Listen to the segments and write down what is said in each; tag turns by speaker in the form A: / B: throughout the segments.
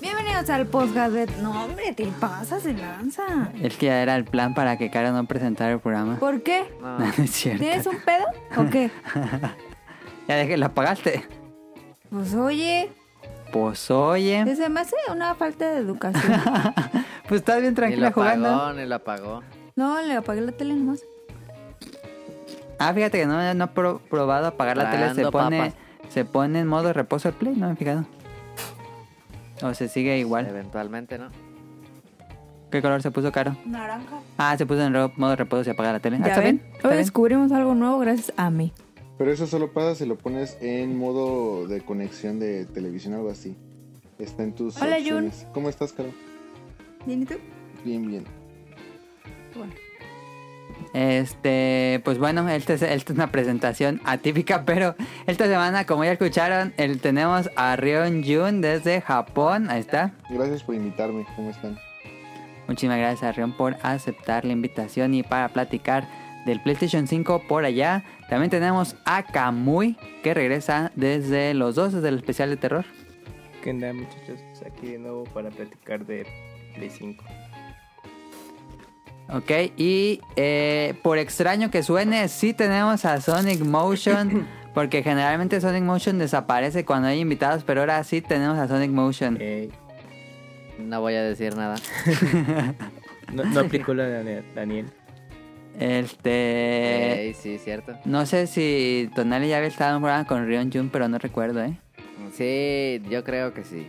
A: gracias al podcast de... No, hombre, te pasas de lanza.
B: Es que ya era el plan para que Cara no presentara el programa.
A: ¿Por qué?
B: No, no es cierto.
A: ¿Tienes un pedo o qué?
B: Ya dejé, la apagaste.
A: Pues oye,
B: Pues oye.
A: se me hace una falta de educación.
B: Pues estás bien
C: El
B: tranquila jugando.
C: apagón, el apagón.
A: No, le apagué la tele nomás.
B: Ah, fíjate que no, no he pro- probado apagar la tele. Se
C: Tragando
B: pone,
C: papas.
B: se pone en modo reposo el play, no me he fijado. O se sigue igual.
C: Eventualmente, ¿no?
B: ¿Qué color se puso caro?
A: Naranja.
B: Ah, se puso en ro- modo reposo y apaga la tele. Ah,
A: ¿Ya
B: ¿Está
A: ven?
B: bien? ¿Está
A: Hoy
B: bien?
A: descubrimos algo nuevo gracias a mí.
D: Pero eso solo pasa si lo pones en modo de conexión de televisión o algo así. Está en tus
A: Hola,
D: opciones. ¿Cómo estás, Caro?
A: ¿Bien y tú?
D: Bien, bien.
A: Bueno.
B: Este, pues bueno, esta es, esta es una presentación atípica, pero esta semana, como ya escucharon, el, tenemos a Rion Jun desde Japón. Ahí está.
D: Gracias por invitarme. ¿Cómo están?
B: Muchísimas gracias a Rion por aceptar la invitación y para platicar del PlayStation 5 por allá. También tenemos a Kamui, que regresa desde los dos, desde el especial de terror.
E: ¿Qué onda muchachos? Pues Aquí de nuevo para platicar de Play 5.
B: Ok, y eh, por extraño que suene, sí tenemos a Sonic Motion, porque generalmente Sonic Motion desaparece cuando hay invitados, pero ahora sí tenemos a Sonic Motion.
E: Eh,
C: No voy a decir nada.
E: no, no aplicó la de
B: Mm,
E: Daniel.
B: Este.
C: Ey, sí, cierto.
B: No sé si Tonali ya había estado en un programa con Rion Jun, pero no recuerdo, ¿eh?
C: Sí, yo creo que sí.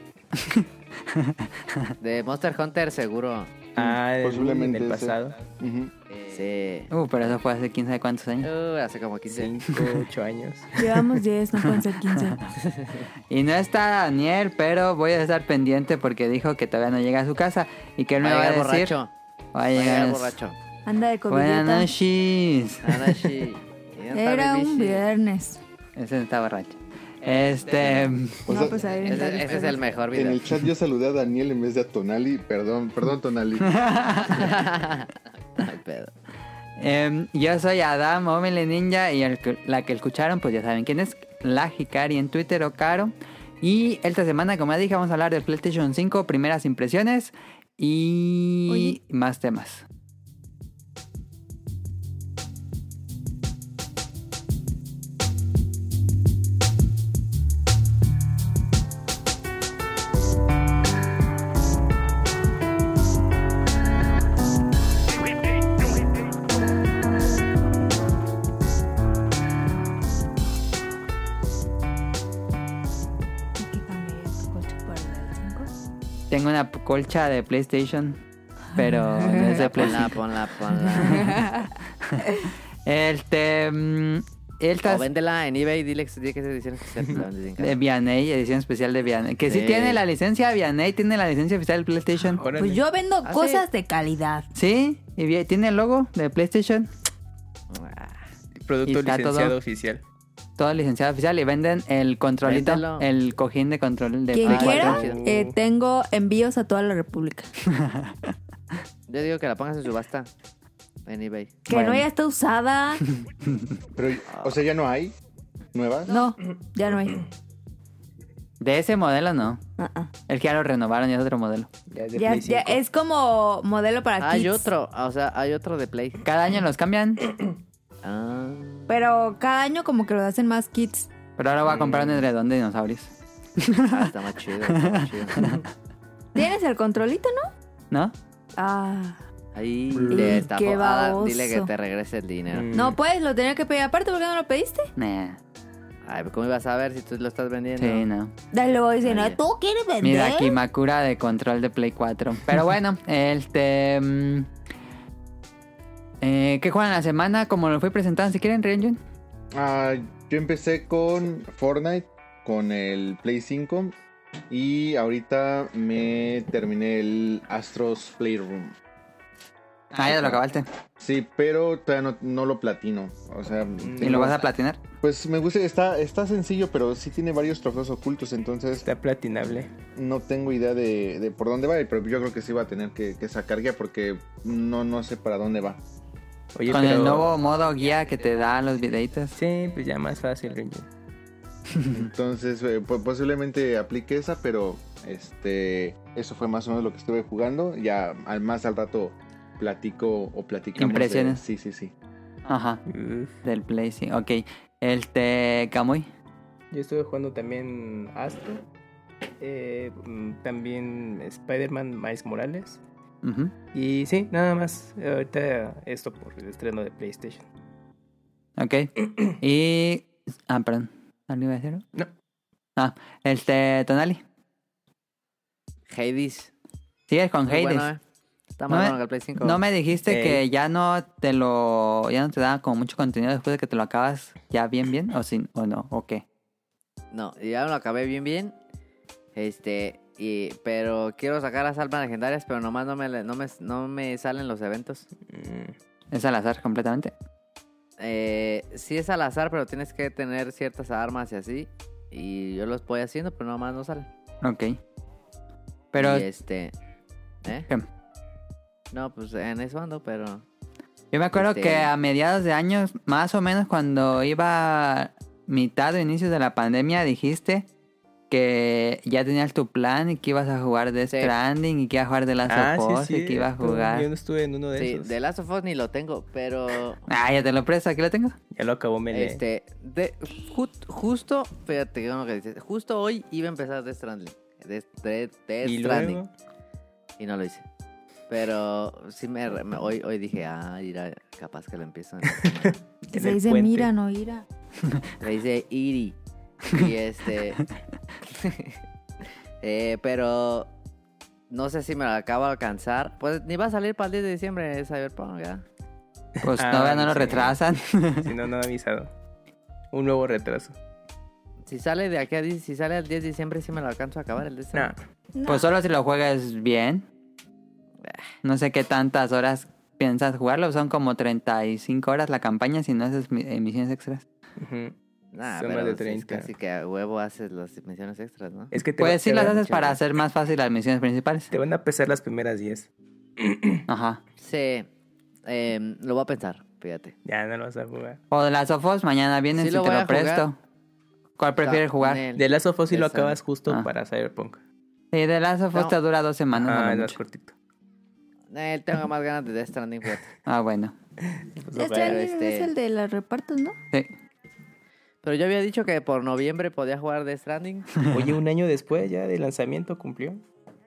C: De Monster Hunter seguro.
E: Ah, en-
D: Posiblemente
E: en el
D: ese.
E: pasado.
D: Ujú.
C: Sí.
B: Uh, pero eso fue hace quién sabe cuántos años.
C: Uh, hace como 15.
E: 5, 8 años.
A: Llevamos 10, no pueden ser 15.
B: Y no está Daniel, pero voy a estar pendiente porque dijo que todavía no llega a su casa y que él me va a
C: llegar
B: decir.
C: borracho.
B: Va a
C: Va a
B: llegar.
C: llegar borracho.
A: Anda de
B: Buenas
A: comida.
B: noches.
C: Arashi.
A: Era un viernes.
B: Ese está borracho. Este.
D: O
A: no,
D: sea,
A: pues ahí está
C: Ese, ese es el mejor
D: En
C: video.
D: el chat yo saludé a Daniel en vez de a Tonali. Perdón, perdón, Tonali.
C: Ay, pedo.
B: em, yo soy Adam, Omele Ninja, y el que- la que escucharon, pues ya saben quién es. La Hikari en Twitter o Caro. Y esta semana, como ya dije, vamos a hablar de PlayStation 5, primeras impresiones y más temas.
A: ¿Y qué cambié? ¿Coche por el 5?
B: Tengo una p- colcha de PlayStation, pero no es de PlayStation.
C: Ponla, ponla, ponla.
B: Este. mm,
C: O
B: Estas
C: véndela en eBay y dile, dile que se hicieron que se la vendes en
B: de
C: casa.
B: Vianey, edición especial de Vianey. Que sí,
C: Sí.
B: tiene la licencia de Vianey, tiene la licencia oficial de PlayStation.
E: Órale.
A: Pues yo vendo
C: Ah,
A: cosas de calidad.
B: Sí, y vi- tiene el logo de PlayStation,
C: Ah,
B: y
E: Producto
B: está todo-
E: licenciado oficial.
B: todo licenciado oficial, y venden el controlito,
C: Véndelo.
B: el cojín de control de
A: Quien
B: Play
C: Ah,
A: quiera,
B: cuatro.
C: chido.
A: eh, tengo envíos a toda la República.
C: Yo digo que la pongas en subasta. En eBay.
A: Que
B: Bueno.
A: no ya está usada.
D: Pero, o sea, ya no hay nuevas.
A: No, ya no hay.
B: De ese modelo no.
A: Ah, ah.
B: El que ya lo renovaron y es otro modelo.
E: Ya es de
A: Ya,
E: Play
A: ya
E: 5.
A: es como modelo para
C: Ah, Hay
A: kids.
C: otro, o sea, hay otro de Play.
B: Cada año los cambian,
C: Ah,
A: Pero cada año como que lo hacen más kids.
B: pero ahora voy a comprar un edredón de dinosaurios.
C: ah, está más chido, está más chido.
A: ¿Tienes el controlito, no?
B: ¿no?
A: Ah.
C: Ahí
E: Y
C: te estafó.
A: qué
C: Adam, dile que
A: baboso.
C: te regrese el dinero.
E: Mm.
A: No, pues lo tenía que pedir aparte porque no lo pediste.
B: Nah,
C: Ay, ¿cómo ibas a ver si tú lo estás vendiendo?
B: sí, no.
A: Dale, luego dice,
C: Ah,
A: no,
C: ya.
A: tú quieres vender.
B: Mira, aquí Makura de control de Play 4. Pero bueno, este. mm, eh, ¿Qué juegan la semana? Como lo fui presentando, si quieren, Ryunjun.
D: Ah, yo empecé con Fortnite, con el Play 5. Y ahorita me terminé el Astros Playroom.
B: Ah, ya lo acabaste.
D: Sí, pero todavía no, no lo platino. O sea,
B: Mm, ¿Y lo vas a platinar?
D: Pues me gusta, está, está sencillo, pero sí tiene varios trofeos ocultos, entonces
E: Está platinable.
D: no tengo idea de, de por dónde va, pero yo creo que sí va a tener que, que sacar guía porque no, no sé para dónde va.
E: Oye,
B: Con
E: pero...
B: el nuevo modo guía que te da los videitos.
E: Sí, pues ya más fácil, Renji.
D: Entonces eh, po- posiblemente aplique esa, pero Este, eso fue más o menos lo que estuve jugando. Ya al más al rato platico o platicamos. de-
B: Impresiones.
D: sí, sí, sí.
B: Ajá,
F: Mm.
B: del Play, sí. Ok. Este, Kamui.
F: Yo estuve jugando también Astro. eh, mm, también Spider-Man Miles Morales.
B: Ujú.
F: Y sí, nada más. Ahorita esto por el estreno de PlayStation.
B: Ok. y. Ah, perdón. ¿Algo iba a decir?
F: No.
B: Ah, este, Tonali.
C: Hades.
B: ¿Sigues con
C: Muy
B: Hades?
C: bueno, ¿eh? Está
B: No
C: más
B: me-
C: bueno que el Play 5.
B: No me dijiste
F: Ey.
B: que ya no te lo. Ya no te daba como mucho contenido después de que te lo acabas ya bien, bien, o, sin, o no, o qué.
C: No, ya lo acabé bien bien. Este, y, pero quiero sacar las almas legendarias, pero nomás no me, le- no me, no me salen los eventos.
F: Mm,
B: Es al azar completamente.
C: Eh, sí es al azar, pero tienes que tener ciertas armas y así. Y yo los voy haciendo, pero nomás no salen.
B: Ok. Pero
C: Y este... ¿eh?
B: ¿Qué?
C: No, pues en eso ando, pero...
B: yo me acuerdo
C: este-
B: que a mediados de años, más o menos cuando iba mitad o inicios de la pandemia, dijiste que ya tenías tu plan y que ibas a jugar de
C: Sí.
B: Stranding y que ibas a jugar de Last
F: Ah,
B: of
F: sí,
B: Us
F: sí.
B: y que ibas a
F: Yo
B: jugar.
F: no estuve en uno de
C: Sí,
F: esos.
C: de Last of Us ni lo tengo, pero...
B: Ah, ya te lo presto, aquí lo tengo.
F: Ya lo acabó Mele.
C: Este, de, ju- justo, fíjate que que dices, justo hoy iba a empezar Death Stranding. Death, Death- Death
F: y
C: Stranding.
F: luego.
C: Y no lo hice. Pero sí me, re- me- hoy, hoy dije, ah, irá, capaz que lo empiezo. en la semana".
F: en
A: Se
F: el
A: dice
F: puente.
A: mira, no ira.
C: Le hice Iri. Y este. eh, pero no sé si me lo acabo de alcanzar. Pues ni va a salir para el 10 de diciembre eh, Cyberpunk, ¿verdad?
B: Pues
F: Ah,
B: todavía no lo
F: sí.
B: retrasan.
F: Si no, no ha avisado. Un nuevo retraso.
C: Si sale de aquí a 10, si sale al 10 de diciembre, sí me lo alcanzo a acabar el de este
F: No.
B: Pues solo si lo juegas bien. No sé qué tantas horas piensas jugarlo. Son como 35 horas la campaña si no haces mi- eh, misiones extras.
F: Ujú.
C: Nah,
F: Son
C: pero
F: más de
C: sí es
F: 30.
C: casi que a huevo haces las misiones extras, ¿no?
F: Es que te, va-
B: Pues sí
F: te
B: las
F: van-
B: haces para hacer más fácil las misiones principales.
F: Te van a pesar las primeras 10.
B: Ajá.
C: Sí. Em, lo voy a pensar, fíjate.
F: Ya no lo vas a jugar.
B: O de las ofos, mañana vienes
C: Sí
B: y
C: lo
B: te
C: voy
B: lo
C: a jugar.
B: presto. ¿Cuál prefieres
C: Está
B: jugar?
C: con él.
F: De Last of Us sí lo
C: Esa.
F: acabas justo
B: Ah.
F: para Cyberpunk.
B: Sí, de las ofos
C: No.
B: te dura dos semanas. a lo
F: Ah, es más
B: mucho.
F: cortito.
C: Eh, tengo más ganas de Death Stranding, fíjate.
B: Ah, bueno.
F: Pues lo
A: Este
F: juegas.
C: pero este-
A: es el de los repartos, ¿no?
B: Sí.
C: Pero yo había dicho que por noviembre podía jugar Death Stranding.
F: Oye, un año después ya del lanzamiento cumplió.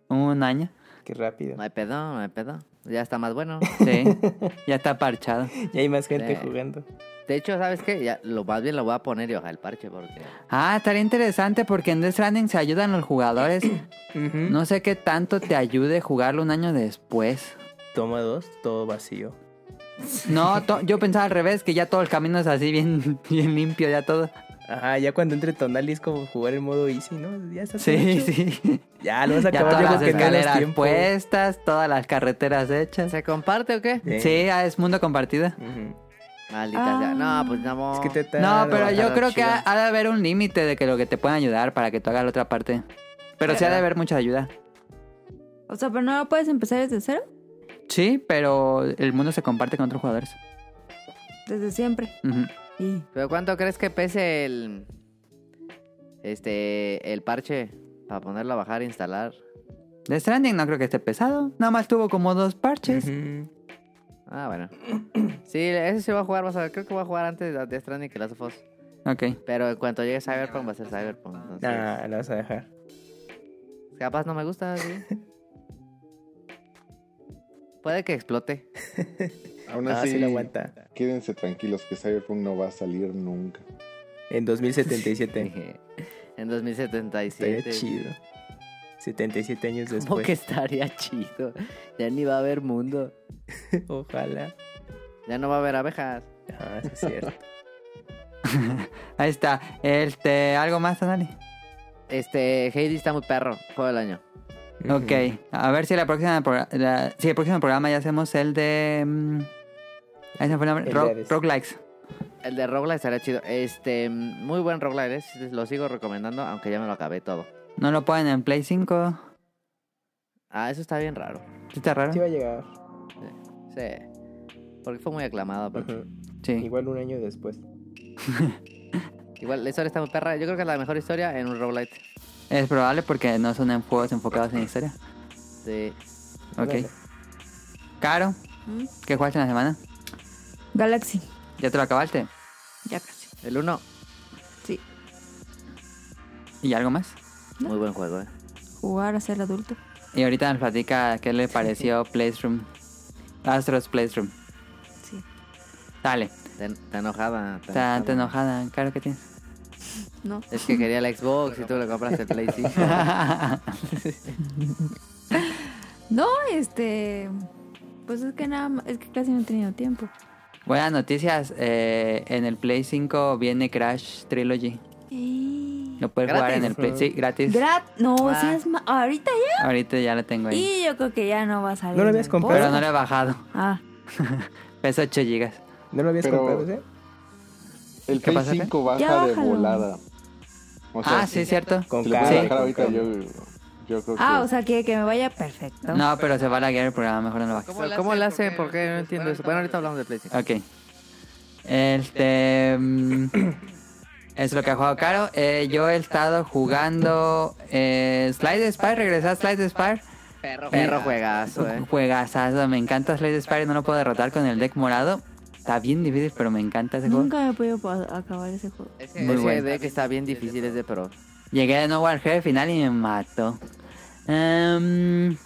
B: Un año.
F: Qué rápido.
C: No hay pedo, no hay pedo. Ya está más bueno.
B: Sí. ya está parchado.
F: Ya hay más gente
C: Sí.
F: jugando.
C: De hecho, ¿sabes qué? Ya, lo más bien lo voy a poner y ojalá el parche porque...
B: Ah, estaría interesante porque en Death Stranding se ayudan los jugadores. No sé qué tanto te ayude jugarlo un año después.
F: Toma dos, todo vacío.
B: No, to- yo pensaba al revés, que ya todo el camino es así bien, bien limpio, ya todo.
F: Ajá, ya cuando entre Tonali es como jugar en modo easy, ¿no? Ya estás
B: Sí,
F: hecho.
B: sí.
F: Ya lo vas a
B: Ya
F: acabar
B: todas
F: yo
B: las
F: creo que en menos
B: escaleras pues,
F: tiempo.
B: puestas, todas las carreteras hechas.
C: ¿Se comparte o qué?
F: Sí.
B: Sí, ah, es mundo compartido.
F: Ujú.
C: Maldita
A: Ah.
C: sea. No, pues no.
F: Es que
B: No,
F: te
B: pero
F: tardas.
B: yo
C: bajarlo
B: creo que
C: chido.
B: ha, ha de haber un límite de que lo que te pueden ayudar para que tú hagas la otra parte. Pero sí ha de haber mucha ayuda.
A: O sea, pero no lo puedes empezar desde cero,
B: Sí, pero el mundo se comparte con otros jugadores.
A: desde siempre.
B: Ujú.
A: Y
C: ¿Pero cuánto crees que pese el... Este... El parche para ponerlo a bajar e instalar?
B: Death Stranding no creo que esté pesado. Nada más tuvo como dos parches.
F: Ujú.
C: Ah, bueno. Sí, ese se va a jugar, vas a ver. Creo que voy a jugar antes de Death Stranding que Last of Us.
B: Ok.
C: Pero en cuanto llegue Cyberpunk va a ser Cyberpunk. Entonces,
F: Nah, lo vas a dejar.
C: Capaz no me gusta, sí. Puede que explote.
D: Aún
F: Ah,
D: así,
F: sí lo aguanta.
D: quédense tranquilos que Cyberpunk no va a salir nunca.
F: En 2077.
C: en
F: Estaría
C: 2077.
F: chido. 77 años
C: Como
F: después.
C: que estaría chido. Ya ni va a haber mundo.
F: Ojalá.
C: Ya no va a haber abejas.
F: Ah, sí es cierto.
B: Ahí está. Este, ¿Algo más, Anali?
C: Este, Heidi está muy perro. Juego del año.
B: Ok, a ver si la próxima pro- la- si el próximo programa ya hacemos el de mm, ahí se me fue el nombre,
F: El de
B: Rock,
F: Hades.
B: Likes.
C: El de Roguelike estaría chido. Este, mm, muy buen Roguelike. ¿eh? Lo sigo recomendando, aunque ya me lo acabé todo.
B: No lo ponen en Play 5.
C: Ah, eso está bien raro.
B: ¿Sí ¿Está raro?
F: Sí va a llegar.
C: Sí. Porque fue muy aclamado. pero-
F: Ujú.
B: Sí.
F: Igual un año después.
C: Igual, la historia está muy perra. Yo creo que es la mejor historia en un Roguelite.
B: Es probable porque no son en juegos enfocados en historia.
C: Sí.
B: Ok.
E: Ándale.
B: Caro,
A: ¿Mm?
B: ¿qué jugaste en la semana?
A: Galaxy,
B: ¿Ya te lo acabaste?
A: ya casi.
C: El 1,
A: Sí,
B: ¿Y algo más?
C: muy buen juego, ¿eh?
A: jugar a ser adulto.
B: Y ahorita nos platica qué le pareció Playroom. Astros Playroom.
A: Sí.
B: Dale.
C: Está en- está enojada.
B: Está está enojada. Caro, ¿qué tienes?
A: No.
C: Es que quería la Xbox y tú le compraste el Play 5.
A: No, este. Pues es que nada más. Es que casi no he tenido tiempo.
B: Buenas noticias. eh, en el Play 5 viene Crash Trilogy. Lo puedes jugar en el Play. Sí, gratis.
A: Grat. No,
C: Ah.
A: seas ma- Ahorita ya.
B: Ahorita ya lo tengo ahí.
A: Y yo creo que ya no va a salir.
E: ¿No lo
A: en
E: habías
A: el
E: comprado?
B: Pero
A: podcast.
B: no lo he bajado.
A: Ah,
B: Pesa 8 gigas.
E: ¿No lo habías
D: Pero-
E: comprado ese?
D: El
B: ¿Qué
D: Play
B: pasa, Fer?
D: 5
A: Ya
D: baja de
A: bájalo.
D: volada. O sea,
B: ah, sí, cierto.
E: Con
D: Si lo puedes
B: Sí.
D: bajar
E: con
D: ahorita,
E: cable.
D: yo, yo creo
A: ah
D: que.
A: o sea, que, que me vaya perfecto.
B: No, pero se va a laguear el programa. Mejor no lo bajes.
C: ¿Cómo, ¿Cómo la hace? ¿Por qué? No entiendo eso. Bueno, ahorita hablamos de Play 5.
B: Ok. Este. mm, es lo que ha jugado Caro. Eh, yo he estado jugando eh, Slide Spire. Regresé a Slide Spire.
C: Perro, perro juegazo, ¿eh?
B: Juegazazo. Me encanta Slide Spire. No lo puedo derrotar con el deck morado. Está bien difícil, pero me encanta ese juego.
A: Nunca me he podido pa- acabar ese juego.
C: Ese
B: Muy bueno.
C: de que está bien difícil es de pro.
B: Llegué de nuevo al jefe final y me mató. Em,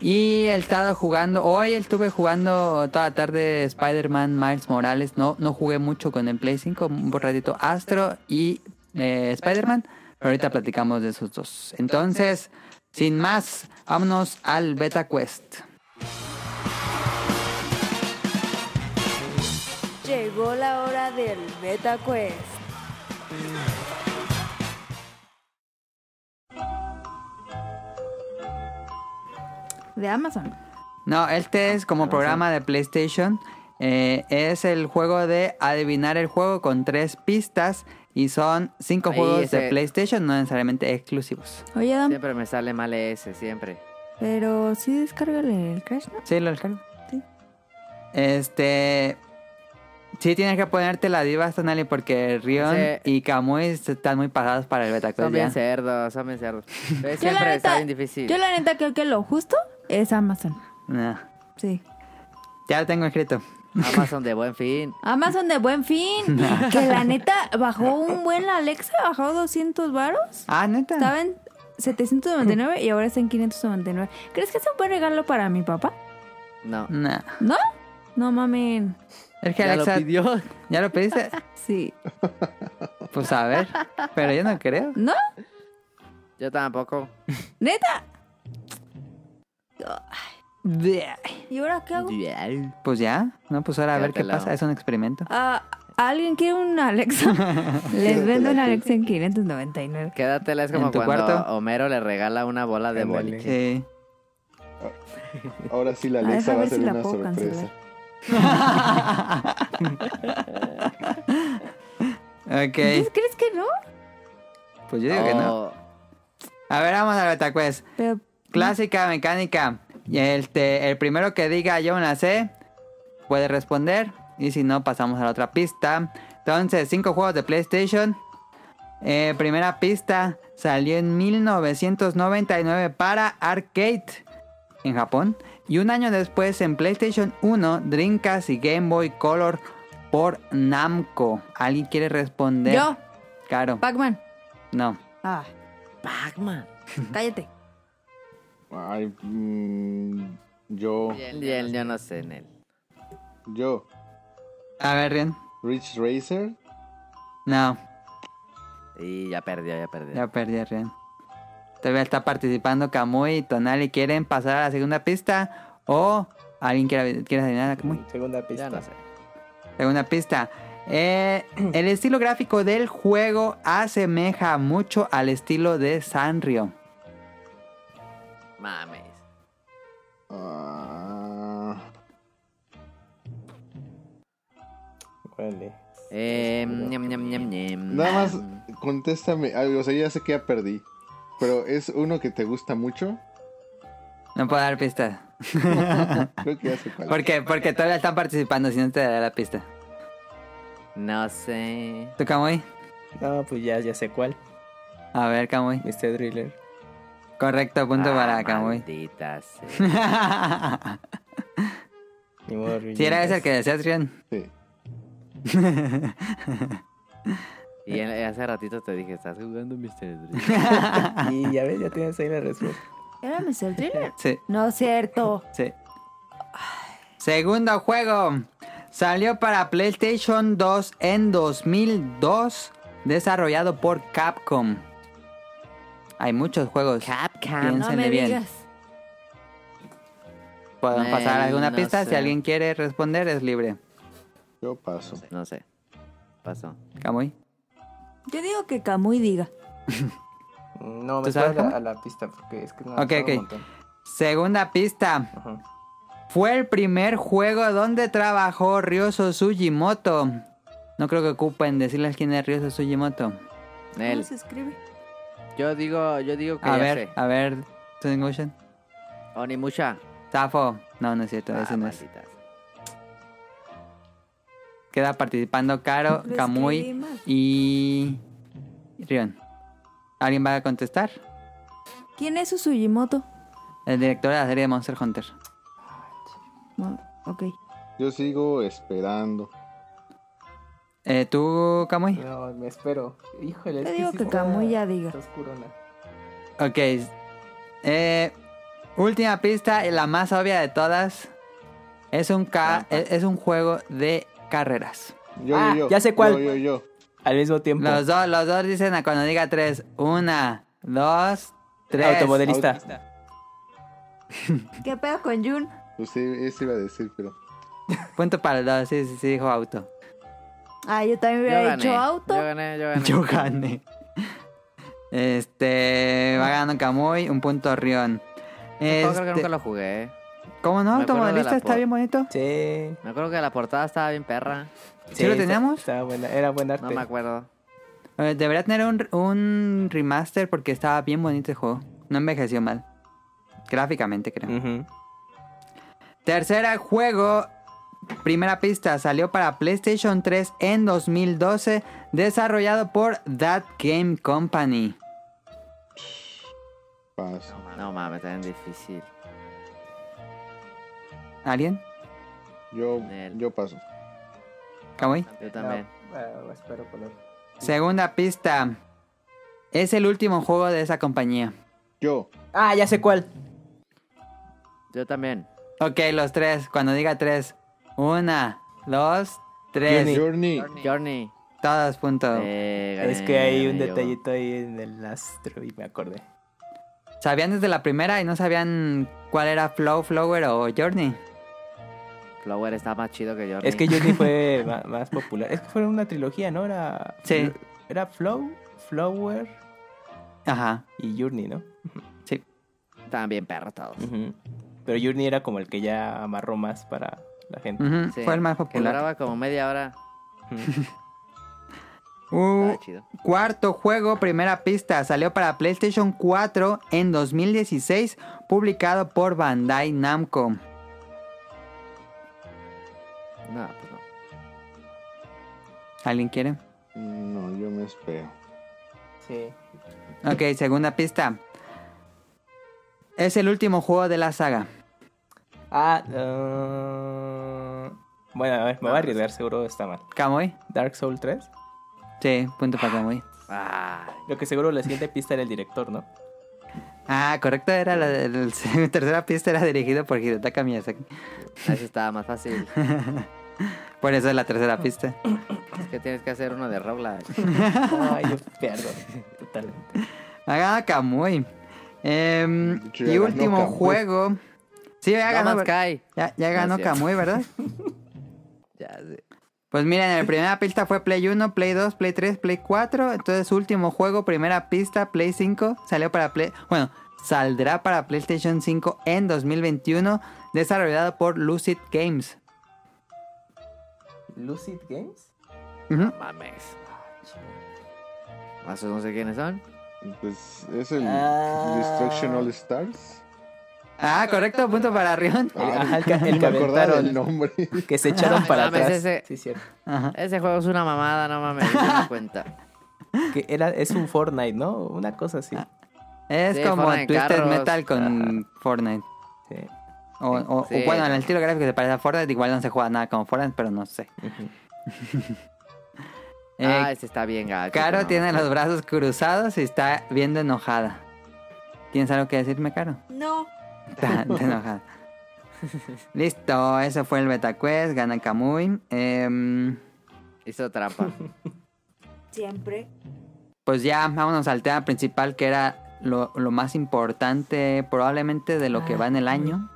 B: y he estado jugando. Hoy estuve jugando toda la tarde Spider-Man Miles Morales. No, no jugué mucho con el Play 5. Un ratito Astro y eh, Spider-Man. Pero ahorita platicamos de esos dos. Entonces, sin más, vámonos al Beta Quest.
A: Llegó la hora del Beta Quest. De Amazon.
B: No, este es como programa de PlayStation. Eh, es el juego de adivinar el juego con tres pistas y son cinco
C: Ahí
B: juegos de
C: ese-
B: PlayStation, no necesariamente exclusivos.
A: Oye, Adam,
C: Siempre me sale mal ese, siempre.
A: pero sí descárgale el Crash, ¿no?
B: Sí, lo descargo.
A: Sí.
B: Este. Sí, tienes que ponerte la diva Stanley porque Rion
C: Ese-
B: y Kamui están muy pagados para el beta
C: Son
B: Pues ya.
C: bien cerdos, son bien cerdos. Pero
A: Yo la
C: siempre está
A: neta-
C: bien difícil.
A: Yo la neta creo que lo justo es Amazon.
B: No,
A: Sí.
B: ya lo tengo escrito.
C: Amazon de buen fin.
A: Amazon de buen fin. que la neta bajó un buen la Alexa, bajó 200 varos.
B: Ah, neta.
A: Estaba en 799 y ahora está en 599. ¿Crees que es un buen regalo para mi papá?
C: No.
B: No.
A: ¿No? No mamen.
B: Es que
C: Ya lo
B: Alexa.
C: pidió.
B: ¿Ya lo pediste?
A: Sí.
B: Pues a ver. Pero yo no creo.
A: ¿No?
C: Yo tampoco.
A: ¿Neta?
B: Bleh.
A: ¿Y ahora qué hago?
B: Pues ya, no, pues ahora a ver qué
C: Quédatelo.
B: pasa, es un experimento.
A: Ah, ¿Alguien quiere una Alexa? Les vendo una Alexa en 599.
C: Quédatela, es
B: ¿En
C: como
B: tu
C: cuando
B: cuarto?
C: Homero le regala una bola de
E: Ándale.
B: Sí.
C: boliche.
D: Ahora sí la
A: Ah, deja
D: Alexa va a
A: ver
D: ser
A: si la
D: una
A: puedo
D: sorpresa.
A: cancelar.
B: ok,
A: ¿Entonces crees que no?
B: pues yo digo que no.
C: Oh,
B: A ver, vamos a la betacuez.
A: Pero
B: Clásica mecánica. Y Este, el primero que diga yo una C puede responder. Y si no, pasamos a la otra pista. Entonces, cinco juegos de PlayStation. Eh, primera pista salió en 1999 para arcade en Japón. Y un año después en PlayStation 1, Dreamcast y Game Boy Color por Namco. ¿Alguien quiere responder?
A: yo,
B: Claro.
A: Pac-Man.
B: No.
A: Ah,
C: Pac-Man.
A: cállate.
D: Ay, mm, yo,
C: Y él, yo no sé en él.
D: yo,
B: A ver, Rion.
D: Rich Racer,
B: No.
C: Y ya perdió, ya perdió.
B: Ya perdí, Rian. Todavía está participando Kamui y Tonali. ¿Quieren pasar a la segunda pista? ¿O alguien quiere, quiere adivinar a Kamui?
E: Segunda
C: Ya
E: pista.
C: no sé.
B: Segunda pista. Eh, el estilo gráfico del juego asemeja mucho al estilo de Sanrio.
C: Mames.
D: ah,
E: Órale.
C: Eh, ñam, ñam, ñam, ñam.
D: Nada más
B: Mm.
D: contéstame, algo, o sea, ya sé que ya perdí, pero es uno que te gusta mucho,
B: No puedo dar pistas.
D: creo que ya sé cuál.
B: ¿Por qué? Porque todavía están participando, si no te daré la pista.
C: No sé.
B: ¿Tú, Kamui?
E: No, pues ya, ya sé cuál.
B: A ver, Camuy.
F: Mr. Driller.
B: Correcto, punto
C: Ah,
B: para Camuy.
C: maldita sea.
F: Ni modo,
B: Si era ese
F: Rangers.
B: el que decías, Rion.
D: Sí.
C: Y en- hace ratito te dije, estás jugando Mr. Drill.
F: Y ya ves, ya tienes ahí la respuesta.
A: ¿Era Mr. Driller?
B: Sí,
A: No es cierto.
B: sí. Segundo juego. Salió para PlayStation 2 en 2002. Desarrollado por Capcom. Hay muchos juegos. Capcom.
A: No me
B: bien.
A: digas.
B: Pueden pasar
C: Eh,
B: alguna
C: no
B: pista. Si
C: sé.
B: alguien quiere responder, es libre.
D: Yo paso.
C: No sé. Pasó.
B: Camuy.
A: Yo digo que Camuy diga.
F: No,
B: ¿Tú
F: me
B: sabes
F: sabes a,
B: cómo?
F: la- a la pista porque es que no.
B: Ok,
F: todo
B: ok.
F: un montón.
B: Segunda pista.
F: Ajá.
B: Fue el primer juego donde trabajó Ryoso Sugimoto. No creo que ocupen decirles quién es Ryoso Sugimoto.
A: ¿Cómo
C: Nel,
A: se escribe?
C: yo digo, yo digo que
B: A
C: ya
B: ver,
C: sé.
B: a ver. Sonic Motion.
C: Onimusha.
B: Zafo. No, no es cierto, ese
C: Ah,
B: no es.
C: maldita sea.
B: Queda participando Caro,
A: Lo escribí
B: Oh, Kamui
A: mal.
B: y. Rion. ¿Alguien va a contestar?
A: ¿Quién es Usujimoto?
B: El director de la serie de Monster Hunter.
A: No, ok.
D: Yo sigo esperando.
B: Eh, ¿Tú, Kamui?
F: No, me espero. Híjole, es
A: Te digo
F: sí
A: que
F: está-
A: Camuy ya diga.
F: está oscurona.
B: Ok. Eh, última pista y la más obvia de todas. Es un,
A: Ah.
B: ca-
C: Trampa.
B: es, es un juego de carreras.
D: Yo,
F: Ah,
D: yo, yo.
F: ya sé cuál.
D: Yo, yo, yo.
F: Al mismo tiempo.
B: Los dos, los dos dicen a cuando diga tres. Una, dos, tres.
F: Automodelista.
A: ¿Qué pedo con Jun?
D: Pues sí, eso iba a decir, pero.
B: Punto para el dos. Sí, sí, sí, dijo auto.
A: Ah, yo también
C: Yo
A: hubiera
C: gané.
A: dicho auto.
C: Yo gané, yo gané.
B: Yo gané. Este. Va ganando Camuy, un punto Rion.
C: Yo creo que
B: Este,
C: nunca lo jugué.
B: ¿Cómo no?
C: me acuerdo de
B: Automodelista
C: la
B: está
C: po-
B: bien bonito.
F: Sí.
C: Me acuerdo que la portada estaba bien perra.
B: ¿Sí, lo
F: está-
B: teníamos?
F: Estaba buena, era buen arte.
C: No me acuerdo.
B: Eh, Debería tener un, un remaster porque estaba bien bonito el juego. No envejeció mal. Gráficamente, creo.
F: Ujú.
B: Tercera juego. Primera pista. Salió para PlayStation 3 en 2012. Desarrollado por That Game Company.
D: Paso.
C: No mames, está bien difícil.
B: ¿Alguien?
D: Yo,
C: Nel.
D: yo paso.
B: ¿Kawaii?
C: Yo también.
F: No, eh, espero por la-
B: Segunda pista. Es el último juego de esa compañía.
D: Yo.
F: Ah, ya sé cuál.
C: Yo también.
B: Ok, los tres. Cuando diga tres. Una, dos, tres.
F: Journey.
D: Journey.
C: Journey.
B: Todos puntos.
C: Eh, gané,
F: Es que hay
C: gané
F: un
C: yo.
F: detallito ahí en el astro y me acordé.
B: Sabían desde la primera y no sabían cuál era Flow, Flower o Journey.
C: Flower está más chido que Journey.
F: Es que Journey fue ma- más popular. Es que fueron una trilogía, ¿no? Era.
B: Sí.
F: Era Flow, Flower
B: Ajá.
F: y Journey, ¿no?
B: Sí.
C: Estaban bien perros todos.
F: Ujú. Pero Journey era como el que ya amarró más para la gente.
B: Ujú,
C: Sí,
B: Fue el más
C: Que
B: popular.
C: duraba como media hora.
B: Uh,
C: Estaba chido.
B: cuarto juego, primera pista. Salió para PlayStation 4 en 2016. Publicado por Bandai Namco.
C: No, pues no.
B: ¿Alguien quiere?
D: No, yo me espero.
F: Sí.
B: Ok, segunda pista. Es el último juego de la saga.
F: Ah, ah, bueno, a ver, me voy a arriesgar, seguro está mal.
B: ¿Camoy?
F: Dark Soul 3.
B: Sí, punto para Camoy.
C: Ah,
F: Lo que seguro la siguiente pista era el director, ¿no?
B: Ah, correcto, era la, la- la tercera pista era dirigido por Hidetaka Miyazaki.
C: ese estaba más fácil.
B: Por eso es la
C: Ah.
B: tercera pista.
C: Es que tienes que hacer uno de Roblox.
F: Ay, yo pierdo. Totalmente.
B: Haga Kamui. Em,
D: De hecho, ya
B: y
D: ganó
B: último
D: Kamui.
B: juego. Sí, ya
C: No
B: ganó.
C: Man's
B: ver-
C: Sky.
B: Ya, ya ganó
C: Gracias.
B: Kamui, ¿verdad?
C: Ya sé.
B: Pues miren, en la primera pista fue Play 1, Play 2, Play 3, Play 4. Entonces, último juego, primera pista, Play 5. Salió para Play. Bueno, saldrá para PlayStation 5 en 2021. Desarrollado por Lucid Games.
F: ¿Lucid Games?
B: Ujú.
C: Mames. Más o no sé quiénes son.
D: Pues es el
F: Ah.
D: Destruction All Stars.
B: Ah, correcto, punto para Rion.
F: ajá, el que- el
D: ni
F: que
D: me acordaba
F: aventaron.
D: del nombre.
F: Que se echaron
C: No
F: para
C: mames,
F: atrás.
C: ese-
F: Sí, cierto.
B: Ajá.
C: Ese juego es una mamada, no mames. No me cuenta.
F: que era, es un Fortnite, ¿no? Una cosa así.
C: Ah.
B: Es
C: Sí,
B: como
C: Fortnite,
B: Twisted
C: carros.
B: Metal con Fortnite.
F: Sí.
B: O, o- o
C: Sí.
B: bueno, en el estilo gráfico se parece a Fortnite, igual no se juega nada como Fortnite, pero no sé. Eh,
C: ah, ese está bien gacho.
B: Caro
C: no.
B: tiene los brazos cruzados y está viendo enojada. ¿Tienes algo que decirme, Caro?
A: No.
B: Está está enojada. Listo, eso fue el Betacuest, gana Kamui. Em,
C: Hizo trampa.
A: Siempre.
B: pues ya, vámonos al tema principal que era lo, lo más importante probablemente de
C: Ah,
B: lo que va en
A: Ah.
B: el año.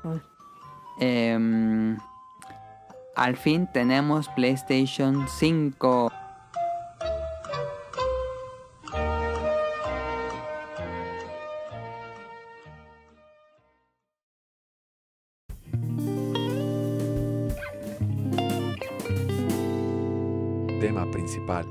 B: Em, al fin tenemos PlayStation 5.
G: Tema principal.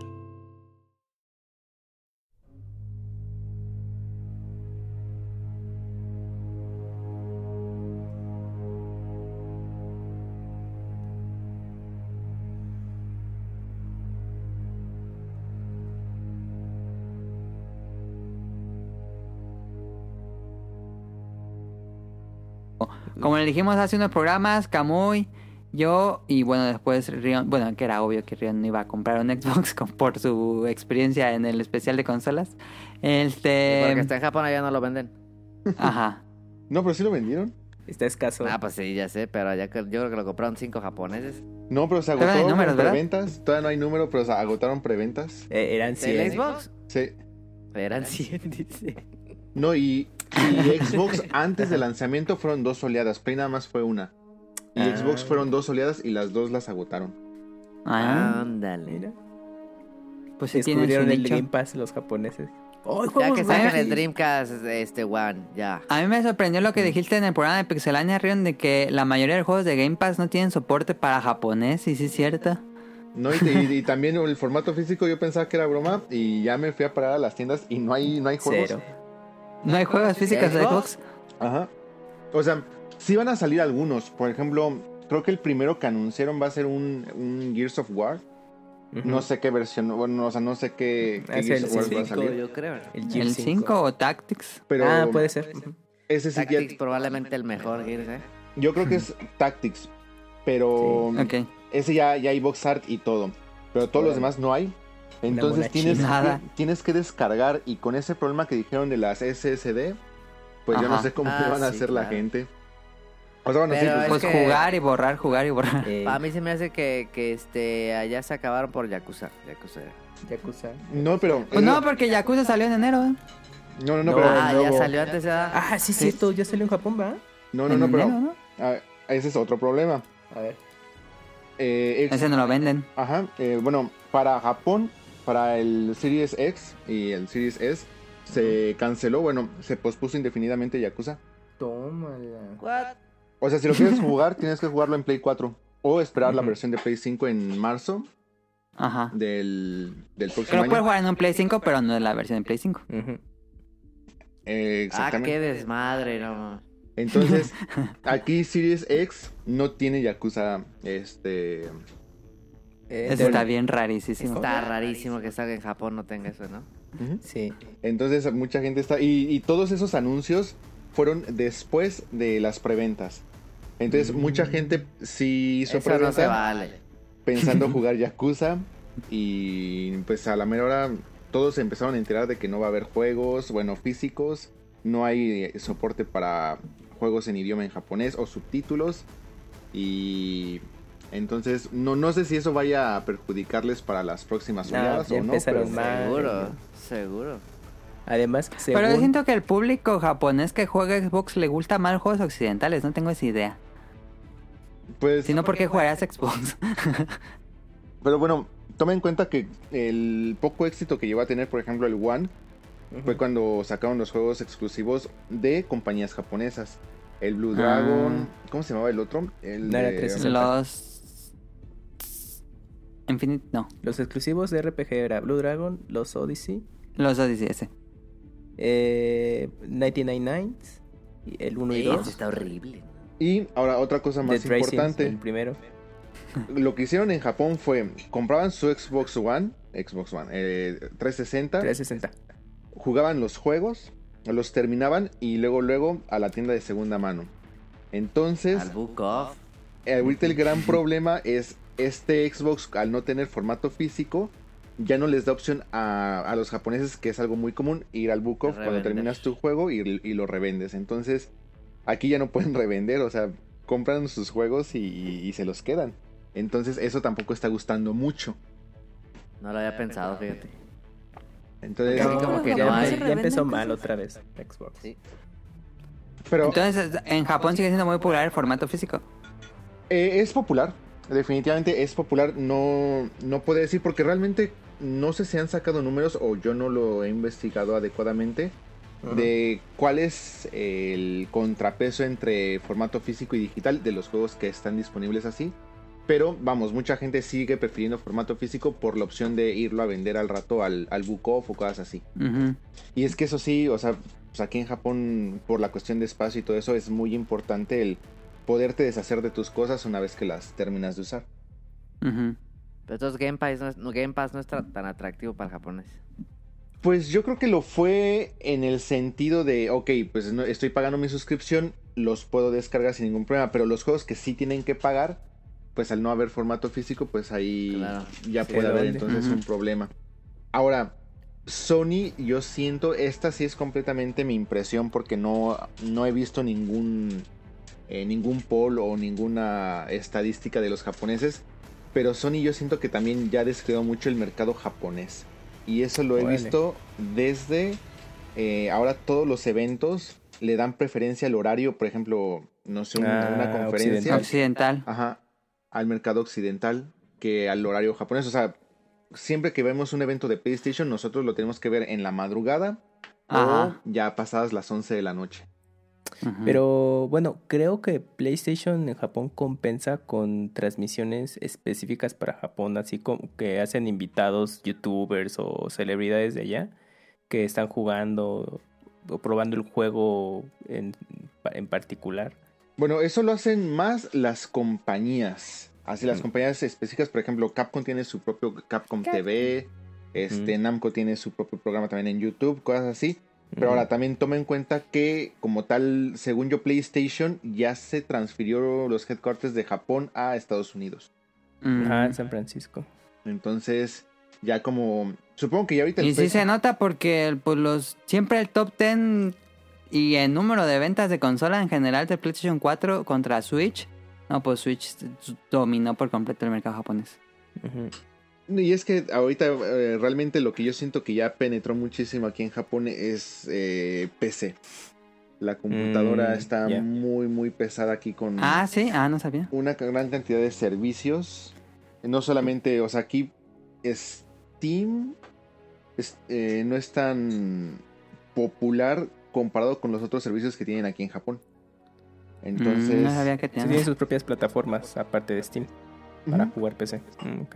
B: Como le dijimos hace unos programas, Kamui, yo y bueno, después Rion, bueno, que era obvio que Rion no iba a comprar un Xbox con- por su experiencia en el especial de consolas.
C: Porque
B: Este,
C: está en Japón allá no lo venden.
B: ajá.
D: No, pero sí lo vendieron.
E: Está escaso.
C: Ah, pues sí, ya sé, pero allá que- yo creo que lo compraron cinco japoneses.
D: No, pero se
B: Todavía no hay
D: agotaron
B: números, ¿verdad?
D: preventas. Todavía no hay número, pero se agotaron preventas.
E: Eh, eran
C: ¿El
E: 100.
C: Xbox?
D: Sí.
F: Ah.
C: Eran 100, dice.
D: No, y, y Xbox antes del lanzamiento fueron dos oleadas. Play nada más fue una. Y
E: Ah.
D: Xbox fueron dos oleadas y las dos las agotaron.
B: Ah,
C: Ándale.
E: Mira.
B: pues sí tienen su
E: Descubrieron el
B: nicho.
E: Game Pass los japoneses. ¡Ay,
C: Ya
E: juegos
C: que
E: gratis!
C: saquen el Dreamcast, este One, ya.
B: A mí me sorprendió lo que dijiste en el programa de Pixelania, Rion, de que la mayoría de juegos de Game Pass no tienen soporte para japonés, y sí es cierto.
D: No, y, te- y- y también el formato físico yo pensaba que era broma y ya me fui a parar a las tiendas y no hay, no hay juegos.
E: Cero.
B: No hay juegos físicos de
C: ¿Xbox?
B: Xbox.
D: Ajá. O sea, sí van a salir algunos. Por ejemplo, creo que el primero que anunciaron va a ser un, un Gears of War.
E: Ujú.
D: No sé qué versión, bueno, o sea, no sé qué, qué
E: Es
D: Gears
E: el
D: of War va a
E: cinco,
D: salir.
C: yo creo. ¿no?
E: El,
B: ¿El 5 o Tactics?
D: Pero
E: Ah, puede ser.
D: ese sí ya-
C: Tactics probablemente el mejor Gears, ¿eh?
D: yo creo que es Tactics. Pero
B: Ok.
D: ese ya, ya hay box art y todo. Pero todos los
E: Órale.
D: demás no hay.
E: mona
D: Entonces tienes,
B: chinada.
D: ti- tienes que descargar y con ese problema que dijeron de las SSD, pues yo no
B: Ajá.
D: sé cómo
C: Ah,
D: le van a
C: sí,
D: hacer la
C: claro.
D: gente. O sea, bueno, sí,
C: Pero
D: pues,
C: es
B: Pues
C: que-
B: jugar y borrar, jugar y borrar.
E: Eh,
C: A mí se me hace que, que este, allá se acabaron por Yakuza. Yakuza.
E: Yakuza.
D: no, pero...
B: Pues no, porque Yakuza salió en enero, ¿eh?
D: no, no, no,
E: No.
D: pero...
C: ah, ya
D: luego-
C: salió antes, ¿verdad?
E: Ah, sí, sí, esto ya salió en Japón, ¿va?
D: No, no,
B: En
D: no, pero...
B: enero, ¿no?
D: ah, ese es otro problema.
E: A ver.
D: Eh, Xbox-
B: Ese no lo venden.
D: Ajá, eh, bueno, para Japón, para el Series X y el Series S, se canceló, bueno, se pospuso indefinidamente Yakuza.
E: Tómala.
C: What?
D: O sea, si lo quieres jugar, tienes que jugarlo en Play 4 o esperar la
E: Ujú.
D: versión de Play 5 en marzo
B: Ajá.
D: del, del próximo
B: Pero puedes
D: año.
B: jugar en un Play 5, pero no en la versión de Play 5.
E: Ujú.
D: Eh,
C: Ah, qué
D: exactamente.
C: desmadre, no.
D: Entonces, aquí Series X no tiene Yakuza, este...
E: Eh,
B: Eso
E: bueno,
B: está bien rarísimo.
C: Está rarísimo que salga en Japón no tenga eso, ¿no?
D: ujú.
E: Sí.
D: Entonces mucha gente está... Y, y todos esos anuncios fueron después de las preventas. Entonces mucha gente sí hizo
C: Eso no se
D: preventa
C: vale.
D: pensando jugar Yakuza. Y pues a la mera hora todos se empezaron a enterar de que no va a haber juegos, bueno, físicos. No hay eh, soporte para juegos en idioma en japonés o subtítulos. Y entonces no, no sé si eso vaya a perjudicarles para las próximas
E: No,
D: oleadas
E: ya
D: o no.
E: empezaron
D: pero-
E: mal.
C: Seguro, seguro.
E: Además, que según...
B: Pero yo siento que el público japonés que juega Xbox le gusta más juegos occidentales, no tengo esa idea.
D: pues
B: Si no, ¿por qué jugarías Xbox?
D: Pero bueno, toma en cuenta que el poco éxito que llegó a tener, por ejemplo, el One,
E: Ujú.
D: fue cuando sacaron los juegos exclusivos de compañías japonesas. El Blue
B: Ah.
D: Dragon, ¿cómo se llamaba el otro? El
E: No era
D: de- um,
E: 360.
B: Los... Infinite, no.
E: Los exclusivos de RPG era Blue Dragon, Los Odyssey,
B: Los Odyssey ese.
E: eh, 99 Nights, y el 1 y
C: Ey, eso
E: 2.
C: está horrible.
D: Y ahora otra cosa
E: The
D: más
E: Tracings,
D: importante,
E: el primero.
D: lo que hicieron en Japón fue compraban su Xbox One, Xbox One, eh, 360.
E: 360.
D: jugaban los juegos, los terminaban y luego luego a la tienda de segunda mano. Entonces,
C: Al Book Off.
D: eh, ahorita el gran problema es este Xbox al no tener formato físico ya no les da opción a, a los japoneses que es algo muy común ir al book off cuando
C: Revender.
D: terminas tu juego y, y lo revendes. Entonces, aquí ya no pueden revender, o sea, compran sus juegos y- y- y se los quedan. Entonces, eso tampoco está gustando mucho.
C: No lo había pensado, fíjate.
D: Entonces,
A: Cabrón.
B: como que
F: ya,
B: no
F: empe-
B: hay.
F: ya empezó
A: Revenden
F: mal
A: cosas.
F: otra vez Xbox.
C: Sí.
D: pero
B: Entonces, en Japón sigue siendo muy popular el formato físico.
D: Eh, es popular, definitivamente es popular. No, no puedo decir porque realmente no sé si han sacado números o yo no lo he investigado adecuadamente de cuál es el contrapeso entre formato físico y digital de los juegos que están disponibles así. Pero vamos, mucha gente sigue prefiriendo formato físico por la opción de irlo a vender al rato al, al book off o cosas así.
B: Ujú.
D: Y es que eso sí, o sea, pues aquí en Japón, por la cuestión de espacio y todo eso, es muy importante el poderte deshacer de tus cosas una vez que las terminas de usar.
B: Ujú.
C: Pero entonces Game Pass no es, no, Game Pass no es tra- tan atractivo para el japonés.
D: Pues yo creo que lo fue en el sentido de, ok, pues no- estoy pagando mi suscripción, los puedo descargar sin ningún problema, pero los juegos que sí tienen que pagar, pues al no haber formato físico, pues ahí
C: Claro.
D: ya
E: Sí, ¿de
D: puede haber
E: dónde?
D: entonces
B: Ujú.
D: un problema. Ahora, Sony, yo siento, esta sí es completamente mi impresión porque no, no he visto ningún, eh, ningún poll o ninguna estadística de los japoneses, pero Sony yo siento que también ya descreó mucho el mercado japonés. Y eso lo he
E: Órale.
D: visto desde eh, ahora todos los eventos le dan preferencia al horario, por ejemplo, no sé, una,
E: Ah,
D: una conferencia.
E: occidental.
B: Occidental.
D: Ajá, al mercado occidental que al horario japonés. O sea, siempre que vemos un evento de PlayStation, nosotros lo tenemos que ver en la madrugada Oh,
B: Ajá.
D: o ya pasadas las 11 de la noche.
B: Ujú.
F: Pero bueno, creo que PlayStation en Japón compensa con transmisiones específicas para Japón, así como que hacen invitados, youtubers o celebridades de allá que están jugando o probando el juego en, en particular.
D: Bueno, eso lo hacen más las compañías. Así las
F: Mm.
D: compañías específicas, por ejemplo, Capcom tiene su propio Capcom, TV, este, Namco tiene su propio programa también en YouTube, cosas así. Pero ahora también toma en cuenta que, como tal, según yo, PlayStation ya se transfirió los headquarters de Japón a Estados Unidos.
B: Ujú.
F: Ah, en San Francisco.
D: Entonces, ya como. Supongo que ya ahorita. el
B: Y sí
D: precio-
B: se nota porque el- pues los siempre el top 10 y el número de ventas de consola en general de PlayStation 4 contra Switch. No, pues Switch dominó por completo el mercado japonés.
F: Ujú.
D: Y es que ahorita eh, realmente lo que yo siento que ya penetró muchísimo aquí en Japón es eh, PC. La computadora
F: Mm,
D: está
F: ya.
D: muy, muy pesada aquí con
B: Ah, sí, ah, no sabía.
D: una gran cantidad de servicios. No solamente, o sea, aquí Steam es- eh, no es tan popular comparado con los otros servicios que tienen aquí en Japón. Entonces,
B: Mm, no sabía que
F: Sí,
B: tenía.
F: tienen sus propias plataformas, aparte de Steam, para
D: ujú.
F: jugar PC. Mm, ok.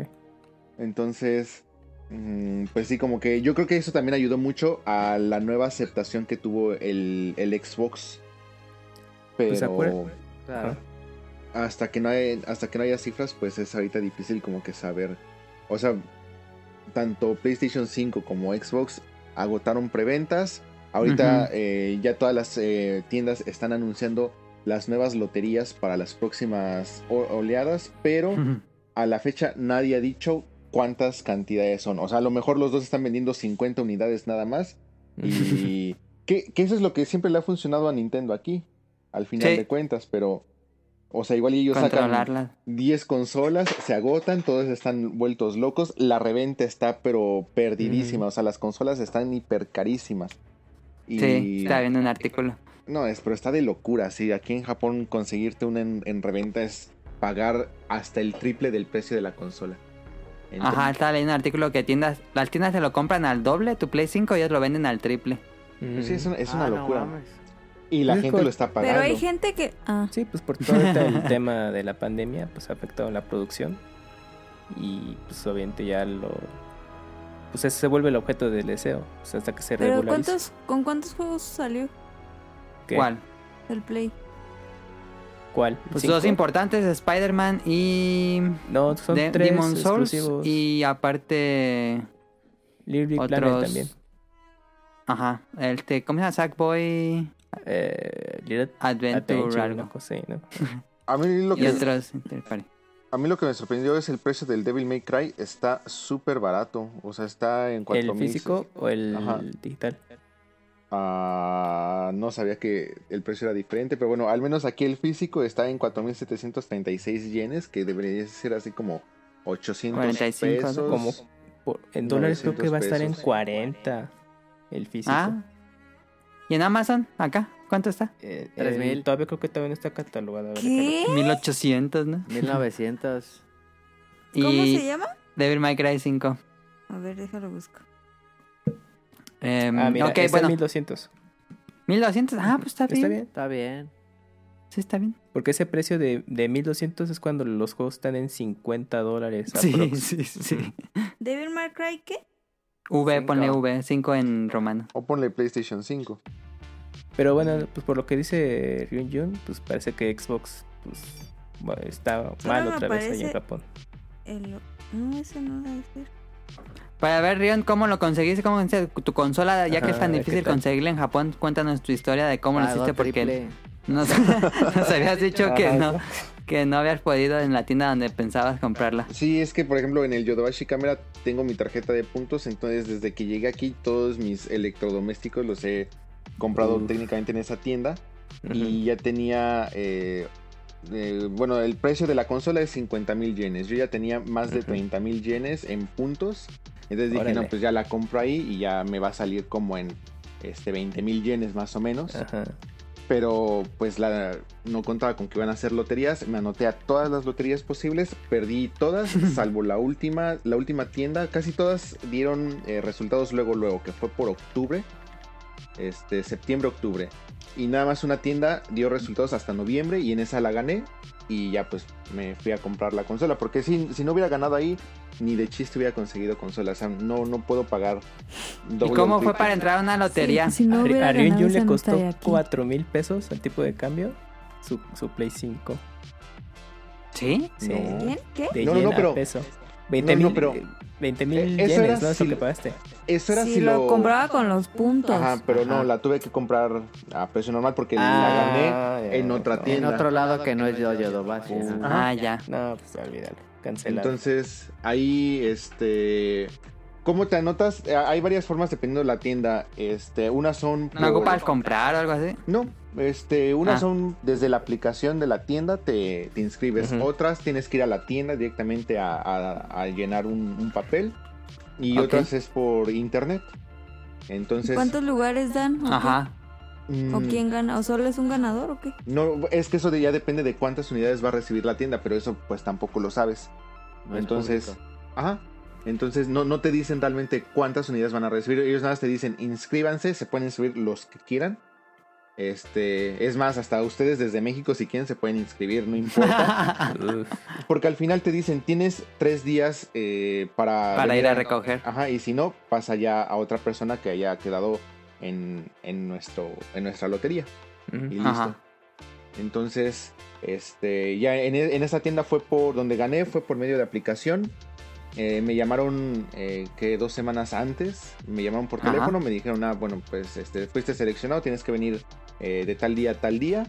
D: Entonces, mm, pues sí, como que yo creo que eso también ayudó mucho a la nueva aceptación que tuvo el, el Xbox. Pero
F: Pues, ¿se acuerdan?
C: Claro.
D: hasta que no hay, hasta que no haya cifras, pues es ahorita difícil como que saber. O sea, tanto PlayStation 5 como Xbox agotaron preventas. Ahorita
B: Ujú.
D: eh, ya todas las eh, tiendas están anunciando las nuevas loterías para las próximas o- oleadas, pero
B: Ujú.
D: a la fecha nadie ha dicho cuántas cantidades son. O sea, a lo mejor los dos están vendiendo 50 unidades nada más. Y que, que eso es lo que siempre le ha funcionado a Nintendo aquí, al final
B: Sí.
D: de cuentas, pero... O sea, igual ellos sacan
B: Controlarla.
D: 10 consolas, se agotan, todos están vueltos locos, la reventa está pero
B: Mm.
D: perdidísima, o sea, las consolas están hiper carísimas. Y...
B: Sí, estaba viendo un artículo.
D: No, es, pero está de locura, sí. Aquí en Japón conseguirte una en, en reventa es pagar hasta el triple del precio de la consola. Entonces,
B: Ajá, estaba leyendo un artículo que tiendas, las tiendas te lo compran al doble, tu Play 5 ellos lo venden al triple.
F: Mm.
D: pues sí, es una, es una
C: Ah, no
D: locura.
C: mames.
D: y la
F: Es
D: gente
F: cor-
D: lo está pagando.
A: Pero hay gente que. Ah,
F: Sí, pues por todo ahorita el tema de la pandemia, pues ha afectado la producción. Y pues obviamente ya lo. Pues eso se vuelve el objeto del deseo. Pues hasta que se
A: pero
F: regularice.
A: ¿cuántos, ¿con cuántos juegos salió
F: ¿Qué?
B: ¿Cuál?
A: el Play?
F: ¿Cuál?
B: Pues
F: ¿Cinco?
B: dos importantes, Spider-Man y
F: No, son
B: De-
F: tres
B: Demon Souls.
F: exclusivos.
B: Y aparte,
F: Little Big Planet
B: otros-
F: también.
B: ajá, el te, ¿cómo se llama? Sackboy
F: Eh, Little
B: Adventure,
F: Adventure,
B: algo.
F: una cosa así, ¿no?
D: A mí, lo
B: Y
D: que,
B: otros Inter Party.
D: a mí lo que me sorprendió es el precio del Devil May Cry. Está súper barato. O sea, está en cuatro
F: ¿El físico o el
D: Ajá.
F: digital?
D: Ah, no sabía que el precio era diferente, pero bueno, al menos aquí el físico está en 4.736 yenes, que debería ser así como 800
B: 45, ¿no?
D: pesos.
F: Como por- en dólares creo que
D: 900
F: va a estar en
D: pesos.
F: 40 el físico.
B: Ah. ¿Y en Amazon? Acá, ¿cuánto está?
F: Eh,
C: Tres
F: el-
C: mil.
F: Todavía creo que todavía no está catalogada. ahora que
A: ¿Qué?
B: 1800, ¿no?
C: 1900.
B: Y
A: ¿Cómo se llama?
B: Devil May Cry 5.
A: A ver, déjalo busco.
B: Em,
F: lo- Ah, mira,
B: ok,
F: está en
B: bueno,
F: 1200.
B: 1200. Ah, pues está bien.
F: Está bien.
C: Está bien.
B: Sí, está bien.
F: Porque ese precio de, de 1200 es cuando los juegos están en 50 dólares.
B: Sí,
F: aprox.
B: sí, sí.
A: ¿Devil May Cry qué?
B: V,
C: Cinco.
B: ponle V, 5 en romano.
D: O ponle PlayStation 5.
F: Pero bueno, pues por lo que dice Ryun Jun, pues parece que Xbox pues, va- está
A: Solo
F: mal
A: me
F: otra vez allá en
A: parece-
F: Japón.
A: El... No, ese no lo voy a decir.
B: Para ver, Rion, ¿cómo lo conseguiste? ¿Cómo conseguiste tu consola? Ya que
F: Ajá,
B: es tan
F: a ver, Ah, ¿qué
B: difícil
F: tal?
B: conseguirla en Japón, cuéntanos tu historia de cómo lo
C: Pagó
B: hiciste porque
C: triple.
B: nos, nos habías dicho que
D: Ah,
F: Ajá,
B: no, que no habías podido en la tienda donde pensabas comprarla.
D: Sí, es que por ejemplo en el Yodobashi Camera tengo mi tarjeta de puntos, entonces desde que llegué aquí todos mis electrodomésticos los he comprado
F: Uf.
D: técnicamente en esa tienda.
F: Ujú.
D: y ya tenía, eh, eh, bueno, el precio de la consola es 50 mil yenes. Yo ya tenía más de
F: Ujú.
D: 30 mil yenes en puntos. Entonces dije,
F: Órale.
D: no, pues ya la compro ahí y ya me va a salir como en este 20 mil yenes más o menos.
F: Ajá.
D: Pero pues la, no contaba con que iban a hacer loterías. Me anoté a todas las loterías posibles. Perdí todas, salvo la última, la última tienda. Casi todas dieron eh, resultados luego, luego, que fue por octubre. Este, septiembre, octubre. Y nada más una tienda dio resultados hasta noviembre y en esa la gané. Y ya pues me fui a comprar la consola. Porque si, si no hubiera ganado ahí, ni de chiste hubiera conseguido consola. O sea, no, no puedo pagar
B: ¿Y
D: doble o
B: cómo fue
D: triple.
B: para entrar a una lotería?
A: Si, si no
F: a, Ry-
A: hubiera
F: a Ryun
A: ganado,
F: Jun
A: esa
F: le
A: no
F: costó
A: estaría aquí.
F: 4 mil pesos al tipo de cambio su, su Play 5.
B: ¿Sí?
F: Sí.
D: No.
A: ¿Bien? ¿Qué?
F: De
D: No, no,
F: yen
D: no,
F: a
D: pero-
F: peso. 20
D: no,
F: mil
D: pero- Eh, eso era
F: yenes, ¿no? Es
D: si-
F: lo que pagaste.
D: Eso era
A: si,
D: si,
A: lo compraba con los puntos.
D: Ajá, pero no,
B: Ajá.
D: la tuve que comprar a precio normal porque la
F: Ah,
D: gané
F: ya,
D: en otra
F: no.
C: En
D: tienda.
C: otro lado que no es yo, Yodobashi.
F: Uh.
C: ajá.
B: Ah, ya.
F: No, pues olvídalo. Cancelado.
D: Entonces, ahí, este... ¿Cómo te anotas? Eh, Hay varias formas dependiendo de la tienda. Este, unas son...
B: ¿No
D: por-
B: ocupas comprar o algo así?
D: No, este, unas
B: Ah.
D: son desde la aplicación de la tienda te, te inscribes.
F: Ujú.
D: Otras tienes que ir a la tienda directamente a, a- a llenar un, un papel. Y
B: Ok.
D: otras es por internet. Entonces...
A: ¿Cuántos lugares dan? ¿O qué?
B: Ajá.
D: mm,
A: ¿O quién gana? ¿O solo es un ganador o qué?
D: No, es que eso de- ya depende de cuántas unidades va a recibir la tienda, pero eso pues tampoco lo sabes.
B: Ah,
C: No es
D: Entonces,
C: público.
D: ajá. Entonces no, no te dicen realmente cuántas unidades van a recibir. Ellos nada más te dicen inscríbanse, se pueden inscribir los que quieran. Este, es más, hasta ustedes desde México si quieren se pueden inscribir, no importa.
F: Uf,
D: Porque al final te dicen tienes tres días eh, para
B: Para
D: venir
B: ir a recoger.
D: Ajá, y si no, pasa ya a otra persona que haya quedado en, en nuestro, en nuestra lotería y
F: ujú.
D: listo.
B: Ajá.
D: Entonces, este, ya en, e- en esa tienda fue por donde gané, fue por medio de aplicación. Eh, me llamaron eh, que dos semanas antes, me llamaron por
B: Ajá.
D: teléfono, me dijeron, ah, bueno, pues este, fuiste seleccionado, tienes que venir eh, de tal día a tal día.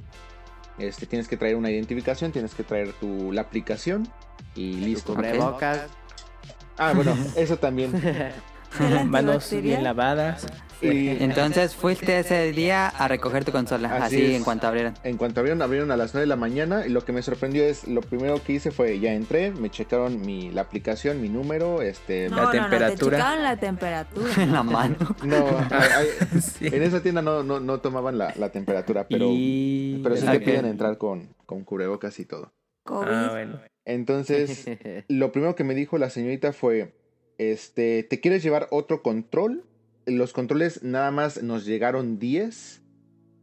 D: Este, tienes que traer una identificación, tienes que traer tu, la aplicación y listo.
C: Cubrebocas.
D: Ah, bueno, eso también.
A: ¿El
F: Manos
A: antibacterial?
F: bien lavadas.
D: Y
B: Entonces fuiste ese día a recoger tu consola,
D: Así
B: así
D: es.
B: en cuanto abrieron.
D: En cuanto abrieron, abrieron a las 9 de la mañana y lo que me sorprendió es, lo primero que hice fue, ya entré, me checaron mi, la aplicación, mi número, este...
A: No,
F: La
A: no, no,
F: temperatura.
A: te checaban la temperatura.
B: En la mano.
D: No, ay, ay,
F: Sí.
D: en esa tienda no, no, no tomaban la, la temperatura, pero,
F: y...
D: pero sí
F: Ah,
D: te
F: ok.
D: piden entrar con, con cubrebocas y todo.
A: COVID.
F: Ah, bueno.
D: Entonces, lo primero que me dijo la señorita fue, este, ¿te quieres llevar otro control? Los controles nada más nos llegaron 10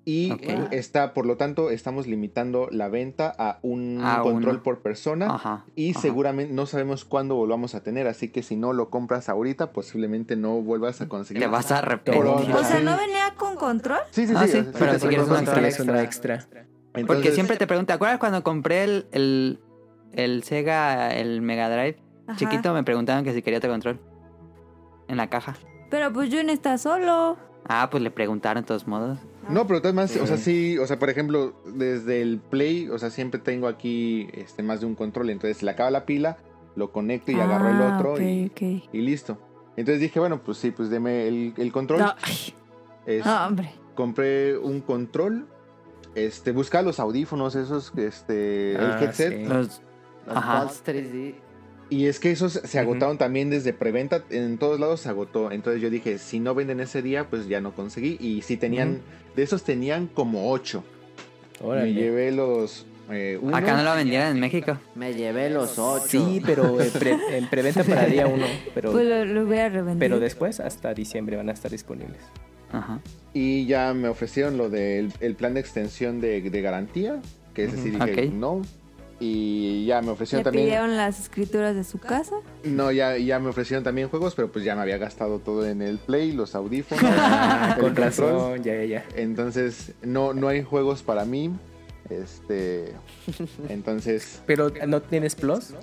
D: y
B: Ok.
D: eh, está, por lo tanto, estamos limitando la venta a un
B: A
D: control
B: uno.
D: por persona
B: Ajá.
D: y
B: ajá.
D: seguramente no sabemos cuándo volvamos a tener, así que si no lo compras ahorita, posiblemente no vuelvas a conseguir.
B: Te vas a
D: Por
B: arrepentir.
D: onda.
A: O sea,
D: Sí.
A: ¿no venía con control?
D: Sí, sí,
B: Ah,
D: sí,
B: sí,
D: o sea,
B: pero
D: te
B: si quieres
D: compras
B: un
F: Sí,
B: control
F: es una extra.
B: Porque siempre te pregunto, ¿te acuerdas cuando compré el, el, el Sega, el Mega Drive?
A: Ajá.
B: Chiquito me preguntaban que si quería otro control. En la caja.
A: Pero pues Jun está solo.
B: Ah, pues le preguntaron de todos modos.
D: No, pero de todas más, o sea, sí, o sea, por ejemplo, desde el Play, o sea, siempre tengo aquí este, más de un control, entonces se le acaba la pila, lo conecto y agarro el
A: Ah,
D: otro
A: ok,
D: y-
A: ok.
D: y, listo. Entonces dije, bueno, pues sí, pues deme el, el control.
A: No, ay,
D: Es-
A: no, hombre.
D: Compré un control, este, buscaba los audífonos, esos, este,
F: Ah,
D: el headset.
F: sí.
B: Los-
C: Los
B: Ajá.
C: Buds 3D.
D: Y es que esos se agotaron también desde preventa, en todos lados se agotó. Entonces yo dije, si no venden ese día, pues ya no conseguí. Y si tenían, de esos tenían como ocho.
F: Órale.
D: Me llevé los... eh, uno.
B: acá no lo vendieron en México.
C: Me llevé los ocho.
F: Sí, pero en, pre- en preventa para día uno. Pero,
A: Pues lo, lo voy a reventar.
F: pero después hasta diciembre van a estar disponibles.
B: Ajá.
D: Y ya me ofrecieron lo del el plan de extensión de, de garantía, que ese sí dije
B: Ok.
D: no. Y ya me
A: Le
D: ofrecieron también...
A: pidieron las escrituras de su casa.
D: No, ya, ya me ofrecieron también juegos, pero pues ya me había gastado todo en el Play, los audífonos. el control.
F: Con razón, ya, ya, ya.
D: Entonces, no, no hay juegos para mí. Este. Entonces.
F: Pero no tienes plus,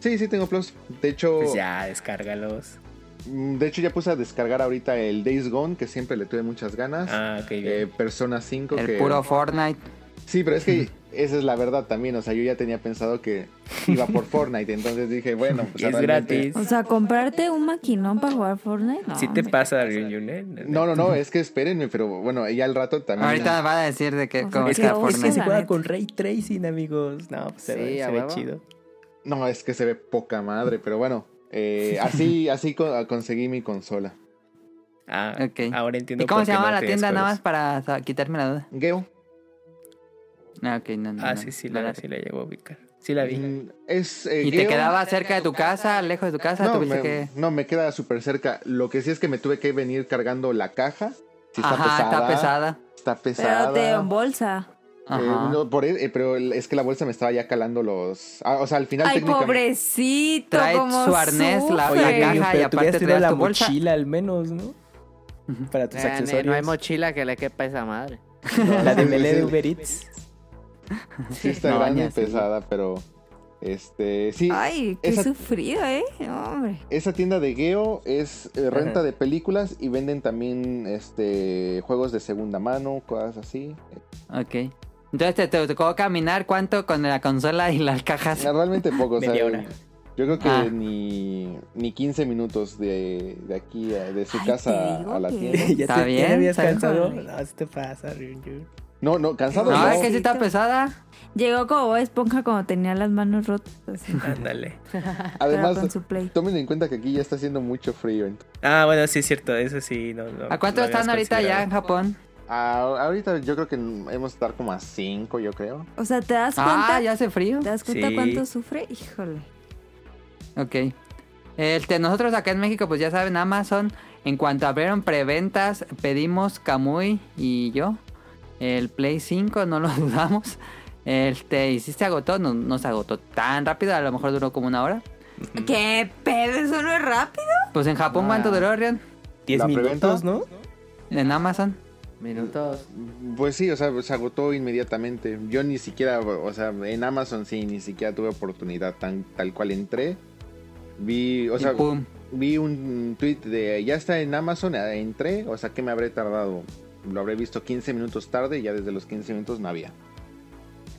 D: Sí, sí tengo plus. De hecho.
F: pues ya descárgalos.
D: mm, De hecho, ya puse a descargar ahorita el Days Gone, que siempre le tuve muchas ganas.
F: Ah, ok, bien.
D: Eh, Persona 5.
B: El
D: que-
B: puro Fortnite.
D: Sí, pero es que esa es la verdad también. O sea, yo ya tenía pensado que iba por Fortnite. Entonces dije, bueno, pues.
F: Y es
D: realmente-
F: gratis.
A: O sea, comprarte un maquinón para jugar Fortnite. No,
F: Si te
A: hombre.
F: pasa, eh? Reunion,
D: No, no, no, es que espérenme, pero bueno, ya al rato también.
B: Ahorita va a decir de
A: O
B: que
A: sea,
B: cómo
A: que
F: Es que,
B: está
A: obvio.
F: es que
B: Fortnite.
F: se
A: la
F: juega
A: neta.
F: con ray tracing, amigos. No, pues se,
C: Sí,
F: ve, se
C: a
F: ve
C: huevo.
F: chido.
D: No, es que se ve poca madre, pero bueno. eh, así así co- conseguí mi consola.
F: Ah,
B: Ok.
F: ahora entiendo.
B: ¿Y cómo
F: por
B: se
F: qué
B: llama
F: no
B: la
F: tienes
B: tienda nada más
F: juegos.
B: para sa- quitarme la duda?
D: Geo.
B: Ah, ok, no, no.
F: Ah,
B: no.
F: sí, sí,
B: No
F: la,
B: la-
F: sí la llegó a ubicar. Sí la vi.
D: Mm, Es, eh,
B: ¿Y te
D: Geo.
B: quedaba cerca de tu casa, lejos de tu casa?
D: No,
B: ¿Tuviste
D: me,
B: que...?
D: no, me queda súper cerca. Lo que sí es que me tuve que venir cargando la caja. Sí está
B: Ajá,
D: pesada.
B: está pesada.
D: Está
A: Pero
D: pesada.
A: te embolsa.
D: Eh,
B: Ajá.
D: no, por- eh, pero es que la bolsa me estaba ya calando los. ah, o sea, al final.
A: Ay,
D: técnicamente-
A: pobrecito.
B: Trae
A: como
B: su arnés, la-
A: sufre.
B: la caja y
F: Reunion, pero
B: aparte
F: tú hubieras
B: te
F: traído
B: das
F: la
B: tu bolsa.
F: mochila al menos, ¿no? Para tus
C: Eh, no-
F: accesorios.
C: No hay mochila que le quepa esa madre.
F: La de Melee de
D: Sí,
F: Uber Eats.
D: Sí, está
B: No,
D: grande
B: ya,
D: y
B: sí.
D: pesada, pero. Este. Sí.
A: Ay, qué
D: Esa-
A: sufrido, ¿eh? Hombre.
D: Esa tienda de Geo es eh, renta
F: Ajá.
D: de películas y venden también este juegos de segunda mano, cosas así.
B: Ok. Entonces te, te tocó caminar cuánto con la consola y las cajas.
D: No, Realmente poco, o sea,
F: Media hora.
D: Yo creo que
B: Ah.
D: ni, ni 15 minutos de, de aquí, a- de su
A: Ay, te
D: casa
A: digo
D: a la
A: que-
D: tienda.
F: ya
B: Está
F: te, ya
B: bien,
F: te habías
B: está bien.
F: cansado. No, se te pasa, Reunion.
D: No, no, cansado.
B: No,
D: No,
B: es que sí está pesada.
A: Llegó como Bob esponja cuando tenía las manos rotas. así,
F: Ándale.
A: pero
D: Además,
A: con su play.
D: tomen en cuenta que aquí ya está haciendo mucho frío. ent-
F: Ah, bueno, sí es cierto, eso sí. No, no,
B: ¿A cuánto
F: no habías
B: están ahorita ya en
F: considerado.
B: Japón?
D: Ah, ahorita yo creo que hemos de estar como a 5, yo creo.
A: O sea, ¿te das cuenta?
B: Ah, ya hace frío.
A: ¿Te das cuenta
F: Sí.
A: cuánto sufre? Híjole.
B: Ok. Este, nosotros acá en México, pues ya saben, Amazon, en cuanto abrieron preventas, pedimos Kamui y yo. El Play 5, no lo dudamos. Este, y sí se agotó, no, no se agotó tan rápido, a lo mejor duró como una hora.
A: ¿Qué pedo? ¿Eso no es rápido?
B: Pues en Japón,
D: Ah.
B: ¿cuánto duró, Rion?
F: 10
D: ¿La
F: minutos,
D: preventa?
F: ¿no?
B: En Amazon.
C: Minutos.
D: Pues sí, o sea, se agotó inmediatamente. Yo ni siquiera, o sea, en Amazon sí, ni siquiera tuve oportunidad tan tal cual entré. Vi, o
B: y
D: sea,
B: pum.
D: vi un tweet de ya está en Amazon, eh, entré, o sea que me habré tardado. Lo habré visto 15 minutos tarde y ya desde los 15 minutos no había.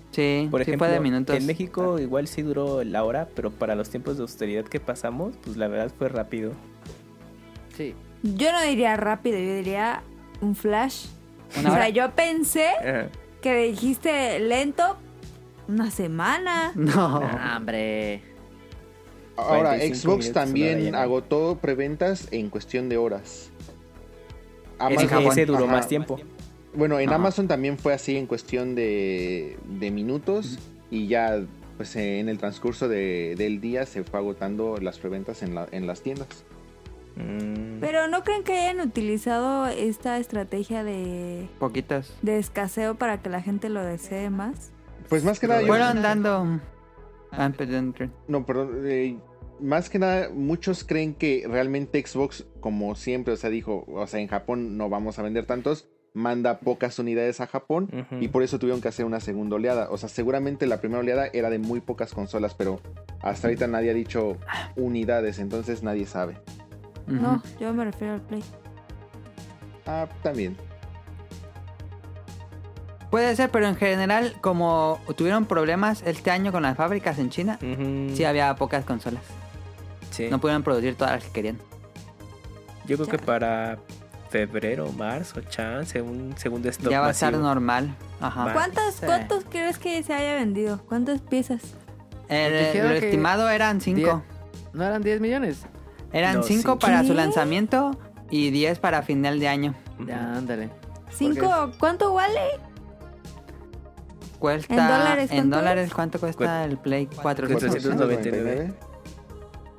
B: Sí,
F: Por
B: sí
F: ejemplo,
B: fue de minutos.
F: en México igual sí duró la hora, pero para los tiempos de austeridad que pasamos, pues la verdad fue rápido.
C: Sí.
A: Yo no diría rápido, yo diría un flash.
B: Una
A: o sea,
B: hora.
A: yo pensé
F: Ajá.
A: que dijiste lento una semana.
B: No.
C: Ah, hombre.
D: Ahora,
F: 45
D: Xbox
F: minutos, una hora
D: también
F: ya.
D: agotó preventas en cuestión de horas.
F: Ese,
B: Japón.
F: ese duró
D: Ajá.
F: más tiempo.
D: Bueno, en
B: Ajá.
D: Amazon también fue así en cuestión de, de minutos y ya pues eh, en el transcurso de- del día se fue agotando las preventas en, la- en las tiendas.
F: Mm.
A: Pero ¿no creen que hayan utilizado esta estrategia de,
B: Poquitas.
A: de escaseo para que la gente lo desee más?
D: Pues más que nada, yo-
B: Fueron dando. Ah, perdón, perdón.
D: no, perdón, eh, más que nada muchos creen que realmente Xbox como siempre, o sea, dijo, o sea, en Japón no vamos a vender tantos, manda pocas unidades a Japón
E: Ujú.
D: y por eso tuvieron que hacer una segunda oleada. O sea, seguramente la primera oleada era de muy pocas consolas, pero hasta ahorita nadie ha dicho unidades, entonces nadie sabe.
A: No, yo me refiero al Play.
D: Ah, también.
B: Puede ser, pero en general, como tuvieron problemas este año con las fábricas en China,
E: Ujú.
B: sí había pocas consolas.
F: Sí.
B: No pudieron producir todas las que querían.
F: Yo creo que para febrero, marzo, chance, un segundo stock
B: ya va a
F: masivo.
B: estar normal. Ajá.
F: Va.
A: ¿Cuántas, ¿Cuántos crees que se haya vendido? ¿Cuántas piezas?
B: El-
C: Dijeron
B: Eh, lo
C: que
B: estimado eran 5.
C: ¿No eran 10 millones?
B: Eran
F: No,
B: 5
F: sí.
B: para su
A: ¿Qué?
B: lanzamiento y 10 para final de año.
C: Ya, ándale.
A: ¿Cinco? ¿Cuánto vale?
B: Cuesta,
A: ¿En dólares
B: en
A: cuánto
B: dólares, ¿cuánto cuesta el Play 4?
F: 499.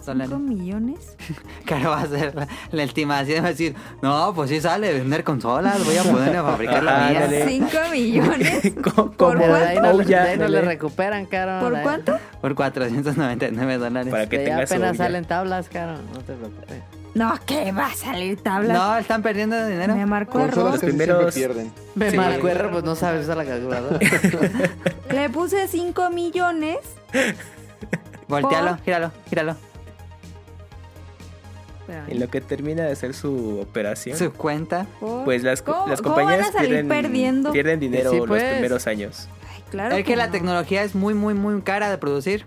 A: ¿Cinco millones?
B: Claro, va a ser la, la estimación. Va a decir, no, pues sí sale vender consolas. Voy a ponerme a fabricar la mía.
F: Ándale.
A: ¿Cinco millones?
F: Co-
A: ¿Por
F: como-
C: Pero de ahí no,
F: Oh,
C: le-
F: ya,
C: de ahí no le
F: dale.
C: recuperan, caro.
A: ¿Por
C: de ahí-
A: cuánto?
B: Por 499 dólares.
F: Para que
C: de ahí
F: tenga su
C: apenas
F: ya.
C: salen tablas, caro. No te preocupes.
A: No, que va a salir tabla.
B: No, están perdiendo dinero.
A: Me marcó
D: Consolas
A: error.
D: que
F: primeros-
D: siempre pierden.
C: Me
F: Sí.
C: marco error, pues no sabes usar la calculadora.
A: Le puse cinco millones.
B: Voltealo,
A: Por-
B: gíralo, gíralo.
F: En lo que termina de hacer su operación,
B: Su cuenta.
A: por-
F: pues las,
A: ¿Cómo-
F: las
A: cómo
F: compañías
A: van a salir
F: pierden,
A: perdiendo?
F: pierden dinero
C: Sí,
F: los
C: pues.
F: primeros años.
A: Ay, claro.
B: es que la
A: no.
B: tecnología es muy, muy, muy cara de producir.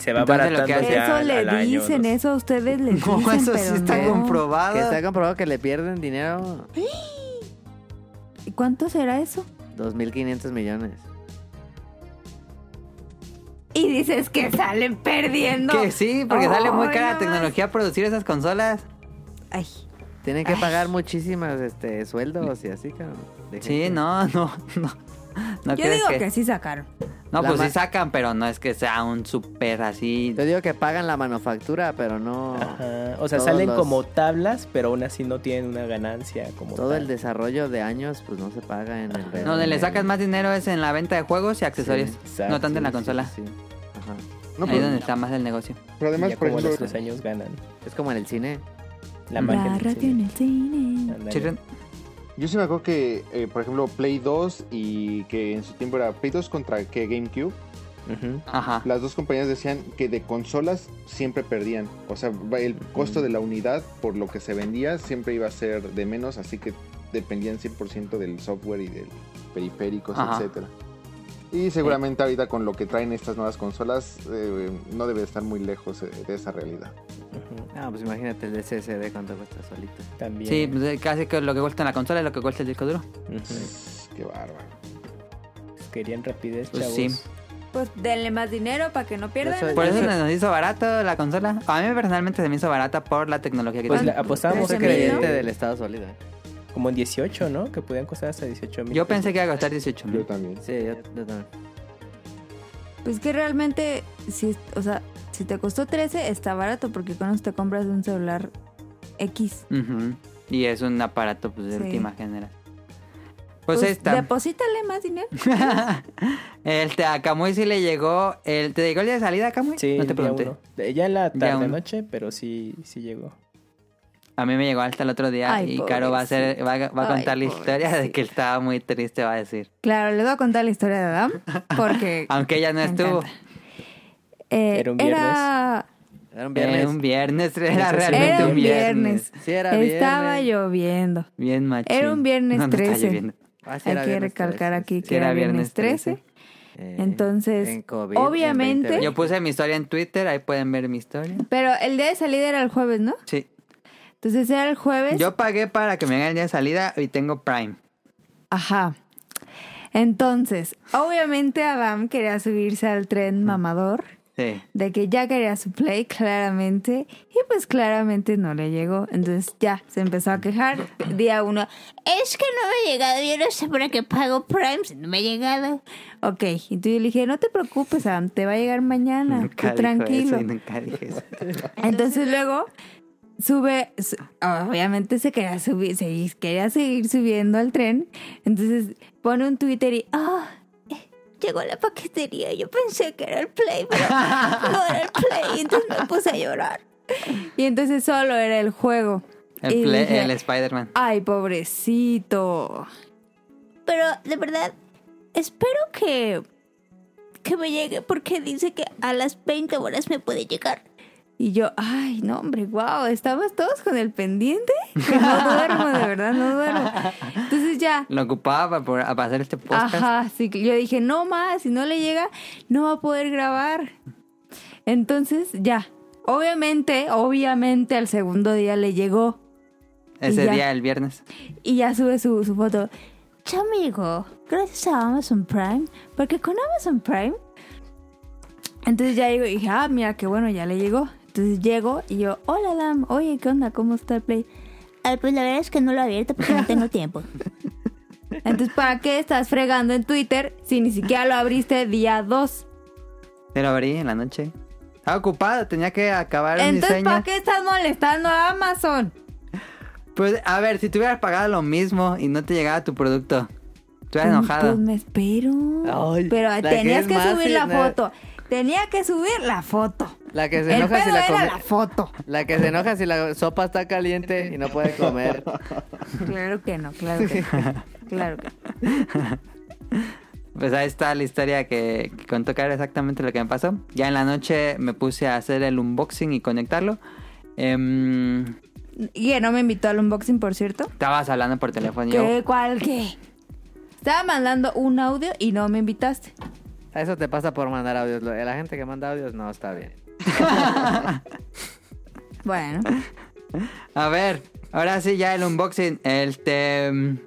F: Se va
B: Entonces, lo
F: abaratando
B: que hace-
F: ya
A: Eso
F: al,
A: le
F: al año,
A: dicen,
F: ¿no?
A: eso a ustedes les dicen.
B: No, eso sí
A: pero
B: está
A: no.
B: comprobado.
C: que está comprobado que le pierden dinero
A: ¿Y cuánto será eso?
C: 2.500 millones.
A: Y dices que salen perdiendo.
B: Que sí, porque sale muy
A: Ay,
B: cara la
A: no más.
B: tecnología producir esas consolas.
A: Ay,
C: Tienen que
A: Ay.
C: pagar muchísimas este, sueldos y así, caro. de
B: Sí,
C: gente.
B: no, no, no. No
A: yo
B: crees
A: digo que... sí sacaron.
B: No,
C: La
B: pues sí
C: ma-
B: sacan, pero no es que sea un súper así.
C: Yo digo que pagan la manufactura, pero no
F: Ajá. O sea,
C: Todos
F: salen
C: los-
F: como tablas, pero aún así no tienen una ganancia como
C: todo el
F: tal.
C: desarrollo de años, pues no se paga en el.
B: Donde le sacan más dinero es en la venta de juegos y accesorios.
F: exacto,
B: no tanto en la
F: sí,
B: consola.
C: Sí, sí. Ajá.
D: No,
B: Ahí es
D: pero,
B: donde está más el negocio.
D: pero
F: Y
D: además,
F: ya
D: por
F: como a los
D: ejemplo,
F: tres años ganan
C: Es como en el cine.
F: la
A: La,
F: margen.
A: radio en el cine.
B: Children-
D: yo sí me acuerdo que, eh, por ejemplo, Play 2 y que en su tiempo era Play 2 contra que GameCube,
B: Ajá.
D: las dos compañías decían que de consolas siempre perdían. O sea, va- el costo de la unidad por lo que se vendía siempre iba a ser de menos, así que dependían 100% del software y del periféricos,
B: Ajá.
D: etcétera. Y seguramente ahorita con lo que traen estas nuevas consolas eh, no debe estar muy lejos eh, de esa realidad.
C: Ah, pues imagínate el SSD cuánto cuesta solito.
F: También.
B: Sí, pues, eh, casi que lo que cuesta en la consola es lo que cuesta el disco duro.
F: Ujú.
D: Qué bárbaro.
F: Querían rapidez,
B: Pues
F: chavos.
B: sí.
A: Pues denle más dinero para que no pierdan.
C: soy-
B: Por
C: Yo
B: eso
C: sé-
B: nos hizo barato la consola. A mí personalmente se me hizo barata por la tecnología que
F: Pues
B: tiene.
F: le apostábamos
A: Pues
C: Soy
A: a mí,
F: que
A: ¿no?
C: creyente del estado sólido. eh.
F: como en 18, ¿no? Que podían costar hasta 18 mil.
B: Yo pensé que iba a costar 18
D: Yo
B: mil.
D: también.
C: Sí, yo, yo también.
A: Pues que realmente, si, es- o sea, si te costó 13, está barato porque con eso te compras un celular X.
B: Ujú. Y es un aparato pues, de
A: Sí.
B: última generación. Pues, ahí está.
A: Deposítale más dinero.
B: Este, a Camuy sí le llegó. El, ¿Te llegó el día de salida, Camuy?
F: Sí,
B: no te
F: día
B: pregunté.
F: uno. Eh, Ya en la
B: Día
F: tarde
B: uno.
F: noche, pero sí, sí llegó.
B: A mí me llegó hasta el otro día
A: Ay,
B: y Caro va a, hacer, va, a- va a
A: Ay,
B: contar la historia de que estaba muy triste, va a decir.
A: Claro, les voy a contar la historia de Adam porque
B: Aunque ella no
A: Me
B: estuvo.
A: encanta. eh,
F: Era un
A: era,
C: Era un viernes.
B: Era un viernes, era
F: Eso sí.
B: realmente
A: Era
B: un
A: un
B: viernes.
A: viernes.
C: Sí, era viernes.
A: estaba lloviendo.
B: Bien machín.
A: Era un viernes
B: No, no estaba
A: 13.
B: lloviendo.
C: Ah, sí,
A: Hay
C: era
A: que
C: viernes
A: recalcar
C: 13,
A: aquí
B: sí,
A: que era viernes 13.
C: Eh,
A: Entonces,
C: en COVID, en
A: obviamente-
C: 2020.
B: Yo puse mi historia en Twitter, ahí pueden ver mi historia.
A: Pero el día de salida era el jueves, ¿no?
B: Sí.
A: Entonces era el jueves.
B: Yo pagué para que me hagan el día de salida y tengo Prime.
A: Ajá. Entonces, obviamente Adam quería subirse al tren mamador
B: Sí.
A: de que ya quería su play, claramente, y pues claramente no le llegó. Entonces ya se empezó a quejar. Día uno, es que no me ha llegado, yo no sé para qué pago Prime si no me ha llegado. Ok, y tú yo le dije, no te preocupes, Adam, te va a llegar mañana, tú
B: Nunca
A: tranquilo.
B: Dije eso y nunca dije eso.
A: Entonces luego sube, su- ah, obviamente se quería subir, se quería seguir subiendo al tren. Entonces pone un Twitter y ah, eh, llegó la paquetería. Yo pensé que era el Play, pero no era el Play. Entonces me puse a llorar. Y entonces solo era el juego.
B: El,
A: Y
B: play-
A: dije,
B: el Spider-Man.
A: Ay, pobrecito. Pero de verdad, espero que, que me llegue porque dice que a las 20 horas me puede llegar. Y yo, ay, no, hombre, wow, estabas todos con el pendiente. Que no duermo, de verdad, no duermo. Entonces ya,
B: Lo ocupaba por, para hacer este podcast.
A: Ajá, sí, que yo dije, no más, si no le llega, no va a poder grabar. Entonces, ya. Obviamente, obviamente al segundo día le llegó
B: Ese
A: y ya.
B: día, el viernes.
A: y ya sube su, su foto. Chamigo, gracias a Amazon Prime, porque con Amazon Prime. Entonces ya digo, dije, ah, mira, qué bueno, ya le llegó. Entonces llego y yo, hola, Dam, oye, ¿qué onda? ¿Cómo está el play?
H: Ay,
A: Ah,
H: pues la verdad es que no lo he abierto porque no tengo tiempo.
A: Entonces, ¿para qué estás fregando en Twitter si ni siquiera lo abriste día 2?
B: Te lo abrí en la noche. Estaba ocupado, tenía que acabar un
A: Entonces,
B: diseño.
A: ¿para qué estás molestando a Amazon?
B: Pues, a ver, si te hubieras pagado lo mismo y no te llegaba tu producto, estuvieras
A: Pues-
B: enojado.
A: Pues me espero.
C: Ay,
A: Pero
C: la que
A: tenías
C: es
A: que
C: más
A: subir la
C: sin-
A: foto. Tenía que subir la foto.
C: La que se
A: El
C: enoja
A: pedo
C: si la
A: era
C: come.
A: la foto.
C: La que se enoja si la sopa está caliente y no puede comer.
A: Claro que no, claro que no. Claro que no.
B: Pues ahí está la historia que, que contó Caro exactamente lo que me pasó. Ya en la noche me puse a hacer el unboxing y conectarlo. Em,
A: Y que no me invitó al unboxing, por cierto.
B: estabas hablando por teléfono y
A: ¿Qué?
B: yo.
A: ¿Cuál qué? Estaba mandando un audio y no me invitaste.
C: Eso te pasa por mandar audios. Lo- La gente que manda audios no está bien.
A: Bueno,
B: A ver, ahora sí ya el unboxing. Este. em,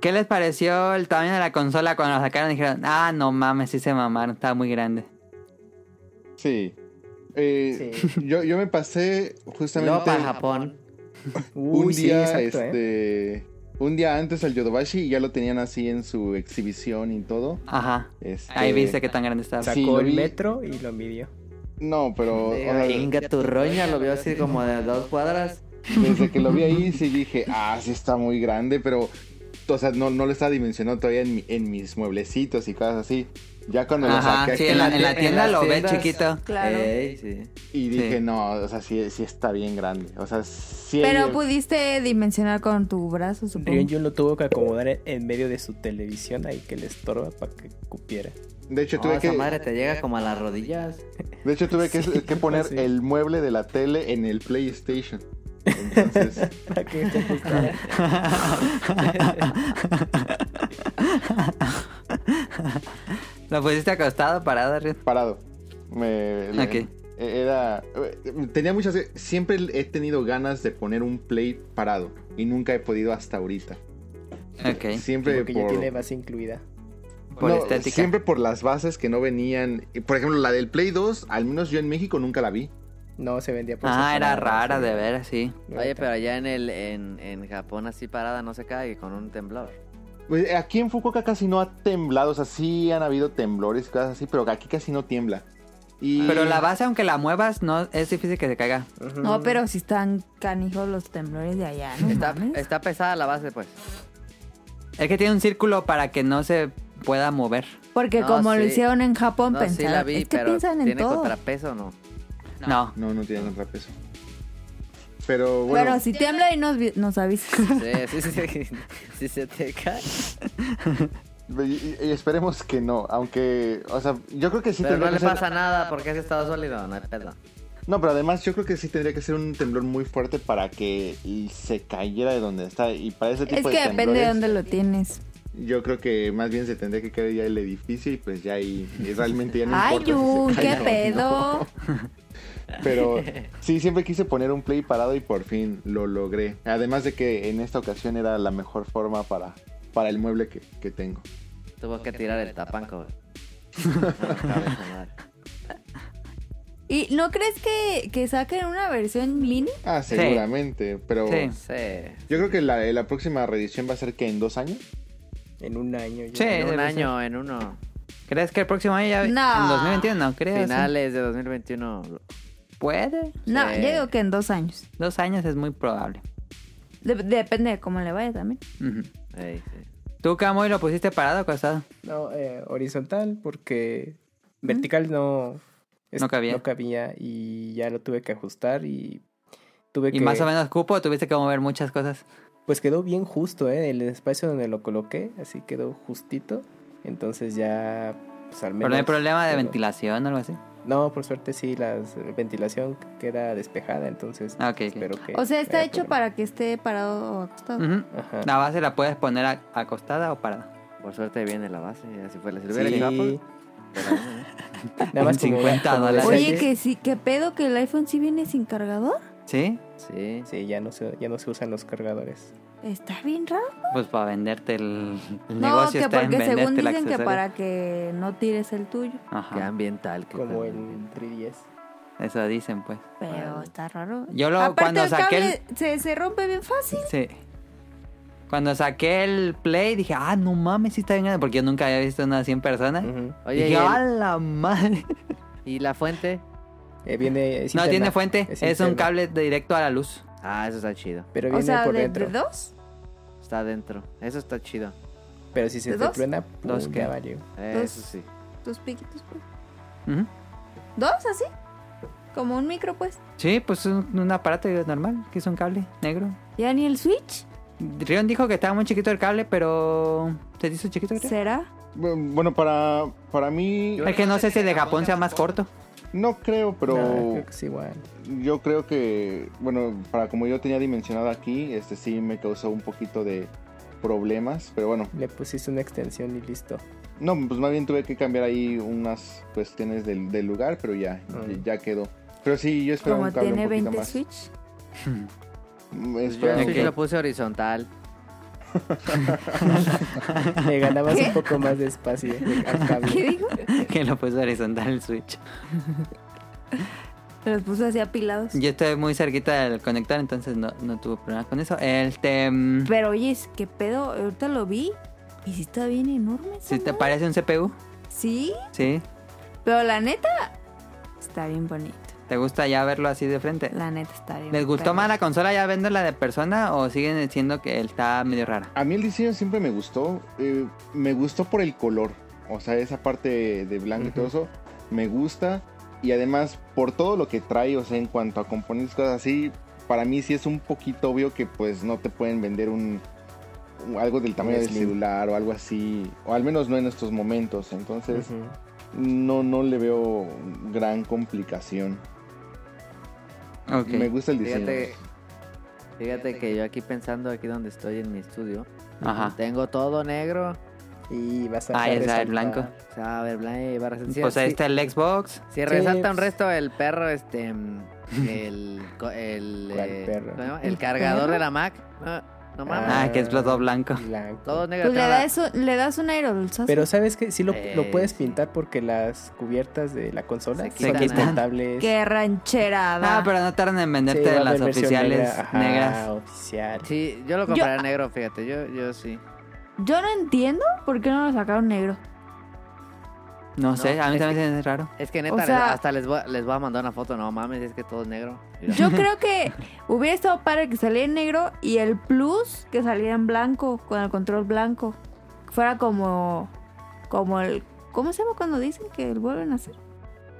B: ¿Qué les pareció el tamaño de la consola cuando la sacaron? Dijeron, ah, no mames, sí se mamaron, estaba muy grande.
D: Sí. Eh, Yo, yo me pasé justamente
C: Luego para Japón.
D: un
E: Uy, sí,
D: día
E: exacto, ¿eh?
D: este un día antes al Yodobashi y ya lo tenían así en su exhibición y todo.
B: Ajá.
D: Este,
B: Ahí viste qué tan grande estaba.
D: Sí,
F: Sacó
D: lo
F: el
D: vi.
F: metro y lo midió.
D: No, pero o sea,
C: Venga, eh, tu roña lo vio así como de dos cuadras.
D: desde que lo vi ahí sí dije, ah, sí está muy grande, pero o sea, no, no lo estaba dimensionando todavía en, mi- en mis mueblecitos y cosas así. Ya cuando lo
B: Ajá,
D: saqué
B: sí,
D: aquí
B: en la, en la
C: en
B: tienda
C: las
B: lo ves
C: tiendas.
B: chiquito.
A: claro.
C: Ey, eh, sí.
D: y dije,
B: sí.
D: no, o sea, sí, sí está bien grande. O sea, sí.
A: Pero pues pudiste dimensionar con tu brazo,
F: Ryun
A: supongo.
F: Jun lo tuvo que acomodar en- en medio de su televisión ahí que le estorba para que cupiera.
D: de hecho,
C: No,
D: tuve
C: esa
D: que
C: madre te llega como a las rodillas.
D: De hecho, tuve que, que poner
F: sí.
D: el mueble de la tele en el PlayStation. Entonces,
F: Para que se ajustara.
B: ¿Lo pusiste acostado, parado, Rin?
D: parado. Me, le- e,
B: Ok.
D: Era. Tenía muchas. Siempre he tenido ganas de poner un play parado. Y nunca he podido hasta ahorita.
B: Ok,
D: Siempre
F: Porque ya
D: por.
F: tiene base incluida.
B: por
D: no,
B: estética.
D: siempre por las bases que no venían. Y, Por ejemplo, la del Play 2, al menos yo en México nunca la vi.
F: No se vendía
C: pues,
F: por
B: Ah, era
F: separado,
B: rara
F: sí.
B: de ver, sí.
F: No era
C: Oye,
F: tan-
C: pero allá en el en, en Japón así parada no se cae con un temblor.
D: Pues, Aquí en Fukuoka casi no ha temblado. O sea, sí han habido temblores y cosas así. Pero aquí casi no tiembla. Y...
B: Pero la base, aunque la muevas, no es difícil que se caiga.
A: No, pero si están canijos los temblores de allá, ¿no?
C: Está,
A: mames.
C: está pesada la base, pues.
B: Es que tiene un círculo para que no se pueda mover.
A: Porque
C: No,
A: como lo
C: sí.
A: hicieron en Japón,
C: No, sí
A: pensaron,
C: la vi,
A: es que
C: pero
A: piensan en
C: ¿tiene
A: todo.
C: contrapeso o no?
B: No.
D: No, no tiene contrapeso. Pero bueno.
A: Pero si tiembla y nos, vi- nos avisa.
C: Sí, sí, sí, sí. Si se te cae.
D: Y, y esperemos que no, aunque, o sea, yo creo que sí
C: Pero no
D: tendría
C: le
D: que ser-
C: pasa nada porque es estado sólido, no hay pedo.
D: No, pero además yo creo que sí tendría que ser un temblor muy fuerte para que y se cayera de donde está. Y para ese tipo
A: es que
D: de
A: depende de
D: temblores,
A: dónde lo tienes.
D: Yo creo que más bien se tendría que caer ya el edificio y pues ya ahí y realmente ya no
A: Ay,
D: importa si se
A: Jun,
D: cae
A: qué
D: o no.
A: pedo.
D: Pero sí, siempre quise poner un play parado y por fin lo logré. Además de que en esta ocasión era la mejor forma para, para el mueble que, que tengo.
C: Tuvo que tirar el tapanco. güey. No cabe esa madre.
A: ¿Y no crees que, que saquen una versión mini?
D: Ah,
B: Sí.
D: seguramente, pero...
B: Sí.
C: Sí.
D: Yo creo que la, la próxima reedición va a ser que en dos años.
F: En un año. ya.
B: Sí.
C: En un
B: debe
C: año, en uno.
B: ¿Crees que el próximo año ya...
A: No.
B: En 2021, no, creo. sí.
C: Finales de 2021.
B: Puede.
A: No,
C: Sí.
A: yo digo que en dos años.
B: Dos años es muy probable.
A: De- depende de cómo le vaya también.
B: Ujú.
C: Ey, sí.
B: ¿Tú, Camoy, lo pusiste parado o acostado?
F: No, eh, horizontal porque vertical no, es-
B: No cabía.
F: cabía y ya lo tuve que ajustar y tuve
B: ¿Y
F: que...
B: más o menos cupo o tuviste que mover muchas cosas?
F: Pues quedó bien justo, ¿eh? El espacio donde lo coloqué, así quedó justito. Entonces ya, pues al menos...
B: Pero no hay problema de
F: pero-
B: ventilación o algo así.
F: No, por suerte sí, la ventilación queda despejada, entonces
B: Ah, ok, ok.
F: espero que...
A: O sea,
F: no
A: está
F: haya
A: hecho
F: problema.
A: para que esté parado o acostado.
B: Ujú.
F: Ajá.
B: La base la puedes poner a- acostada o parada.
C: Por suerte viene la base, así fue. Si lo hubiera hecho Apple,
F: Sí.
C: pero eh, no,
F: Nada más como-
B: 50
F: como
B: dólares.
F: la
A: Oye,
F: serie-
A: que sí, qué pedo que el iPhone sí viene sin cargador.
B: ¿Sí?
C: Sí.
F: Sí, ya no, se, ya no se usan los cargadores.
A: Está bien raro.
B: Pues para venderte el, el
A: no,
B: negocio
A: que
B: está en
A: porque
B: venderte
A: según
B: el
A: dicen que
B: accesorio.
A: para que no tires el tuyo.
B: Ajá,
C: Qué ambiental. qué
F: Como
C: tal.
F: el 3DS.
B: eso dicen pues.
A: Pero está raro.
B: Yo lo-
A: Aparte,
B: cuando
A: el
B: saqué el-
A: cable se, se rompe bien fácil.
B: Sí. Cuando saqué el play dije, ah, no mames, sí está bien grande", porque yo nunca había visto una 100 personas.
F: Ujú.
C: Oye, y,
B: dije, a
C: el-
B: la madre.
C: ¿y la fuente?
F: Eh, viene, es
B: no tiene
F: interna,
B: fuente, es,
F: es
B: un
F: interna,
B: cable directo a la luz.
C: Ah, eso está chido.
F: Pero
A: O
F: viene
A: sea,
F: por
A: de,
F: dentro.
A: de dos.
C: Está adentro. Eso está chido.
F: pero si se
A: ¿De
F: te
A: dos?
F: truena,
B: Dos,
F: dos
B: ¿qué?
F: ya valió.
C: Eh,
A: Dos.
C: Eso sí.
A: Dos piquitos, pues.
B: Ujú.
A: ¿Dos así? Como un micro, pues.
B: Sí, pues es un, un aparato normal, que es un cable negro.
A: ¿Ya ni el Switch?
B: Rion dijo que estaba muy chiquito el cable, pero ¿se hizo chiquito? Rion?
A: ¿Será?
D: Bueno, para, para mí,
B: Es que no sé si el de Japón sea más corto.
D: no creo, pero
F: No, creo que es igual.
D: yo creo que, bueno, para como yo tenía dimensionado aquí, este sí me causó un poquito de problemas, pero bueno,
F: Le pusiste una extensión y listo.
D: no, pues más bien tuve que cambiar ahí unas cuestiones del, del lugar, pero ya,
F: Mm.
D: ya quedó. Pero sí, yo espero
A: Como
D: un cable
A: tiene
D: un poquito
A: 20
D: más.
A: Switch.
D: Mm,
F: Pues
C: Yo
D: espero
C: el
B: Ok.
C: Switch lo puse horizontal.
F: Le ganabas
A: ¿Qué?
F: un poco más de espacio al
A: ¿Qué
F: cable.
A: dijo?
B: que lo puso horizontal el switch.
A: Se los puso así apilados.
B: Yo estoy muy cerquita del conector, entonces no, no tuve problemas con eso. Este, mm,
A: Pero oye, ¿qué pedo? Ahorita lo vi. Y sí está bien enorme. esa
B: si te
A: madre.
B: parece un CPU,
A: Sí,
B: sí.
A: pero la neta está bien bonito.
B: ¿Te gusta ya verlo así de frente?
A: La neta está bien.
B: ¿Les gustó
A: perro.
B: más la consola ya venderla de persona o siguen diciendo que está medio rara?
D: A mí el diseño siempre me gustó. eh, me gustó por el color. O sea, esa parte de blanco y todo eso me gusta. Y además, por todo lo que trae, o sea, en cuanto a componentes, cosas así, para mí sí es un poquito obvio que pues no te pueden vender un, un- algo del tamaño del
F: Slim.
D: celular o algo así. O al menos no en estos momentos. Entonces,
F: Ujú.
D: no, no le veo gran complicación.
B: Ok.
D: Me gusta el diseño.
C: Fíjate, fíjate que yo aquí pensando, aquí donde estoy en mi estudio,
B: Ajá.
C: tengo todo negro.
F: Y vas a.
B: Ah,
F: dejar
B: ya sabe, el
F: resaltar.
B: blanco.
C: O sea, a ver, blanco. va a resaltar-
B: Pues ahí está el Xbox.
C: Si
F: Sí,
C: resalta un
F: pues.
C: resto el perro, este. mm, El. co- el,
F: ¿Cuál
C: eh,
F: perro?
C: ¿cómo se llama?
A: ¿El
C: el cargador
A: perro?
C: de la Mac. No, no mames.
B: Ah, que es todo blanco.
F: Blanco.
C: Todo negro.
A: Pues le,
C: tengo la-
A: da eso, le das un aerolzazo.
F: Pero sabes que sí lo, lo
C: Eh,
F: puedes
C: sí.
F: pintar porque las cubiertas de la consola
C: Se
F: son
B: quitan.
F: desmontables.
A: Qué rancherada.
B: Ah, pero no tardan en
F: Sí,
B: venderte
F: va a haber
B: las
F: versión
B: oficiales
F: negra. Ajá,
B: negras.
F: oficial.
C: Sí, yo lo compraría negro, fíjate. Yo, yo sí.
A: Yo no entiendo por qué no lo sacaron negro.
B: No sé, a mí
C: es
B: también se me hace raro.
C: Es que neta,
A: O
C: les-
A: sea-
C: hasta les voy, a- les voy a mandar una foto. No mames, es que todo es negro. Mira.
A: Yo creo que hubiera estado padre que saliera en negro y el plus que saliera en blanco, con el control blanco. Que Fuera como. como el. ¿Cómo se llama cuando dicen que lo vuelven a hacer?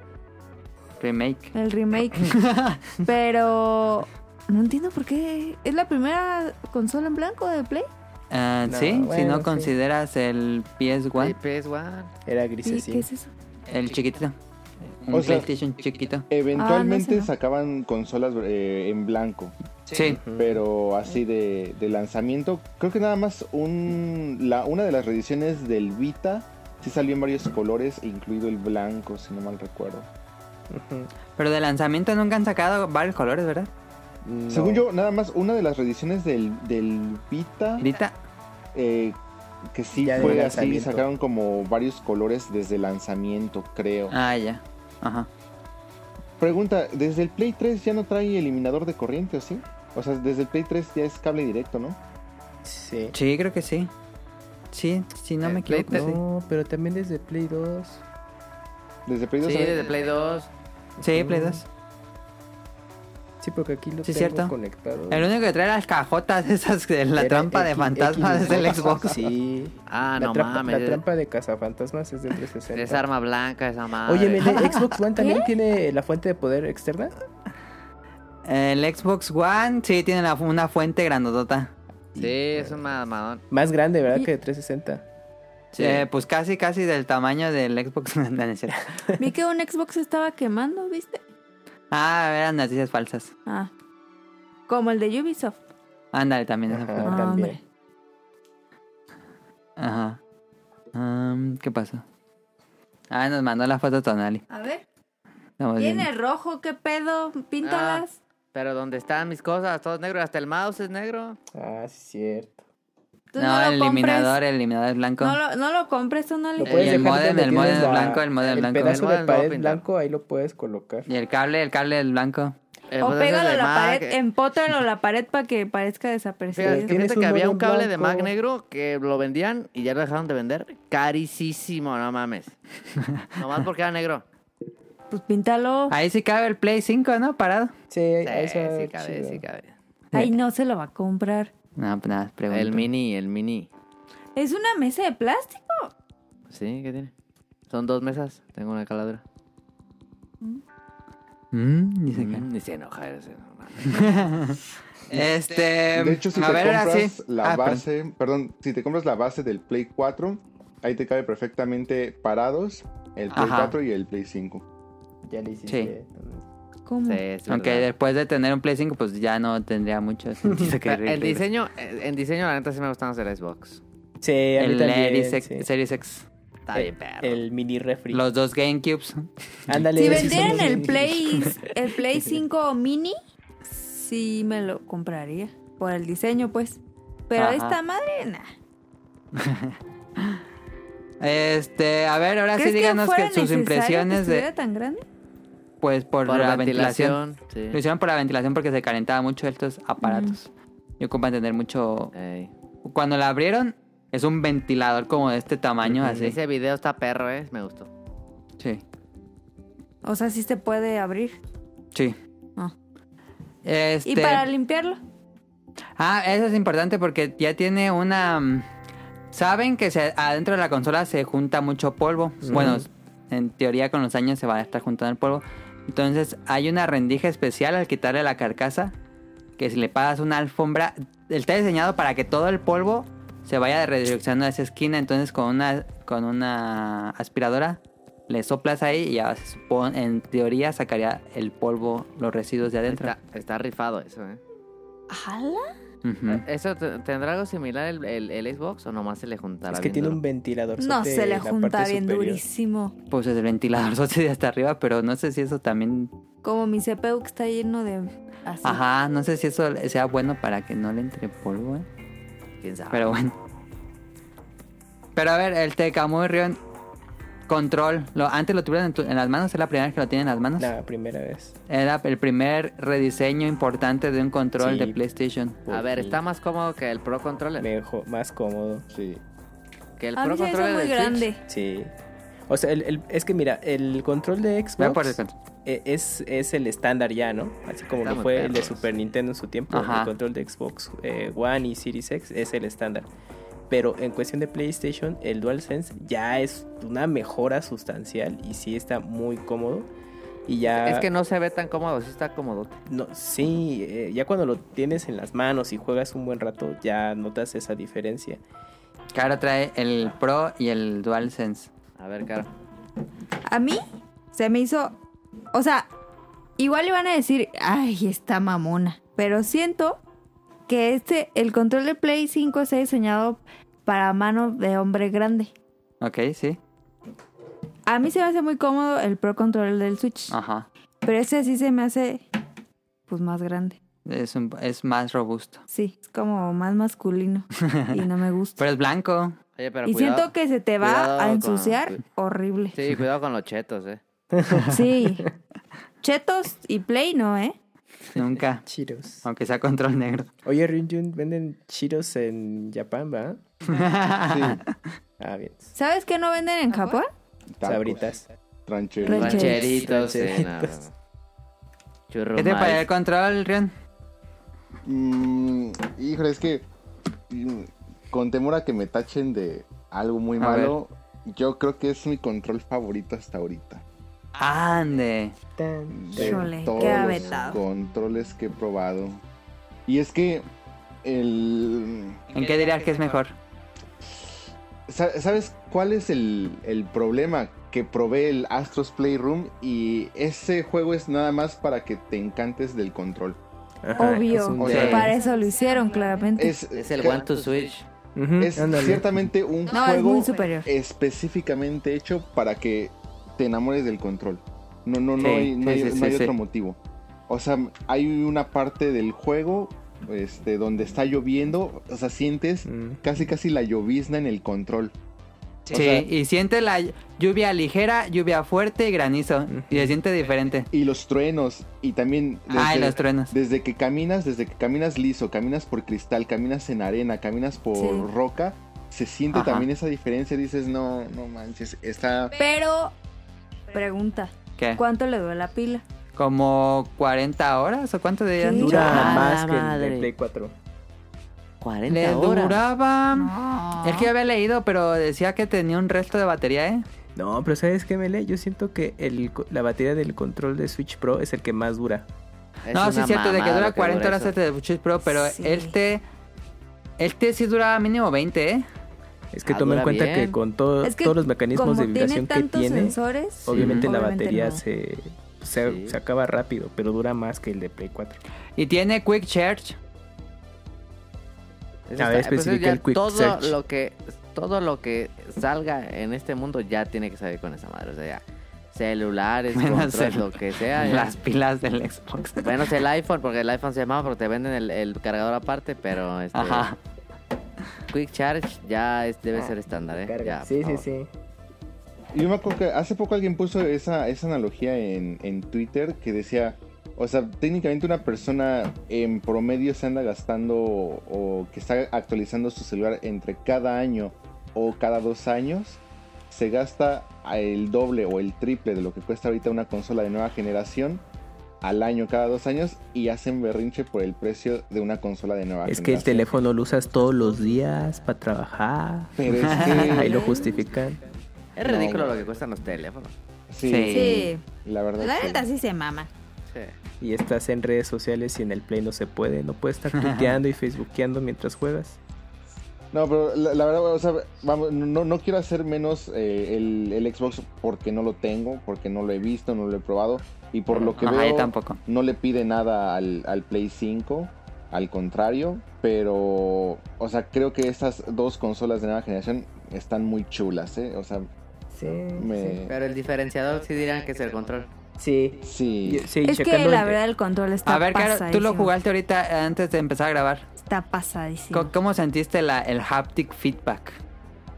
B: Remake.
A: El remake. Pero. No entiendo por qué. ¿Es la primera consola en blanco de Play?
B: Ah,
F: No,
B: sí, si
F: bueno,
B: no
F: sí.
B: consideras el
C: Sí,
B: PS1,
C: PS1.
F: Era
A: ¿Y
F: grisecito.
A: ¿Qué es eso?
B: el chiquitito. Un
D: O sea-
B: PlayStation chiquito.
D: Eventualmente
A: Ah, no, ese no.
D: sacaban consolas eh, en blanco.
B: Sí.
F: Ujú.
D: pero así de, de lanzamiento. Creo que nada más un, la, una de las reediciones del Vita sí salió en varios colores, incluido el blanco, si no mal recuerdo.
F: Ujú.
B: Pero de lanzamiento nunca han sacado varios colores, ¿verdad?
F: No.
D: Según yo, nada más una de las reediciones del, del Vita,
B: Ahorita.
D: eh, que sí
F: Ya de
D: fue así,
F: lanzamiento.
D: sacaron como varios colores desde lanzamiento, creo.
B: Ah, ya. Ajá.
D: Pregunta, ¿desde el Play 3 ya no trae eliminador de corriente o sí? O sea, desde el Play 3 ya es cable directo, ¿no?
F: Sí.
B: Sí, creo que sí. Sí, sí, no
C: Eh,
B: me
C: Play
B: equivoco.
C: tres.
B: sí.
F: No, pero también desde Play 2.
D: Desde Play 2
C: Sí,
D: a ver,
C: desde Play 2.
B: Sí, Play 2.
F: Sí, porque aquí lo
B: Sí,
F: tengo
B: cierto.
F: conectado.
B: El único que trae las cajotas esas de la
F: Era
B: trampa de
F: X-
B: fantasmas es el
F: Xbox.
B: Xbox.
F: Sí.
C: Ah,
F: la
C: no
F: trampa,
C: mames.
F: La trampa de cazafantasmas es de 360.
C: Es arma blanca esa madre.
F: Oye, ¿el de Xbox One también tiene la fuente de poder externa?
B: El Xbox One sí tiene la- una fuente grandota.
C: Sí, es un mamadón.
F: Más grande, ¿verdad? Que de 360.
C: Sí.
B: Eh, pues casi, casi del tamaño del Xbox. No, no es cierto.
A: Vi que un Xbox estaba quemando, ¿viste?
B: ah, eran noticias falsas.
A: Ah. Como el de Ubisoft.
B: Ándale, también. Ajá.
F: Ajá,
A: Ah,
F: también.
A: hombre.
B: Ajá. Am, ¿Qué pasó? Ah, nos mandó la foto Tonali.
A: A ver,
B: Estamos
A: tiene
B: viendo.
A: rojo, qué pedo, píntalas.
B: Ah.
C: Pero donde están mis cosas, todo es negro, hasta el mouse es negro.
F: Ah, sí, cierto.
A: Tú
B: No,
A: no
B: el
A: lo compres.
B: eliminador, el eliminador es blanco.
A: No lo, no lo compres, tú no le
F: Lo
B: puedes-
F: puedes
B: Y el
F: dejar
B: modem,
F: donde
B: el
F: tienes
B: modem
F: la-
B: blanco, el modem blanco.
F: El pedazo
C: El
F: de
C: modem lo
F: pared
C: pintar.
F: blanco, ahí lo puedes colocar.
B: Y el cable, el cable es blanco.
C: Eh,
A: O
C: pues,
A: pégalo
C: ese
A: a
C: de
A: la
C: Mac,
A: pared,
C: eh,
A: empótalo a la pared para que parezca
C: Fíjate,
A: desaparecido.
F: Pero tienes
C: fíjate que
F: un
C: había
F: modem
C: un cable de Mac
F: blanco.
C: negro que lo vendían y ya lo dejaron de vender. Carísimo, no mames. Nomás porque era negro.
A: Pues píntalo.
B: Ahí sí cabe el Play 5, ¿no? Parado.
F: Sí,
C: Sí,
F: Eh, eso
C: sí cabe, sí cabe.
A: Ay, no se lo va a comprar.
B: No, pues nada, pregunto.
C: El mini, el mini.
A: ¿Es una mesa de plástico?
C: ¿Sí? ¿Qué tiene? Son dos mesas. Tengo una caladura.
B: Mm, dice que-
C: Mm, Y se enoja. ese, no mames.
B: Este.
D: De hecho, si
B: a
D: te
B: ver, ahora
D: compras
B: sí.
D: la
B: Ah, perdón.
D: base, perdón. si te compras la base del Play 4, ahí te cabe perfectamente parados el Play
B: Ajá.
D: 4 y el Play 5.
F: Ya le hiciste. Mm.
A: ¿Cómo?
C: Sí, es
B: Aunque
C: verdad.
B: después de tener un Play 5, pues ya no tendría mucho sentido que
C: Pero el
B: regreso.
C: diseño, eh, en diseño la neta sí me gustan los del Xbox.
F: Sí, a mí
B: El
F: también,
B: Series X-
F: sí.
B: Series X.
C: Está
B: Eh,
C: bien, perro.
F: El mini refri.
B: Los dos GameCubes.
F: Ándale.
A: Si
F: esos
A: vendieran
F: son los
A: el
F: mini-
A: Play, el Play 5 mini, sí me lo compraría. Por el diseño, pues. Pero
B: Ajá.
A: esta madre, nah.
B: Este, a ver, ahora sí díganos que,
A: fuera
B: sus
A: necesario
B: impresiones
A: que
B: de.
A: estuviera tan grande?
B: Pues por,
C: Por
B: la ventilación.
C: sí.
B: Lo hicieron por la ventilación porque se calentaba mucho estos aparatos. Yo ocupan tener mucho.
C: Ey.
B: Cuando la abrieron, es un ventilador como de este tamaño, así.
C: Ese video está perro, ¿eh? Me gustó.
B: Sí,
A: O sea, sí se puede abrir.
B: sí.
A: Ah.
B: Este...
A: Y para limpiarlo.
B: Ah, eso es importante porque ya tiene una... mm, Saben que se- adentro de la consola se junta mucho polvo. Bueno, en teoría con los años se va a estar juntando el polvo. Entonces hay una rendija especial al quitarle la carcasa que si le pasas una alfombra... Está diseñado para que todo el polvo se vaya redireccionando a esa esquina. Entonces con una, con una aspiradora le soplas ahí y ya se supone- en teoría sacaría el polvo, los residuos de adentro.
C: Está, está rifado eso, ¿eh?
A: ¿Jala?
B: Ujú.
C: ¿Eso te- tendrá algo similar el, el- el Xbox o nomás se le juntará?
F: Es que
C: bien
F: tiene
C: duro?
F: un ventilador.
A: No, se le junta bien durísimo.
B: Pues el ventilador sote de hasta arriba, pero no sé si eso también.
A: Como mi CPU que está lleno de... así.
B: Ajá, no sé si eso sea bueno para que no le entre polvo, ¿eh?
C: ¿Quién sabe?
B: Pero bueno. Pero a ver, el Tecamu Rion Control. Lo, antes lo tuvieron en, tu- en las manos, es la primera vez que lo tienen en las manos.
F: La primera vez.
B: Era el primer rediseño importante de un control
F: Sí.
B: de PlayStation.
C: A ver, está más cómodo que el Pro Controller.
F: Mejor, más cómodo.
D: Sí.
C: Que el
A: A
C: Pro
A: mí se me hizo
C: Controller
A: muy
C: del
A: grande.
C: Switch.
F: Sí. O sea, el- el- es que mira, el control de Xbox
B: Voy a por el control.
F: e- es, es el estándar ya, ¿no? Así como
C: Está
F: lo
C: muy
F: fue
C: perro
F: el de
C: eso.
F: Super Nintendo en su tiempo,
B: Ajá.
F: el control de Xbox eh, One y Series X es el estándar. Pero en cuestión de PlayStation, el DualSense ya es una mejora sustancial y sí está muy cómodo. Y ya...
C: Es que no se ve tan cómodo, sí está cómodo.
F: No, sí, eh, ya cuando lo tienes en las manos y juegas un buen rato, ya notas esa diferencia.
B: Que ahora trae el Pro y el DualSense.
C: A ver, Caro.
A: A mí se me hizo. O sea, igual iban a decir, ay, está mamona. Pero siento que este, el control de Play 5 se ha diseñado para mano de hombre grande.
B: Ok, sí.
A: A mí se me hace muy cómodo el Pro Control del Switch.
C: Ah.
B: Ajá.
A: Pero ese sí se me hace, pues, más grande.
B: Es, un- es más robusto.
A: Sí, es como más masculino. y no me gusta.
B: Pero es blanco.
C: Oye, pero
A: y
C: cuidado.
A: siento que se te va
C: cuidado
A: a
C: con-
A: ensuciar horrible.
C: Sí, cuidado con los chetos, ¿eh?
A: sí. Chetos y Play no, ¿eh?
B: Nunca.
F: Chiros.
B: Aunque sea control negro.
F: Oye, Ryunjun, venden chiros en Japón, ¿va? Ah, bien.
A: ¿Sabes qué no venden en Japón?
D: Tacos,
F: Sabritas.
D: Rancheros.
A: Rancheros.
C: Rancheritos, sí, no, no,
B: Este
C: no. Churro
B: ¿Qué te
C: mal.
B: parece el control, Rion?
D: Mm, híjole, es que mm, con temor a que me tachen de algo muy
B: A
D: malo, yo creo que es mi control favorito hasta ahorita.
B: Ande.
F: Tan,
D: De
A: Híjole,
D: todos
A: queda
D: los
A: vetado.
D: controles que he probado. Y es que el,
B: ¿En qué dirías que es mejor?
D: Sa- ¿Sabes cuál es el, el problema que provee el Astros Playroom? Y ese juego es nada más para que te encantes del control.
F: Ajá, es
A: Obvio.
F: un
D: O
F: de-
D: sea,
A: Para eso lo hicieron, claramente.
D: Es,
C: Es el
D: ca-
C: One to Switch.
F: Ujú,
B: Mm,
D: es
F: ándale.
D: ciertamente un
A: No, es
D: juego
A: muy superior.
D: específicamente hecho para que te enamores del control. No, no, no
B: Sí,
D: hay, no
B: sí,
D: hay-
B: sí,
D: no hay
B: sí, sí.
D: otro motivo. O sea, hay una parte del juego este, donde está lloviendo, o sea, sientes
F: Mm.
D: casi casi la llovizna en el control.
B: Sí,
D: O sea,
B: y siente la lluvia ligera, lluvia fuerte y granizo. Y se siente diferente.
D: y los truenos y también
B: Ay, los truenos.
D: desde que caminas desde que caminas liso caminas por cristal caminas en arena caminas por
A: Sí.
D: roca se siente
B: Ajá.
D: también esa diferencia dices no no manches está
A: Pero, pregunta,
F: Eh.
B: ¿Qué?
A: ¿cuánto le duró la pila?
B: ¿Como 40 horas o cuánto de ellas
A: Sí.
F: Dura
C: Ah,
F: más
C: la
F: que el
C: madre.
F: de Play 4.
B: Le
C: 40 horas.
B: duraba... Es que yo había leído, pero decía que tenía un resto de batería, ¿eh?
F: No, pero ¿sabes qué, Mele? Yo siento que el, co- la batería del control de Switch Pro es el que más dura.
B: no, sí
C: una
B: es cierto, de que
C: mamada
B: dura
C: lo
B: 40 horas
C: eso.
B: este de Switch Pro, pero
A: Sí.
B: este... Este sí duraba mínimo 20, ¿eh?
F: Es que
C: Ah,
F: toma en
C: dura
F: cuenta
C: bien.
F: que con todo-
A: Es que
F: todos los mecanismos
A: Como
F: de
A: tiene
F: vibración que
A: tantos
F: tiene,
A: sensores,
F: obviamente la
A: obviamente
F: batería
A: no.
F: se, se,
C: Sí.
F: se acaba rápido, pero dura más que el de Play 4.
B: Y tiene Quick Charge.
C: Eso
F: A ver,
C: está- pues eso
F: especifica
C: ya
F: el quick
C: todo
F: search.
C: Lo que, todo lo que salga en este mundo ya tiene que salir con esa madre. O sea, ya. Celulares,
B: Menos
C: controles,
B: el-
C: lo que sea. ya.
B: Las pilas del Xbox.
C: Menos el iPhone, porque el iPhone se llamaba porque te venden el, el cargador aparte, pero este
B: Ajá.
C: Quick Charge ya es- debe ser estándar, ¿eh?
E: Carga.
C: Ya,
E: sí,
C: por
E: sí,
C: favor.
E: sí.
D: yo me acuerdo que hace poco alguien puso esa, esa analogía en, en Twitter que decía o sea, técnicamente una persona en promedio se anda gastando o que está actualizando su celular entre cada año o cada dos años, se gasta el doble o el triple de lo que cuesta ahorita una consola de nueva generación al año cada dos años y hacen berrinche por el precio de una consola de nueva
F: Es que
D: generación.
F: el teléfono lo usas todos los días para trabajar.
D: Pero es
F: Ahí
D: que...
F: lo justifican.
C: Es ridículo lo que cuestan los teléfonos.
D: Sí,
A: Sí,
D: la verdad.
A: la
D: sí.
A: neta sí se mama.
C: Sí.
F: Y estás en redes sociales y en el Play no se puede. No puedes estar tuiteando y facebookeando mientras juegas.
D: No, pero la, la verdad, o sea, vamos, no, no quiero hacer menos eh, el, el Xbox porque no lo tengo, porque no lo he visto, no lo he probado. Y por lo que
B: Ajá, yo
D: veo,
B: tampoco.
D: no le pide nada al, al Play 5, al contrario. Pero, o sea, creo que estas dos consolas de nueva generación están muy chulas, ¿eh? O sea,
E: Sí,
D: me...
C: Pero el diferenciador sí dirán que es el control.
E: sí. Sí.
D: Sí.
F: Sí,
A: es que
F: checando
A: la
F: el-
A: verdad el control está
B: A ver, Caro, tú lo
A: pasadísimo.
B: jugaste ahorita eh, antes de empezar a grabar.
A: Está pasadísimo.
B: Co- ¿Cómo sentiste la, el haptic feedback?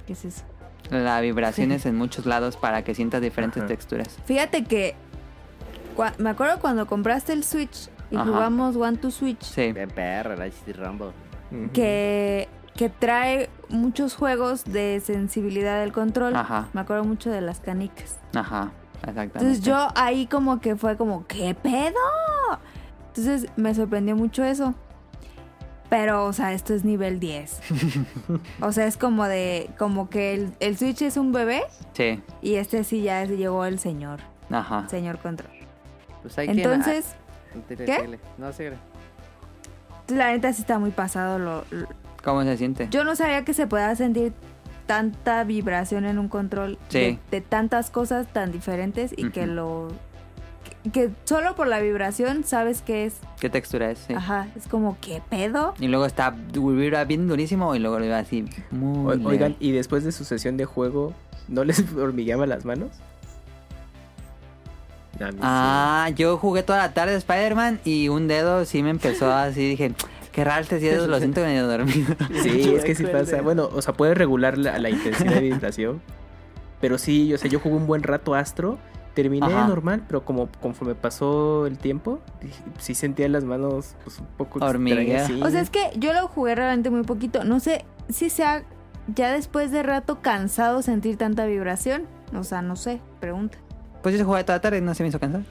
A: ¿Qué es eso?
B: Las vibraciones en muchos lados para que sientas diferentes
F: Ajá.
B: texturas.
A: Fíjate que cua- me acuerdo cuando compraste el Switch y
B: Ajá.
A: jugamos One to Switch,
B: Sí.
C: Bien perro, la HD Rumble.
F: Ujú.
A: que, que trae muchos juegos de sensibilidad del control.
B: Ajá.
A: Me acuerdo mucho de las canicas.
B: Ajá, exactamente.
A: Entonces yo ahí como que fue como, ¿qué pedo? Entonces me sorprendió mucho eso. Pero, o sea, esto es nivel 10. o sea, es como de, como que el, el Switch es un bebé
B: Sí,
A: y este sí ya es- llegó el señor,
B: ajá.
A: señor control.
C: Pues hay quien-
A: Entonces,
C: ah, dile,
A: ¿qué?
C: dile. No, sí,
A: la neta sí está muy pasado. Lo, lo-
B: ¿Cómo se siente?
A: yo no sabía que se podía sentir tanta vibración en un control
B: Sí.
A: de, de tantas cosas tan diferentes y que
B: Ujú.
A: lo... que- que solo por la vibración sabes que es
B: ¿Qué textura es? Sí.
A: Ajá, es como, ¿qué pedo?
B: Y luego está vibra bien durísimo y luego vibra así
F: O-
B: muy leve.
F: Oigan, y después de su sesión de juego, ¿no les hormigueaba las manos? A mí sí.
B: Ah, yo jugué toda la tarde Spider-Man y un dedo sí me empezó así. Dije, qué raro este dedo, lo siento medio dormido.
F: Sí, es que sí pasa. Bueno, o sea, puedes regular la, la intensidad de vibración. Pero sí, yo sé, yo jugué un buen rato Astro. Terminé
B: Ajá.
F: normal, pero como conforme pasó el tiempo, dije, sí sentía las manos pues, un poco
B: Hormiguea.
F: extrañas. sí.
A: O sea, es que yo lo jugué realmente muy poquito. No sé si sea ya después de rato cansado sentir tanta vibración. O sea, no sé, pregunta.
B: Pues yo jugué toda la tarde y no se me hizo cansar.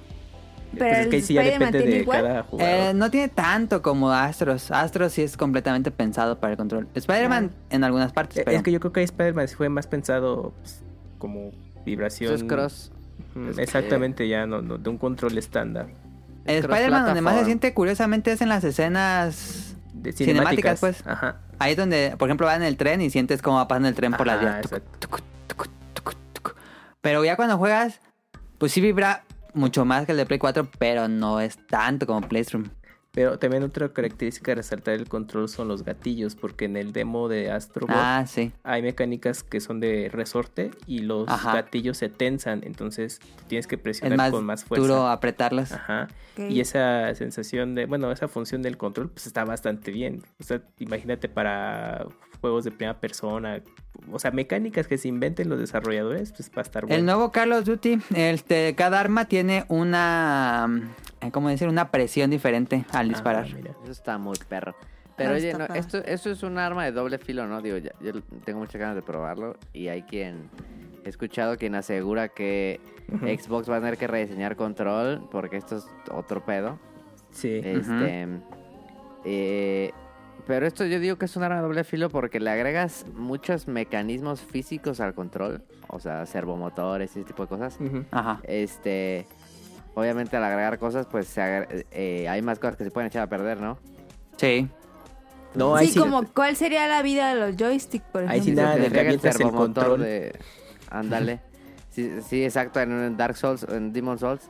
A: Pero
F: Pues es
A: el
F: que ahí sí ya
A: Spider-Man
F: depende
A: tiene
F: de
A: igual.
F: cada jugador.
B: Eh, no tiene tanto como Astros. Astros sí es completamente pensado para el control. Spider-Man en algunas partes,
F: Eh,
B: pero...
F: Es que yo creo que Spider-Man sí fue más pensado pues, como vibración.
C: Eso es cross.
F: Mm,
C: Es que-
F: Exactamente, ya no, no, de un control estándar.
B: En
C: Cross
B: Spider-Man donde más se
C: platform.
B: siente curiosamente es en las escenas
F: de
B: Cinemáticas,
F: cinemáticas.
B: pues.
F: Ajá.
B: Ahí es donde, por ejemplo, va en el tren y sientes cómo va pasando el tren por las
F: Ajá,
B: vías. Tucu, tucu, tucu, tucu, tucu. Pero ya cuando juegas, pues sí vibra mucho más que el de Play 4, pero no es tanto como PlayStation.
F: Pero también otra característica a resaltar el control son los gatillos, porque en el demo de Astro Bot
B: Ah, sí.
F: hay mecánicas que son de resorte y los
B: Ajá.
F: gatillos se tensan, entonces tú tienes que
B: Es
F: presionar
B: más,
F: con más fuerza. Ah,
B: duro apretarlas.
F: Ajá.
A: Ok.
F: Y esa sensación de, bueno, esa función del control pues está bastante bien. O sea, imagínate para juegos de primera persona, o sea, mecánicas que se inventen los desarrolladores, pues va a estar bueno.
B: El nuevo Call of Duty, este, cada arma tiene una, mm, ¿cómo decir? Una presión diferente al
F: Ah,
B: disparar.
F: mira.
C: Eso está muy perro. Pero
A: Ah,
C: oye,
A: está
C: no,
A: padre.
C: esto, esto es un arma de doble filo, ¿no? Digo, ya- yo tengo muchas ganas de probarlo y hay quien... He escuchado quien asegura que
F: Ujú.
C: Xbox va a tener que rediseñar control porque esto es otro pedo.
F: Sí.
C: Este, eh, pero esto yo digo que es un arma de doble filo porque le agregas muchos mecanismos físicos al control, o sea, servomotores y ese tipo de cosas.
F: Ujú.
B: Ajá.
C: Este, obviamente al agregar cosas, pues se agre- eh, hay más cosas que se pueden echar a perder, ¿no?
B: Sí.
F: No, ahí
A: Sí,
F: sí,
A: como cuál sería la vida de los joysticks, por
F: Ahí sí
A: ejemplo.
F: nada
C: Si
F: de
C: le agrega
F: herramientas, el control.
C: de- Ándale. sí, sí, exacto, en- en Dark Souls, en Demon Souls.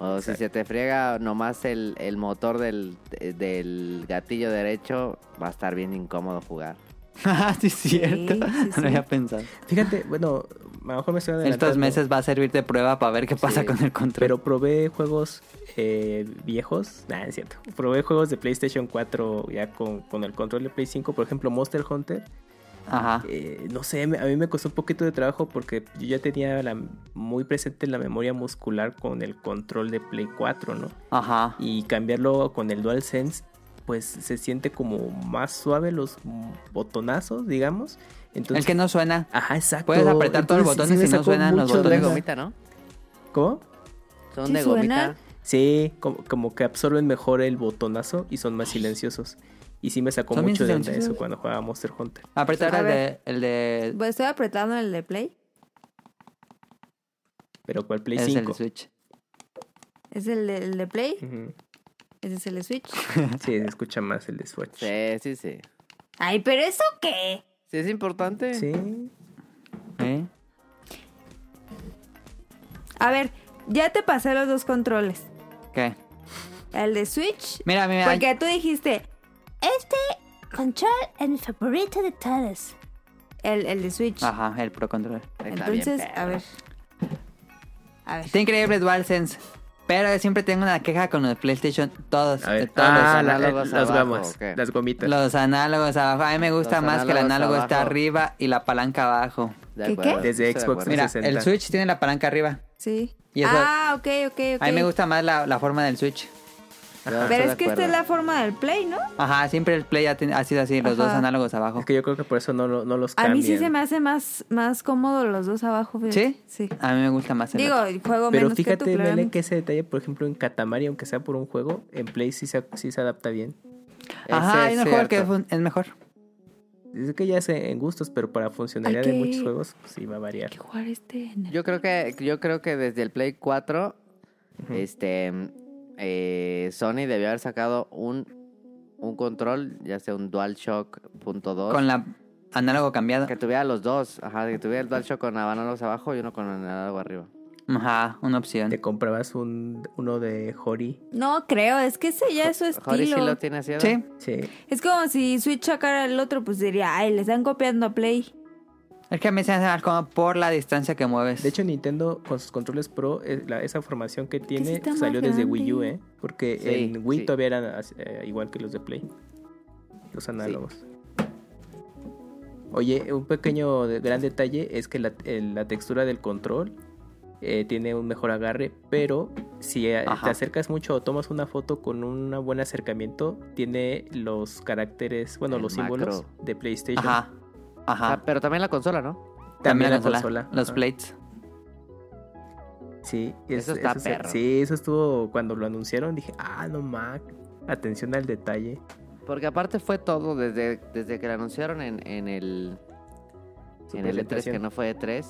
C: O si
F: Exacto.
C: se te friega nomás el, el motor del, del gatillo derecho, va a estar bien incómodo jugar.
B: Ah, sí, es cierto.
A: sí, sí.
B: No había pensado.
F: Fíjate, bueno, a lo mejor me estoy
B: Estos
F: adelantando.
B: meses va a servir de prueba para ver qué pasa
C: Sí.
B: con el control.
F: Pero probé juegos eh, viejos. Nah, es cierto. Probé juegos de PlayStation 4 ya con, con el control de Play 5. Por ejemplo, Monster Hunter.
B: Ajá.
F: Eh, no sé, me- a mí me costó un poquito de trabajo porque yo ya tenía la- muy presente la memoria muscular con el control de Play 4, ¿no?
B: Ajá.
F: Y cambiarlo con el DualSense, pues se siente como más suave los botonazos, digamos.
B: El
F: Entonces,
B: que no suena.
F: Ajá, exacto.
B: Puedes apretar todos los
F: Entonces, sí
B: botones
F: me
B: y no
F: sacó
B: suenan los
F: mucho
C: Son
F: de
C: de
B: botones.
F: onda.
C: gomita, ¿no?
F: ¿Cómo?
C: Son
A: Sí,
C: de
A: suena.
C: gomita.
F: Sí, como, como que absorben mejor el botonazo y son más silenciosos. Y sí me sacó
B: Son bien
F: mucho de onda
B: silenciosos.
F: eso cuando jugaba Monster Hunter.
B: Apretar
A: A
B: el de,
A: ver.
B: el de...
A: Pues estoy apretando el de Play.
F: Pero ¿cuál Play
B: Es el
F: 5?
B: de Switch.
A: Es el de, el de Play.
F: Ujú.
A: Ese es el de Switch.
F: Sí, se escucha más el de Switch.
C: Sí, sí, sí.
A: Ay, pero ¿eso qué?
C: Sí, es importante.
F: Sí.
B: ¿Eh?
A: A ver, ya te pasé los dos controles.
B: ¿Qué?
A: El de Switch.
B: Mira, mira.
A: Porque tú dijiste
H: Este control es mi favorito de todos.
A: el, el de Switch.
B: Ajá, el Pro Controller.
C: Está bien
A: Entonces,
C: perro.
A: a ver. A ver.
B: Está increíble DualSense. Pero siempre tengo una queja con los PlayStation. Todos.
F: A ver,
B: todos los
F: ah, la-
C: análogos
F: eh, las
C: abajo,
F: gomas,
C: ¿o qué?
F: las gomitas.
B: Los análogos abajo. A mí me gusta
C: Los
B: más que el
C: análogos
B: análogo está
C: abajo.
B: arriba y la palanca abajo.
C: De
A: ¿Qué,
C: acuerdo,
F: qué? Desde
C: estoy de
F: Xbox,
C: acuerdo.
B: Mira,
F: 360.
B: el Switch tiene la palanca arriba.
A: Sí.
B: Y eso-
A: ah, ok, ok, ok.
B: A mí me gusta más la, la forma del Switch.
C: Yo estoy
A: Pero
C: de
A: es que esta
C: acuerdo.
A: es la forma del Play, ¿no?
B: Ajá, siempre el Play ha, ten- ha sido así, los dos
A: Ajá.
B: análogos abajo.
F: Es que yo creo que por eso no, lo- no los
A: A
F: cambian.
A: mí sí se me hace más, más cómodo los dos abajo. fíjate. Sí.
B: ¿Sí? A mí me gusta más el
A: Digo,
B: otro.
A: juego
F: Pero
A: menos
F: fíjate,
A: que tú,
F: Mele,
A: claramente.
F: que ese detalle, por ejemplo, en Katamari, aunque sea por un juego, en Play sí se, sí se adapta bien.
B: Ajá, hay
C: Ese
B: un
C: es
B: juego que
C: cierto.
B: fun- es mejor.
F: Es que ya sé en gustos, pero para funcionalidad de
A: Hay que-
F: muchos juegos, pues sí va a variar.
A: Hay que jugar este en el-
C: Yo creo que, yo creo que desde el Play 4,
F: Ujú.
C: este eh, Sony debió haber sacado un, un control, ya sea un DualShock.2.
B: Con la análogo cambiado.
C: Que tuviera los dos, ajá, que tuviera el DualShock con análogos abajo y uno con análogo arriba.
B: Ajá, una opción.
F: Te comprabas un, uno de Hori.
A: No creo, es que ese ya es su
C: Jory sí
A: estilo.
C: lo tiene así, ¿no?
B: Sí,
F: Sí.
A: Es como si Switch sacara el otro, pues diría, ay, le están copiando a Play.
B: es que a mí se me hace más cómodo por la distancia que mueves.
F: De hecho, Nintendo con sus controles Pro, eh, la- esa formación que
A: sí
F: tiene
A: está más
F: salió desde Wii U, ¿eh?
A: grande.
F: Porque
C: Sí,
F: en Wii
C: sí.
F: todavía eran as- eh, igual que los de Play. Los análogos. Oye, un pequeño de- gran detalle es que la, el- la textura del control eh, tiene un mejor agarre, pero si eh,
B: Ajá.
F: te acercas mucho o tomas una foto con un buen acercamiento, tiene los caracteres, bueno,
C: El
F: los símbolos
C: macro.
F: de PlayStation.
B: Ajá. Ajá.
C: Ah, pero también la consola, ¿no?
F: También, la
B: consola,
F: consola. Ah.
B: Los
F: Ajá.
B: plates.
F: Sí,
C: Eso está
F: se-
C: perro.
F: Sí, eso estuvo cuando lo anunciaron. Dije, ah, no Mac. Atención al detalle.
C: Porque aparte fue todo desde, desde que la anunciaron en, en el
F: Su
C: en el E3, que
F: presentación.
C: no fue E3.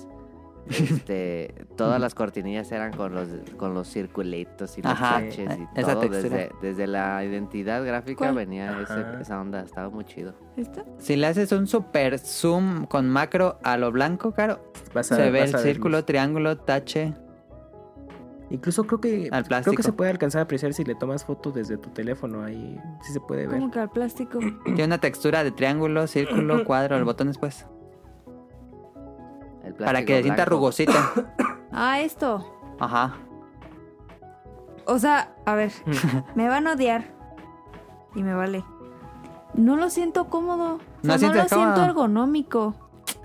C: este, todas las cortinillas eran con los, con los circulitos y los
B: Ajá,
C: chaches
B: eh,
C: y
B: esa
C: todo.
B: textura.
C: Desde, desde la identidad gráfica
A: ¿Cuál?
C: venía ese-
E: Ajá.
C: esa onda, estaba muy chido.
A: ¿Esto?
B: Si le haces un super zoom con macro a lo blanco, Caro,
F: Vas a-
B: se ve
F: vas
B: el
F: a ver
B: círculo, triángulo, tache.
F: luz. Incluso creo que
B: Al
F: creo
B: plástico.
F: que se puede alcanzar a apreciar si le tomas foto desde tu teléfono ahí sí se puede ver.
A: Como que al plástico.
B: Tiene una textura de triángulo, círculo, cuadro, el botón después.
C: El
B: Para que se
C: plástico
B: sienta
C: blanco.
B: rugosita.
A: Ah, esto.
B: Ajá.
A: O sea, a ver, me van a odiar. Y me vale. No lo siento cómodo. O sea,
B: No
A: no
B: sientes
A: lo
B: cómodo.
A: siento ergonómico.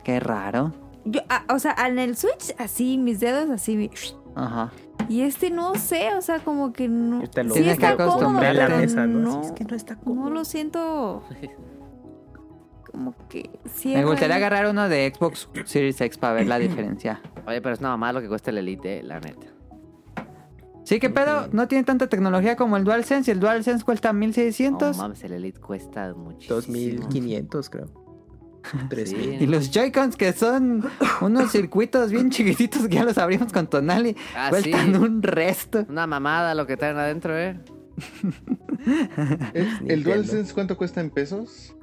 B: Qué raro.
A: Yo, ah, o sea, en el Switch, así, mis dedos, así. mi-
B: Ajá.
A: Y este no sé, o sea, como que no.
F: Este lo-
A: sí
B: Tienes que
A: está cómodo,
B: acostumbrarte.
A: pero
F: La mesa, ¿no?
A: No,
F: Sí, es que no está
A: no
F: cómodo.
A: lo siento. Como que.
B: Me
A: cierra
B: gustaría
A: ahí.
B: agarrar uno de Xbox Series X para ver la diferencia.
C: Oye, pero es nada más lo que cuesta el Elite, eh, la neta.
B: Sí, que pedo, no tiene tanta tecnología como el DualSense. El DualSense cuesta
C: No
B: 1600.
C: mames, el Elite cuesta muchísimo.
F: 2500 creo. 3000.
B: y los Joy-Cons que son unos circuitos bien chiquititos que ya los abrimos con Tonali.
C: Ah,
B: cuestan
C: sí.
B: un resto.
C: Una mamada lo que traen adentro, ¿eh?
D: Eh, ¿El,
F: Nintendo.
D: el DualSense cuánto cuesta en pesos?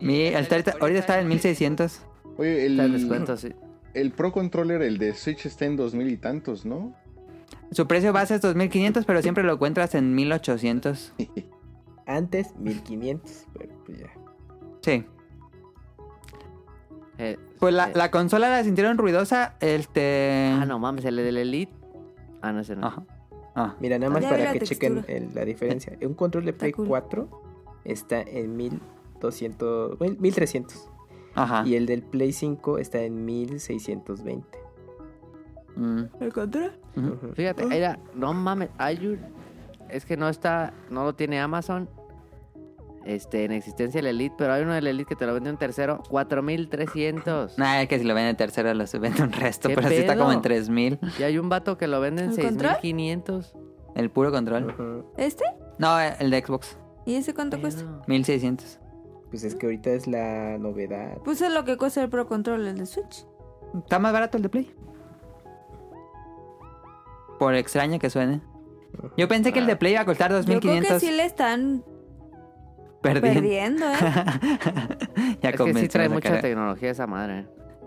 B: Mi, hasta ahorita, ahorita está en 1600.
D: Oye,
C: Está en
D: el,
C: descuento, sí.
D: el Pro Controller, el de Switch, está en dos mil y tantos, ¿no?
B: Su precio base es 2500, pero siempre lo encuentras en 1800.
F: Antes 1500, pero pues ya.
B: Sí.
C: Eh,
B: Pues la,
C: eh,
B: la consola la sintieron ruidosa. Este.
C: Ah, no mames, el del Elite. Ah, no, ese no.
B: Ajá. Ah,
F: Mira, nada más
A: Ya
F: para
A: vi la
F: que chequen
A: textura.
F: el- la diferencia. Un control de Play
A: cool.
F: 4 está en 1200, bueno, 1300
B: ajá.
F: y el del Play 5 está en 1620.
B: Mm.
A: ¿El control?
B: Ujú.
F: Ujú.
C: Pues Fíjate, era, no mames, hay un- Es que no está, no lo tiene Amazon. Este, en existencia el Elite, pero hay uno del Elite que te lo vende un tercero, 4300.
B: Nah, es que si lo venden en tercero los venden un resto,
C: ¿Qué
B: pero sí está
C: pedo?
B: como en 3000
C: Y hay un vato que lo vende en
A: ¿El control?
C: 6500.
B: el puro control.
F: Ujú.
A: ¿Este?
B: No, el de Xbox,
A: ¿Y ese cuánto cuesta?
C: Pedo.
B: 1600.
F: Pues es que ahorita es la novedad.
A: Pues es lo que cuesta el Pro Control, el de Switch.
B: Está más barato el de Play. Por extraño que suene. Yo pensé que el de Play iba a costar
A: Yo creo que
B: 2500.
A: sí le están
B: Perdí.
A: perdiendo, ¿eh?
B: ya
C: Es que sí
B: convencimos
C: trae
B: a
C: mucha
B: Karen.
C: tecnología esa madre.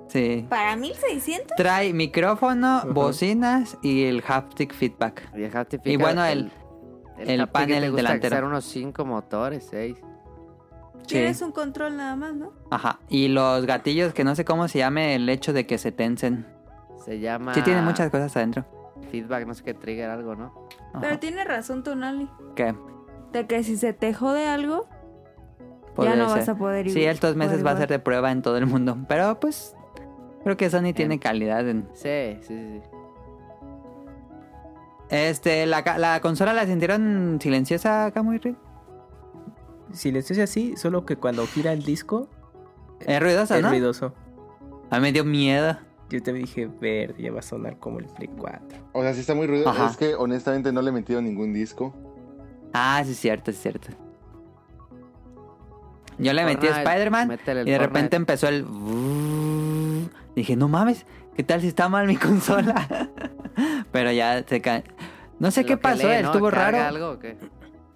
B: Sí.
A: ¿Para 1600?
B: Trae micrófono, bocinas y el haptic feedback.
C: Y, el haptic
B: Y bueno,
C: feedback,
B: el- el
C: haptic que
B: panel
C: te gusta
B: delantero.
C: usar unos 5 motores, 6.
A: Tienes un control nada más, ¿no?
B: Ajá. Y los gatillos que no sé cómo se llame el hecho de que se tensen.
C: Se llama.
B: Sí tiene muchas cosas adentro.
C: Feedback, no sé qué trigger, algo, ¿no?
B: Ajá.
A: Pero tiene razón Tonali.
B: ¿Qué?
A: De que si se te jode algo,
B: Podría
A: ya no
B: ser.
A: vas a poder ir.
B: Sí, estos meses
A: poder
B: va a
A: jugar.
B: ser de prueba en todo el mundo. Pero pues creo que Sony
C: Eh.
B: tiene calidad en...
C: Sí, sí, sí. sí.
B: Este, la, ca- la consola la sintieron silenciosa acá muy ri-
F: Silencioso así, solo que cuando gira el disco
B: Es ruidosa,
F: es
B: ¿no?
F: ruidoso.
B: A mí me dio miedo.
F: Yo te dije, verde, ya va a sonar como el Play 4.
D: O sea, sí está muy ruido.
B: Ajá.
D: Es que honestamente no le he metido ningún disco.
B: Ah, sí es cierto, sí es cierto. Yo le metí a
C: Fortnite,
B: Spider-Man
C: métele el
B: y de
C: Fortnite.
B: repente empezó el... Dije, no mames, ¿qué tal si está mal mi consola? Pero ya se cae... No sé
C: Lo
B: qué
C: que
B: pasó,
C: lee,
B: él
C: ¿no?
B: estuvo
C: ¿Carga
B: raro.
C: algo o qué?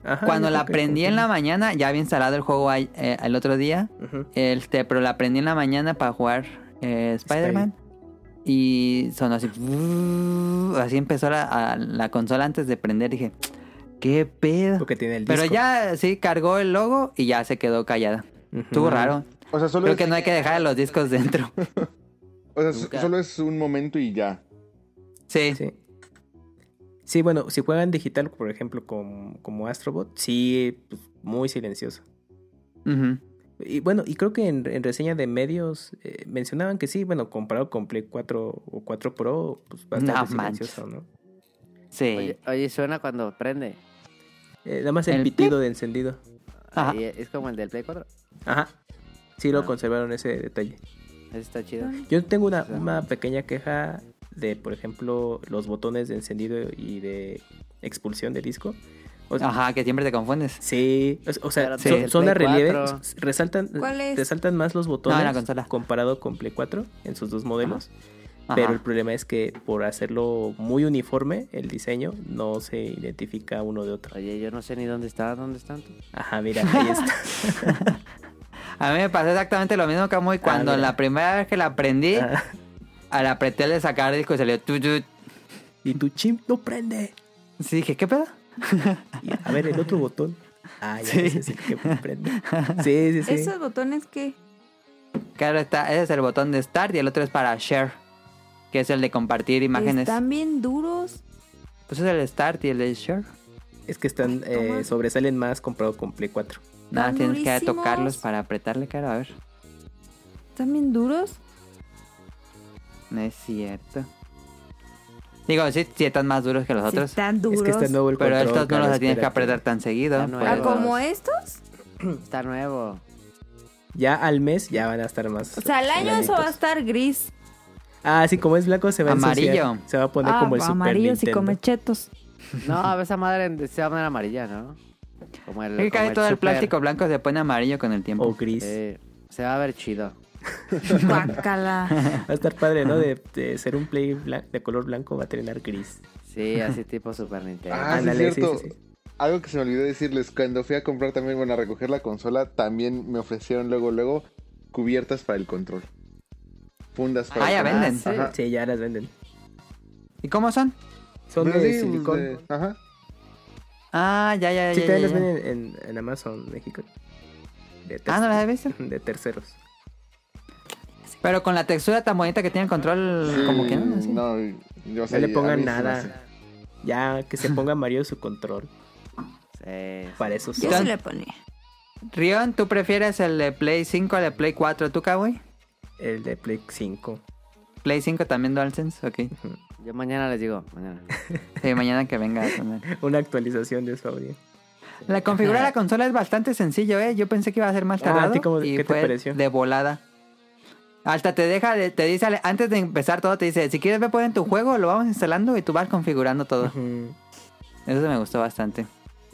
F: Ajá,
B: Cuando
F: yo
B: la
F: creo que
B: prendí en la mañana, ya había instalado el juego ay- eh, el otro día.
F: Ujú.
B: Este, pero la aprendí en la mañana para jugar eh, Spider-Man. Y sonó así. Así empezó la, a- la consola antes de prender. Dije, ¿qué pedo?
F: Porque tiene el disco.
B: Ah, Pero ya sí cargó el logo y ya se quedó callada.
F: Ujú.
B: Estuvo raro.
D: O sea, solo,
B: Creo
D: es,
B: que no hay que dejar los discos dentro.
D: o sea, so-
C: Nunca.
D: solo es un momento y ya.
B: Sí.
F: Sí. Sí, bueno, si juegan digital, por ejemplo, com- como Astrobot, sí, pues, muy silencioso.
B: Ujú.
F: Y bueno, y creo que en, en reseña de medios eh, mencionaban que sí, bueno, comparado con Play 4 o 4 Pro, pues bastante
B: No manches.
F: silencioso, ¿no?
B: Sí.
C: Oye, oye, suena cuando prende.
F: Eh, nada más el,
B: El
F: pitido de encendido.
B: Ajá.
C: Ahí es como el del Play 4.
F: Ajá. Sí, lo
C: Ah.
F: conservaron ese detalle.
C: Ese está chido.
F: Yo tengo una,
C: O sea.
F: una pequeña queja de, por ejemplo, los botones de encendido y de expulsión de disco. O sea,
B: Ajá, que siempre te confundes.
F: Sí, o, o sea,
C: Pero
F: son-
C: desde el
F: son a
C: Play
F: relieve,
C: 4.
F: s- resaltan,
A: ¿Cuál es?
F: resaltan más los
B: No, en
F: botones
B: la consola.
F: comparado con Play 4 en sus dos modelos.
B: Ajá.
F: Pero el problema es que por hacerlo muy uniforme, el diseño, no se identifica uno de otro.
C: Oye, yo no sé ni dónde está, dónde están.
F: Ajá, mira, ahí está.
B: A mí me pasó exactamente lo mismo que a Moy cuando
F: mira.
B: la primera vez que la aprendí,
F: Ah,
B: al apretarle sacar disco y salió tu, tu.
F: y tu chimp no prende.
B: Sí, dije, ¿qué pedo?
F: Y, a ver, el otro botón. Ah, ya
B: Sí.
F: ese es el que prende. Sí, sí, sí.
A: Esos botones que...
B: Claro, está, ese es el botón de Start y el otro es para Share, que es el de compartir imágenes.
A: Están bien duros.
B: Pues es el Start y el de Share.
F: Es que están, eh,
A: Toma.
F: sobresalen más comparado con Play 4.
B: Nada,
A: Están
B: tienes que
A: durísimos.
B: tocarlos para apretarle, cara. A ver,
A: Están bien duros.
B: no es cierto. Digo, sí, sí están más duros que los
A: Sí,
B: otros.
A: están duros.
F: Es que este está nuevo el
B: Pero
F: control.
B: estos no
F: Carlos,
B: los tienes que
F: espérate.
B: apretar tan seguido.
C: Ah, no,
A: Ah,
B: pues.
A: ¿Como estos?
C: Está nuevo.
F: Ya al mes ya van a estar más.
A: O sea, al año eso
F: planitos.
A: va a estar gris.
F: Ah, sí, como es blanco se va a ensuciar.
B: Amarillo.
F: Se va a poner
A: Ah,
F: como el Super
A: amarillo si
F: Nintendo.
A: come chetos.
C: No, a ver, esa madre en- se va a poner amarilla, ¿no? Como el.
B: Es que
C: como
B: casi todo el
C: Super.
B: plástico blanco se pone amarillo con el tiempo.
F: O gris.
C: Sí, se va a ver chido.
A: Guácala.
F: Va a estar padre, ¿no? De, de ser un play blan- de color blanco va a terminar gris.
C: Sí, así tipo Super Nintendo.
D: Ah, sí, es
F: Ándale, sí,
D: cierto.
F: sí, sí.
D: Algo que se me olvidó decirles, cuando fui a comprar también, bueno, a recoger la consola, también me ofrecieron luego, luego, cubiertas para el control. Fundas para
B: Ah,
D: el
B: ya
D: control.
B: venden.
D: Ajá.
F: Sí, ya las venden.
B: ¿Y cómo son?
F: Son
D: Pero
F: de
D: Pues sí,
F: silicón.
D: de- ajá.
B: Ah, ya, ya, ya.
F: Sí,
B: ya,
F: también
B: ya,
F: las
B: ya.
F: venden en, en Amazon México. De
B: Ah, ¿no las
F: terceros.
B: he visto?
F: De terceros.
B: Pero con la textura tan bonita que tiene el control, como Ah, que no.
D: Mm,
B: Sí.
D: no, yo, o sea,
F: No le
D: a
F: pongan
D: mí se me hace.
F: nada. Ya que se ponga Mario en su control.
C: Sí.
F: Para eso
A: Yo
F: son.
A: se le ponía.
B: Rion, ¿tú prefieres el de Play 5 al de Play 4? ¿Tú, Kawi?
F: El de Play 5.
B: Play 5 también DualSense, ok.
C: Yo mañana les digo, mañana.
B: Sí, mañana que venga. a tomar.
F: Una actualización de su audio.
B: La configurar la consola es bastante sencillo, ¿eh? Yo pensé que iba a ser más
F: Ah, ¿a ti
B: tardado.
F: cómo-
B: y
F: qué te
B: fue
F: pareció?
B: De volada. Hasta te deja, de- te dice, al- antes de empezar todo, te dice, si quieres ver por en tu juego, lo vamos instalando y tú vas configurando todo.
F: Ujú.
B: Eso me gustó bastante.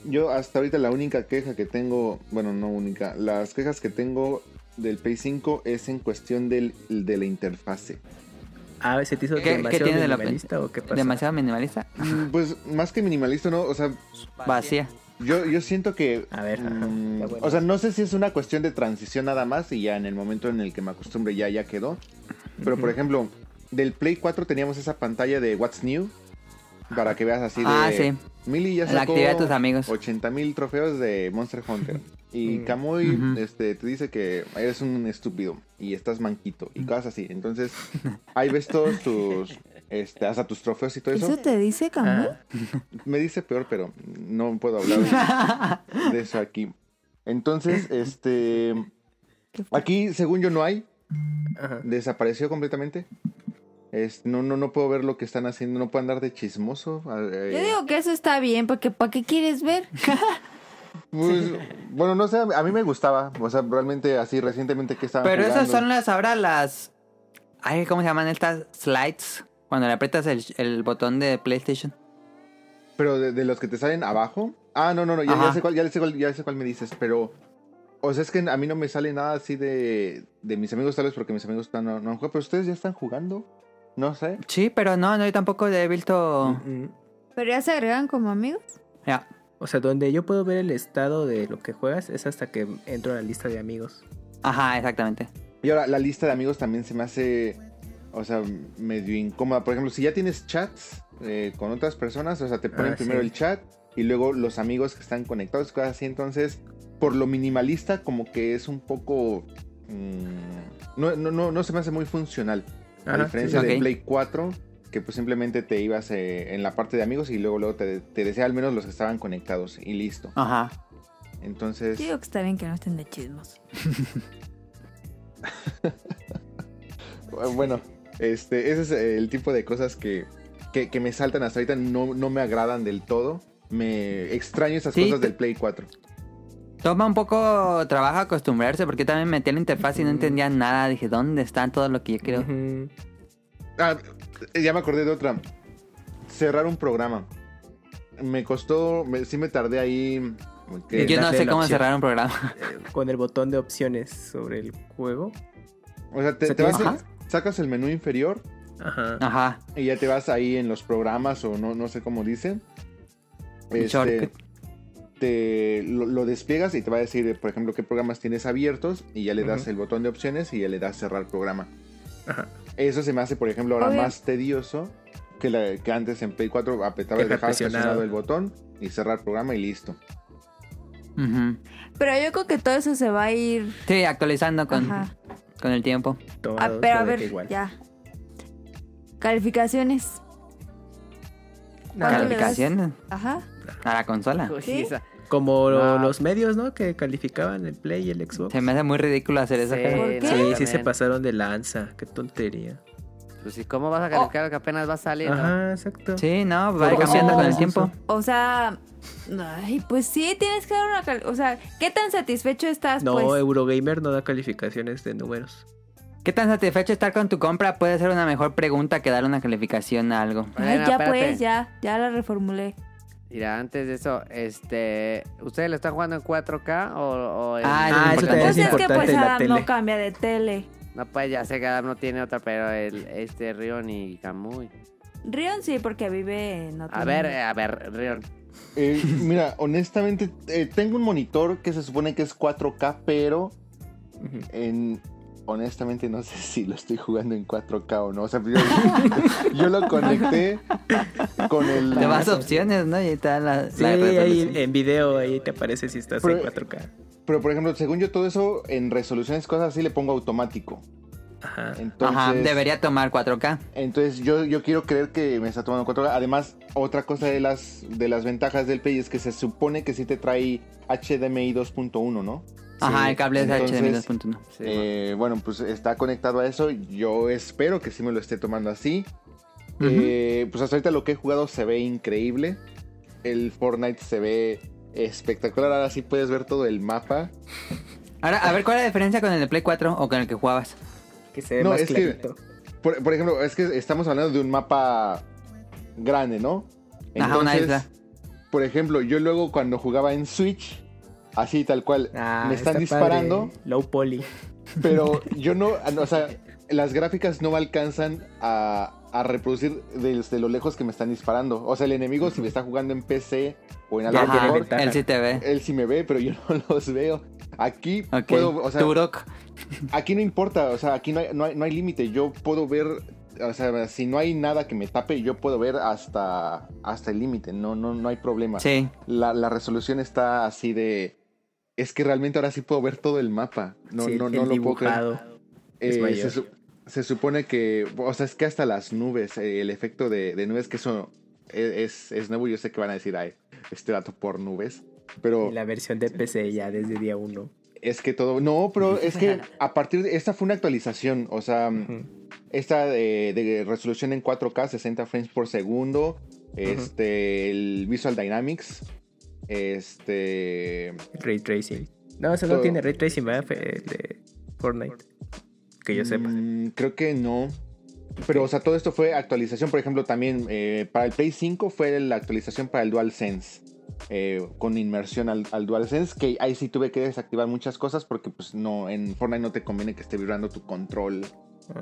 D: Yo hasta ahorita la única queja que tengo, bueno, no única, las quejas que tengo del Play 5 es en cuestión del, de la interfase.
F: Ah, ¿se te hizo
B: ¿Qué- qué
F: demasiado
B: tiene de la-
F: minimalista o qué pasa?
B: Demasiado minimalista.
D: Mm, Pues más que minimalista, ¿no? O sea,
B: Vacía.
D: yo, yo siento que...
F: A ver, ajá.
D: mm,
F: Está bueno.
D: o sea, no sé si es una cuestión de transición nada más y ya en el momento en el que me acostumbre ya, ya quedó. Pero por ejemplo, del Play 4 teníamos esa pantalla de What's New para que veas así de...
B: Ah, sí.
D: Mili ya
B: La
D: sacó
B: actividad de tus amigos.
D: 80 mil trofeos de Monster Hunter. Y
F: Mm.
D: Kamui
B: Ujú.
D: este, te dice que eres un estúpido y estás manquito
B: Mm.
D: y cosas así. Entonces, ahí ves todos tus. Este, hasta tus trofeos y todo eso.
A: ¿Eso te dice, Camus?
F: Ah,
D: Me dice peor, pero no puedo hablar de- de eso aquí. Entonces, este.
A: ¿Qué fue?
D: Aquí, según yo, no hay.
F: ajá.
D: Desapareció completamente. Es, no, no, no puedo ver lo que están haciendo. No puedo andar de chismoso. eh,
A: Yo digo que eso está bien, porque ¿para qué quieres ver?
D: Pues, bueno, no sé, a mí me gustaba. O sea, realmente así recientemente que estaba.
B: Pero esas son las ahora las. Ay, ¿cómo se llaman estas slides? Cuando le aprietas el, el botón de PlayStation.
D: Pero de, de los que te salen abajo. Ah, no, no, no, ya, ya
B: Ajá.
D: sé cuál, ya, sé cuál, ya sé cuál me dices, pero. O sea, es que a mí no me sale nada así de, de mis amigos, tal vez porque mis amigos están, no, no han jugado, pero ustedes ya están jugando. No sé.
B: Sí, pero no, no, yo tampoco he visto.
F: Ujú.
A: ¿Pero ya se agregan como amigos?
B: Ya.
F: Mm, O sea, donde yo puedo ver el estado de lo que juegas es hasta que entro a la lista de amigos.
B: Ajá, exactamente.
D: Y ahora, la lista de amigos también se me hace. O sea, medio incómoda. Por ejemplo, si ya tienes chats eh, con otras personas, o sea, te ponen
F: Ah,
D: primero
F: sí.
D: el chat y luego los amigos que están conectados, cosas así. Entonces, por lo minimalista, como que es un poco. mm, no, no, no, no se me hace muy funcional. a
F: Ajá,
D: diferencia
B: sí.
D: de
B: Ok.
D: Play 4, que pues simplemente te ibas eh, en la parte de amigos y luego, luego te, te decía al menos los que estaban conectados y listo.
B: Ajá.
D: Entonces.
B: Pues
A: Yo digo que está bien que no estén de chismos.
D: eh, Bueno, este, ese es el tipo de cosas que, que, que me saltan hasta ahorita, no, no me agradan del todo. Me extraño esas
B: Sí,
D: cosas
B: te-
D: del Play 4.
B: Toma un poco trabajo acostumbrarse porque yo también metí la interfaz y no entendía nada. Dije, ¿dónde está todo lo que yo quiero?
F: Ujú.
D: Ah, ya me acordé de otra. Cerrar un programa. Me costó, me- sí me tardé ahí. que-
B: Yo no
F: darle
B: sé
F: la
B: cómo
F: opción.
B: cerrar un programa.
F: Con el botón de opciones sobre el juego.
D: o sea, te,
F: se
D: te vas
F: tiene-
D: a- sacas el menú inferior
F: Ajá.
B: Ajá.
D: Y ya te vas ahí en los programas o no, no sé cómo dicen. este,
B: El shortcut.
D: te, lo, lo despliegas y te va a decir, por ejemplo, qué programas tienes abiertos y ya le das el botón de opciones y ya le das cerrar programa. Eso se me hace, por ejemplo, ahora
A: Obvio.
D: más tedioso que, la, que antes en Play 4 apretaba y
F: Dejar
D: dejabas
F: presionado.
D: presionado el botón y cerrar programa y listo.
B: Ujú.
A: Pero yo creo que todo eso se va a ir.
B: Sí, actualizando con,
A: Ajá.
B: con el tiempo.
F: Todo
A: Ah, pero a
F: lo
A: ver,
F: deja igual.
A: ya. Calificaciones. ¿Cuánto le das?
B: Calificaciones
A: Ajá.
B: a la consola.
C: Uy,
A: ¿Sí?
C: esa-
F: Como
C: Ah.
F: los medios, ¿no? Que calificaban el Play y el Xbox.
B: Se me hace muy ridículo hacer eso.
C: Sí,
B: cara.
A: ¿Por qué?
F: Sí, sí se
C: exactamente.
F: pasaron de lanza. Qué tontería.
C: Pues ¿y cómo vas a calificar lo que apenas va saliendo?
F: Ajá, exacto.
B: Sí, no, va
F: Porque
B: cambiando
A: sí,
B: con el
A: sí,
B: tiempo.
A: O sea. Ay, pues sí, tienes que dar una. cal- O sea, ¿qué tan satisfecho estás?
F: No, eh,
A: pues?
F: Eurogamer no da calificaciones de números.
B: ¿Qué tan satisfecho estar con tu compra puede ser una mejor pregunta que dar una calificación a algo?
A: Ay,
C: Bueno,
A: ya
C: espérate.
A: pues, ya. Ya la reformulé.
C: Mira, antes de eso, este, ¿ustedes lo están jugando en 4K o, o en-
B: Ah,
F: Ah, eso también
B: Es
A: Pues es que
F: importante
A: pues
F: la
A: Adam no
F: tele.
A: cambia de tele.
C: No, pues ya sé que Adam no tiene otra, pero el, este Rion y Kamui.
A: Rion sí, porque vive en otro
C: A ver,
A: mundo.
C: eh, a ver, Rion.
D: Eh, mira, honestamente, eh, tengo un monitor que se supone que es 4K, pero en, honestamente no sé si lo estoy jugando en 4K o no. O sea, yo, yo lo conecté con el...
B: Te vas a opciones, ¿no? Y ahí está la,
F: Sí,
B: la
F: ahí
B: resolución.
F: en video ahí te aparece si estás en
D: Pero- eh,
F: 4K.
D: Pero, por ejemplo, según yo todo eso, en resoluciones, cosas así, le pongo automático.
F: Ajá.
D: Entonces,
B: Ajá, debería tomar 4K.
D: Entonces yo, yo quiero creer que me está tomando 4K. Además, otra cosa de las, de las ventajas del Play es que se supone que sí te trae HDMI 2.1, ¿no?
B: Ajá,
D: Sí,
B: el cable es
D: entonces,
B: HDMI 2.1.
C: Sí,
B: Este,
D: Eh, bueno, pues está conectado a eso. Yo espero que sí me lo esté tomando así.
B: Ujú.
D: Eh, pues hasta ahorita lo que he jugado se ve increíble. El Fortnite se ve espectacular. Ahora sí puedes ver todo el mapa.
B: Ahora, a ver, ¿cuál es la diferencia con el de Play 4 o con el que jugabas?
E: Que se ve
D: No,
E: más
D: es que-
E: clarito.
D: Por, por ejemplo, es que estamos hablando de un mapa grande, ¿no?
B: Ajá, una isla.
D: Por ejemplo, yo luego cuando jugaba en Switch, así tal cual,
F: Ah,
D: me están
F: está padre.
D: disparando,
F: Low poly.
D: pero yo no, o sea, las gráficas no me alcanzan a, a reproducir desde lo lejos que me están disparando. O sea, el enemigo si me está jugando en PC o en algo
F: tiene
B: Ajá,
D: mejor,
F: ventaja.
B: él sí te ve.
D: él sí me ve, pero yo no los veo. Aquí
B: Ok,
D: puedo, o sea,
B: Turok.
D: Aquí no importa, o sea, aquí no hay, no hay- no hay límite. Yo puedo ver, o sea, si no hay nada que me tape, yo puedo ver hasta, hasta el límite. No, no, no hay problema.
B: Sí.
D: La, la resolución está así de. Es que realmente ahora sí puedo ver todo el mapa. No,
F: Sí,
D: no,
F: el
D: no lo puedo creer.
F: dibujado. es
D: Eh,
F: mayor.
D: se, su- se supone que. O sea, es que hasta las nubes, eh, el efecto de, de nubes, que eso e, es, es- es nuevo. Yo sé que van a decir, ay, este dato por nubes. Pero
F: Y la versión de PC ya desde día 1.
D: es que todo. No, pero es que a partir de. Esta fue una actualización. O sea. Esta de, de resolución en 4K, 60 frames por segundo. Este. El Visual Dynamics. Este.
F: Ray Tracing. No, eso no
D: Todo.
F: tiene Ray Tracing, ¿verdad? Fe- El de Fortnite. Que yo sepa.
D: mm, creo que no. Pero, o sea, todo esto fue actualización. Por ejemplo, también eh, para el Play 5 fue la actualización para el DualSense. eh, con inmersión al, al DualSense. Que ahí sí tuve que desactivar muchas cosas. Porque, pues, no. En Fortnite no te conviene que esté vibrando tu control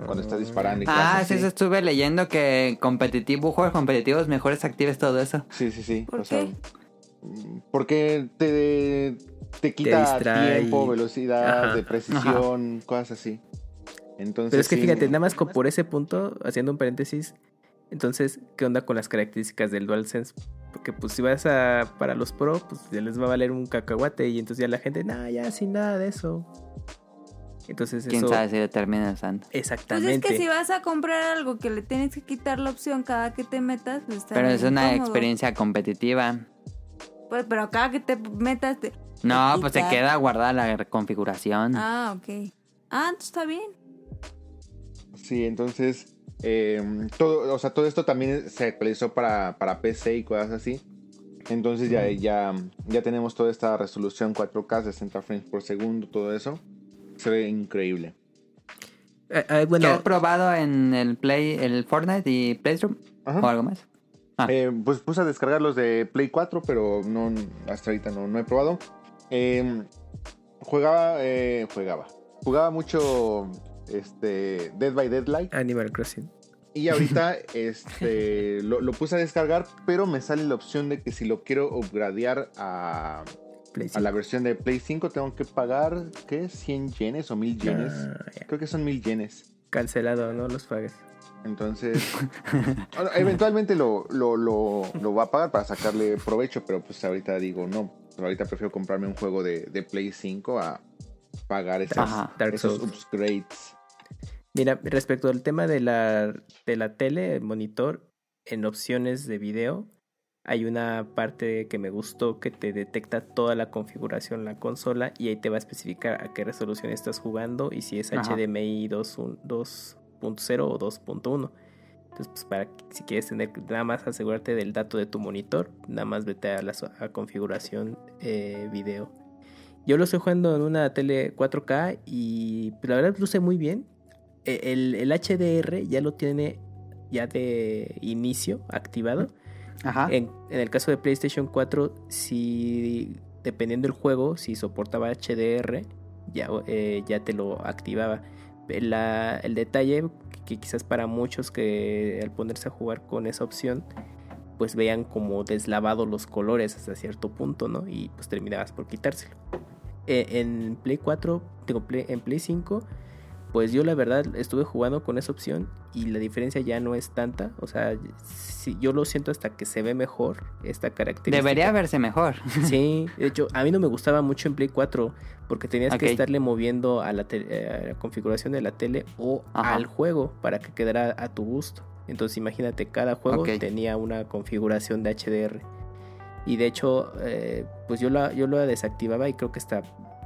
D: cuando estás disparando. y
B: Ah,
D: cosas
B: sí,
D: así.
B: eso estuve leyendo que competitivo, juegos competitivos mejores actives todo eso.
D: Sí, sí, sí.
A: ¿Por
D: o sea,
A: qué?
D: mm, porque te, te quita
F: distrae.
D: tiempo, velocidad,
F: Ajá.
D: de precisión, cosas así. Entonces,
F: Pero es que
D: sí,
F: fíjate, nada más co- por ese punto, haciendo un paréntesis, entonces, ¿qué onda con las características del DualSense? Porque pues si vas a para los pro, pues ya les va a valer un cacahuate y entonces ya la gente, nah, ya sin nada de eso. Entonces
B: Quién
F: eso
B: sabe si lo termina usando.
A: Pues es
F: exactamente.
A: que si vas a comprar algo que le tienes que quitar la opción cada que te metas, pues está
B: Pero es
A: bien
B: una
A: incómodo.
B: experiencia competitiva.
A: Pues, pero cada que te metas, te...
B: No,
A: te
B: pues se
A: quita.
B: queda guardada la configuración.
A: Ah, ok. Ah, entonces está bien.
D: Sí, entonces, eh, todo, o sea, todo esto también se actualizó para, para PC y cosas así. Entonces ya, ya, ya tenemos toda esta resolución 4K, 60 frames por segundo, todo eso. Se ve increíble.
F: Ah, ah,
B: ¿Qué
F: bueno,
B: has probado en el Play, el Fortnite y PlayStation?
D: Ajá.
B: ¿O algo más? Ah.
D: Eh, pues puse a descargar los de Play 4, pero no, hasta ahorita no, no he probado. Eh, jugaba, eh, jugaba. Jugaba mucho este, Dead by Deadlight
F: Animal Crossing.
D: Y ahorita este, lo, lo puse a descargar, pero me sale la opción de que si lo quiero upgradear a,
F: Play
D: a la
F: 5.
D: versión de Play 5 tengo que pagar, ¿qué? ¿100 yenes o 1000 yenes?
F: Ah, ya.
D: Creo que son 1000 yenes.
F: Cancelado, no los pagues.
D: Entonces, ahora, eventualmente lo, lo, lo, lo va a pagar para sacarle provecho, pero pues ahorita digo, no, ahorita prefiero comprarme un juego de, de Play 5 a pagar esas,
B: Ajá,
F: Dark
D: esos
F: Souls.
D: upgrades.
F: Mira, respecto al tema de la, de la tele, el monitor, en opciones de video, hay una parte que me gustó que te detecta toda la configuración de la consola y ahí te va a especificar a qué resolución estás jugando y si es
B: Ajá.
F: HDMI 2 un- 2.0 o 2.1. Entonces, pues para que- si quieres tener, nada más asegurarte del dato de tu monitor, nada más vete a la so- a configuración eh, video. Yo lo estoy jugando en una tele 4K y pues, la verdad luce muy bien. E- El, el HDR ya lo tiene ya de inicio activado.
B: Ajá.
F: En, en el caso de PlayStation 4, si dependiendo del juego, si soportaba HDR, ya, eh, ya te lo activaba. La- el detalle que quizás para muchos que al ponerse a jugar con esa opción, pues vean como deslavados los colores hasta cierto punto, ¿no? Y pues terminabas por quitárselo. Eh, en Play 4, digo, Play- en Play 5, pues yo la verdad estuve jugando con esa opción y la diferencia ya no es tanta. O sea, sí, yo lo siento hasta que se ve mejor esta característica.
B: Debería verse mejor.
F: Sí, de hecho, a mí no me gustaba mucho en Play 4 porque tenías
B: Ok.
F: que estarle moviendo a la, te- eh, a la configuración de la tele o
B: Ajá.
F: al juego para que quedara a tu gusto. Entonces imagínate, cada juego
B: Ok.
F: tenía una configuración de HDR. Y de hecho, eh, pues yo la, yo la desactivaba y creo que hasta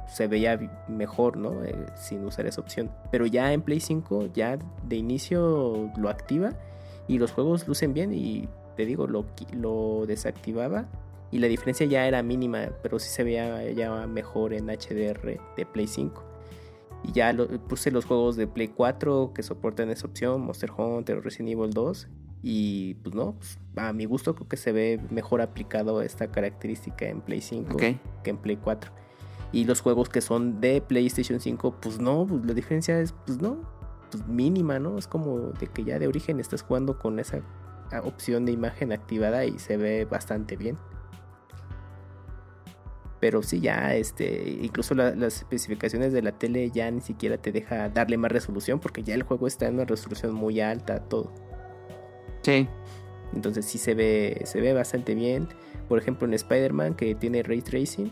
F: se veía vi- mejor, ¿no? Eh, sin usar esa opción. Pero ya en Play 5, ya de inicio lo activa y los juegos lucen bien y te digo, lo, qui- lo desactivaba y la diferencia ya era mínima, pero sí se veía ya mejor en HDR de Play 5. Y ya lo- puse los juegos de Play 4 que soportan esa opción, Monster Hunter, Resident Evil 2. Y pues no, pues, a mi gusto creo que se ve mejor aplicado esta característica en Play 5
B: Ok.
F: que en Play 4. Y los juegos que son de PlayStation 5, pues no, pues la diferencia es, pues no, pues mínima, ¿no? Es como de que ya de origen estás jugando con esa ah, opción de imagen activada y se ve bastante bien. Pero sí, ya, este, incluso la- las especificaciones de la tele ya ni siquiera te deja darle más resolución porque ya el juego está en una resolución muy alta, todo.
B: Sí.
F: Entonces sí se ve, se ve bastante bien. Por ejemplo, en Spider-Man que tiene ray tracing,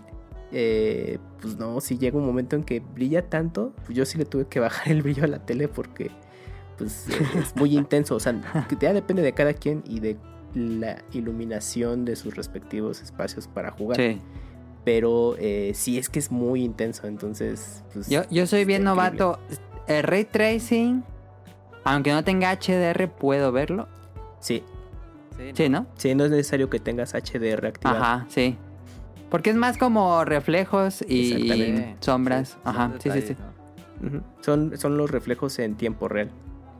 F: eh, pues no, si llega un momento en que brilla tanto, pues yo sí le tuve que bajar el brillo a la tele porque pues eh, es muy intenso. O sea, que ya depende de cada quien y de la iluminación de sus respectivos espacios para jugar.
B: Sí.
F: Pero eh, sí es que es muy intenso, entonces pues...
B: Yo, yo soy
F: está
B: bien
F: increíble.
B: novato. El ray tracing, aunque no tenga HDR, puedo verlo.
F: Sí,
B: Sí, ¿no?
F: sí, no es necesario que tengas HDR activado.
B: Ajá, sí. Porque es más como reflejos y
F: Exactamente.
B: sombras. Ajá, sí, sí, sí.
F: Ujú. son, son los reflejos en tiempo real.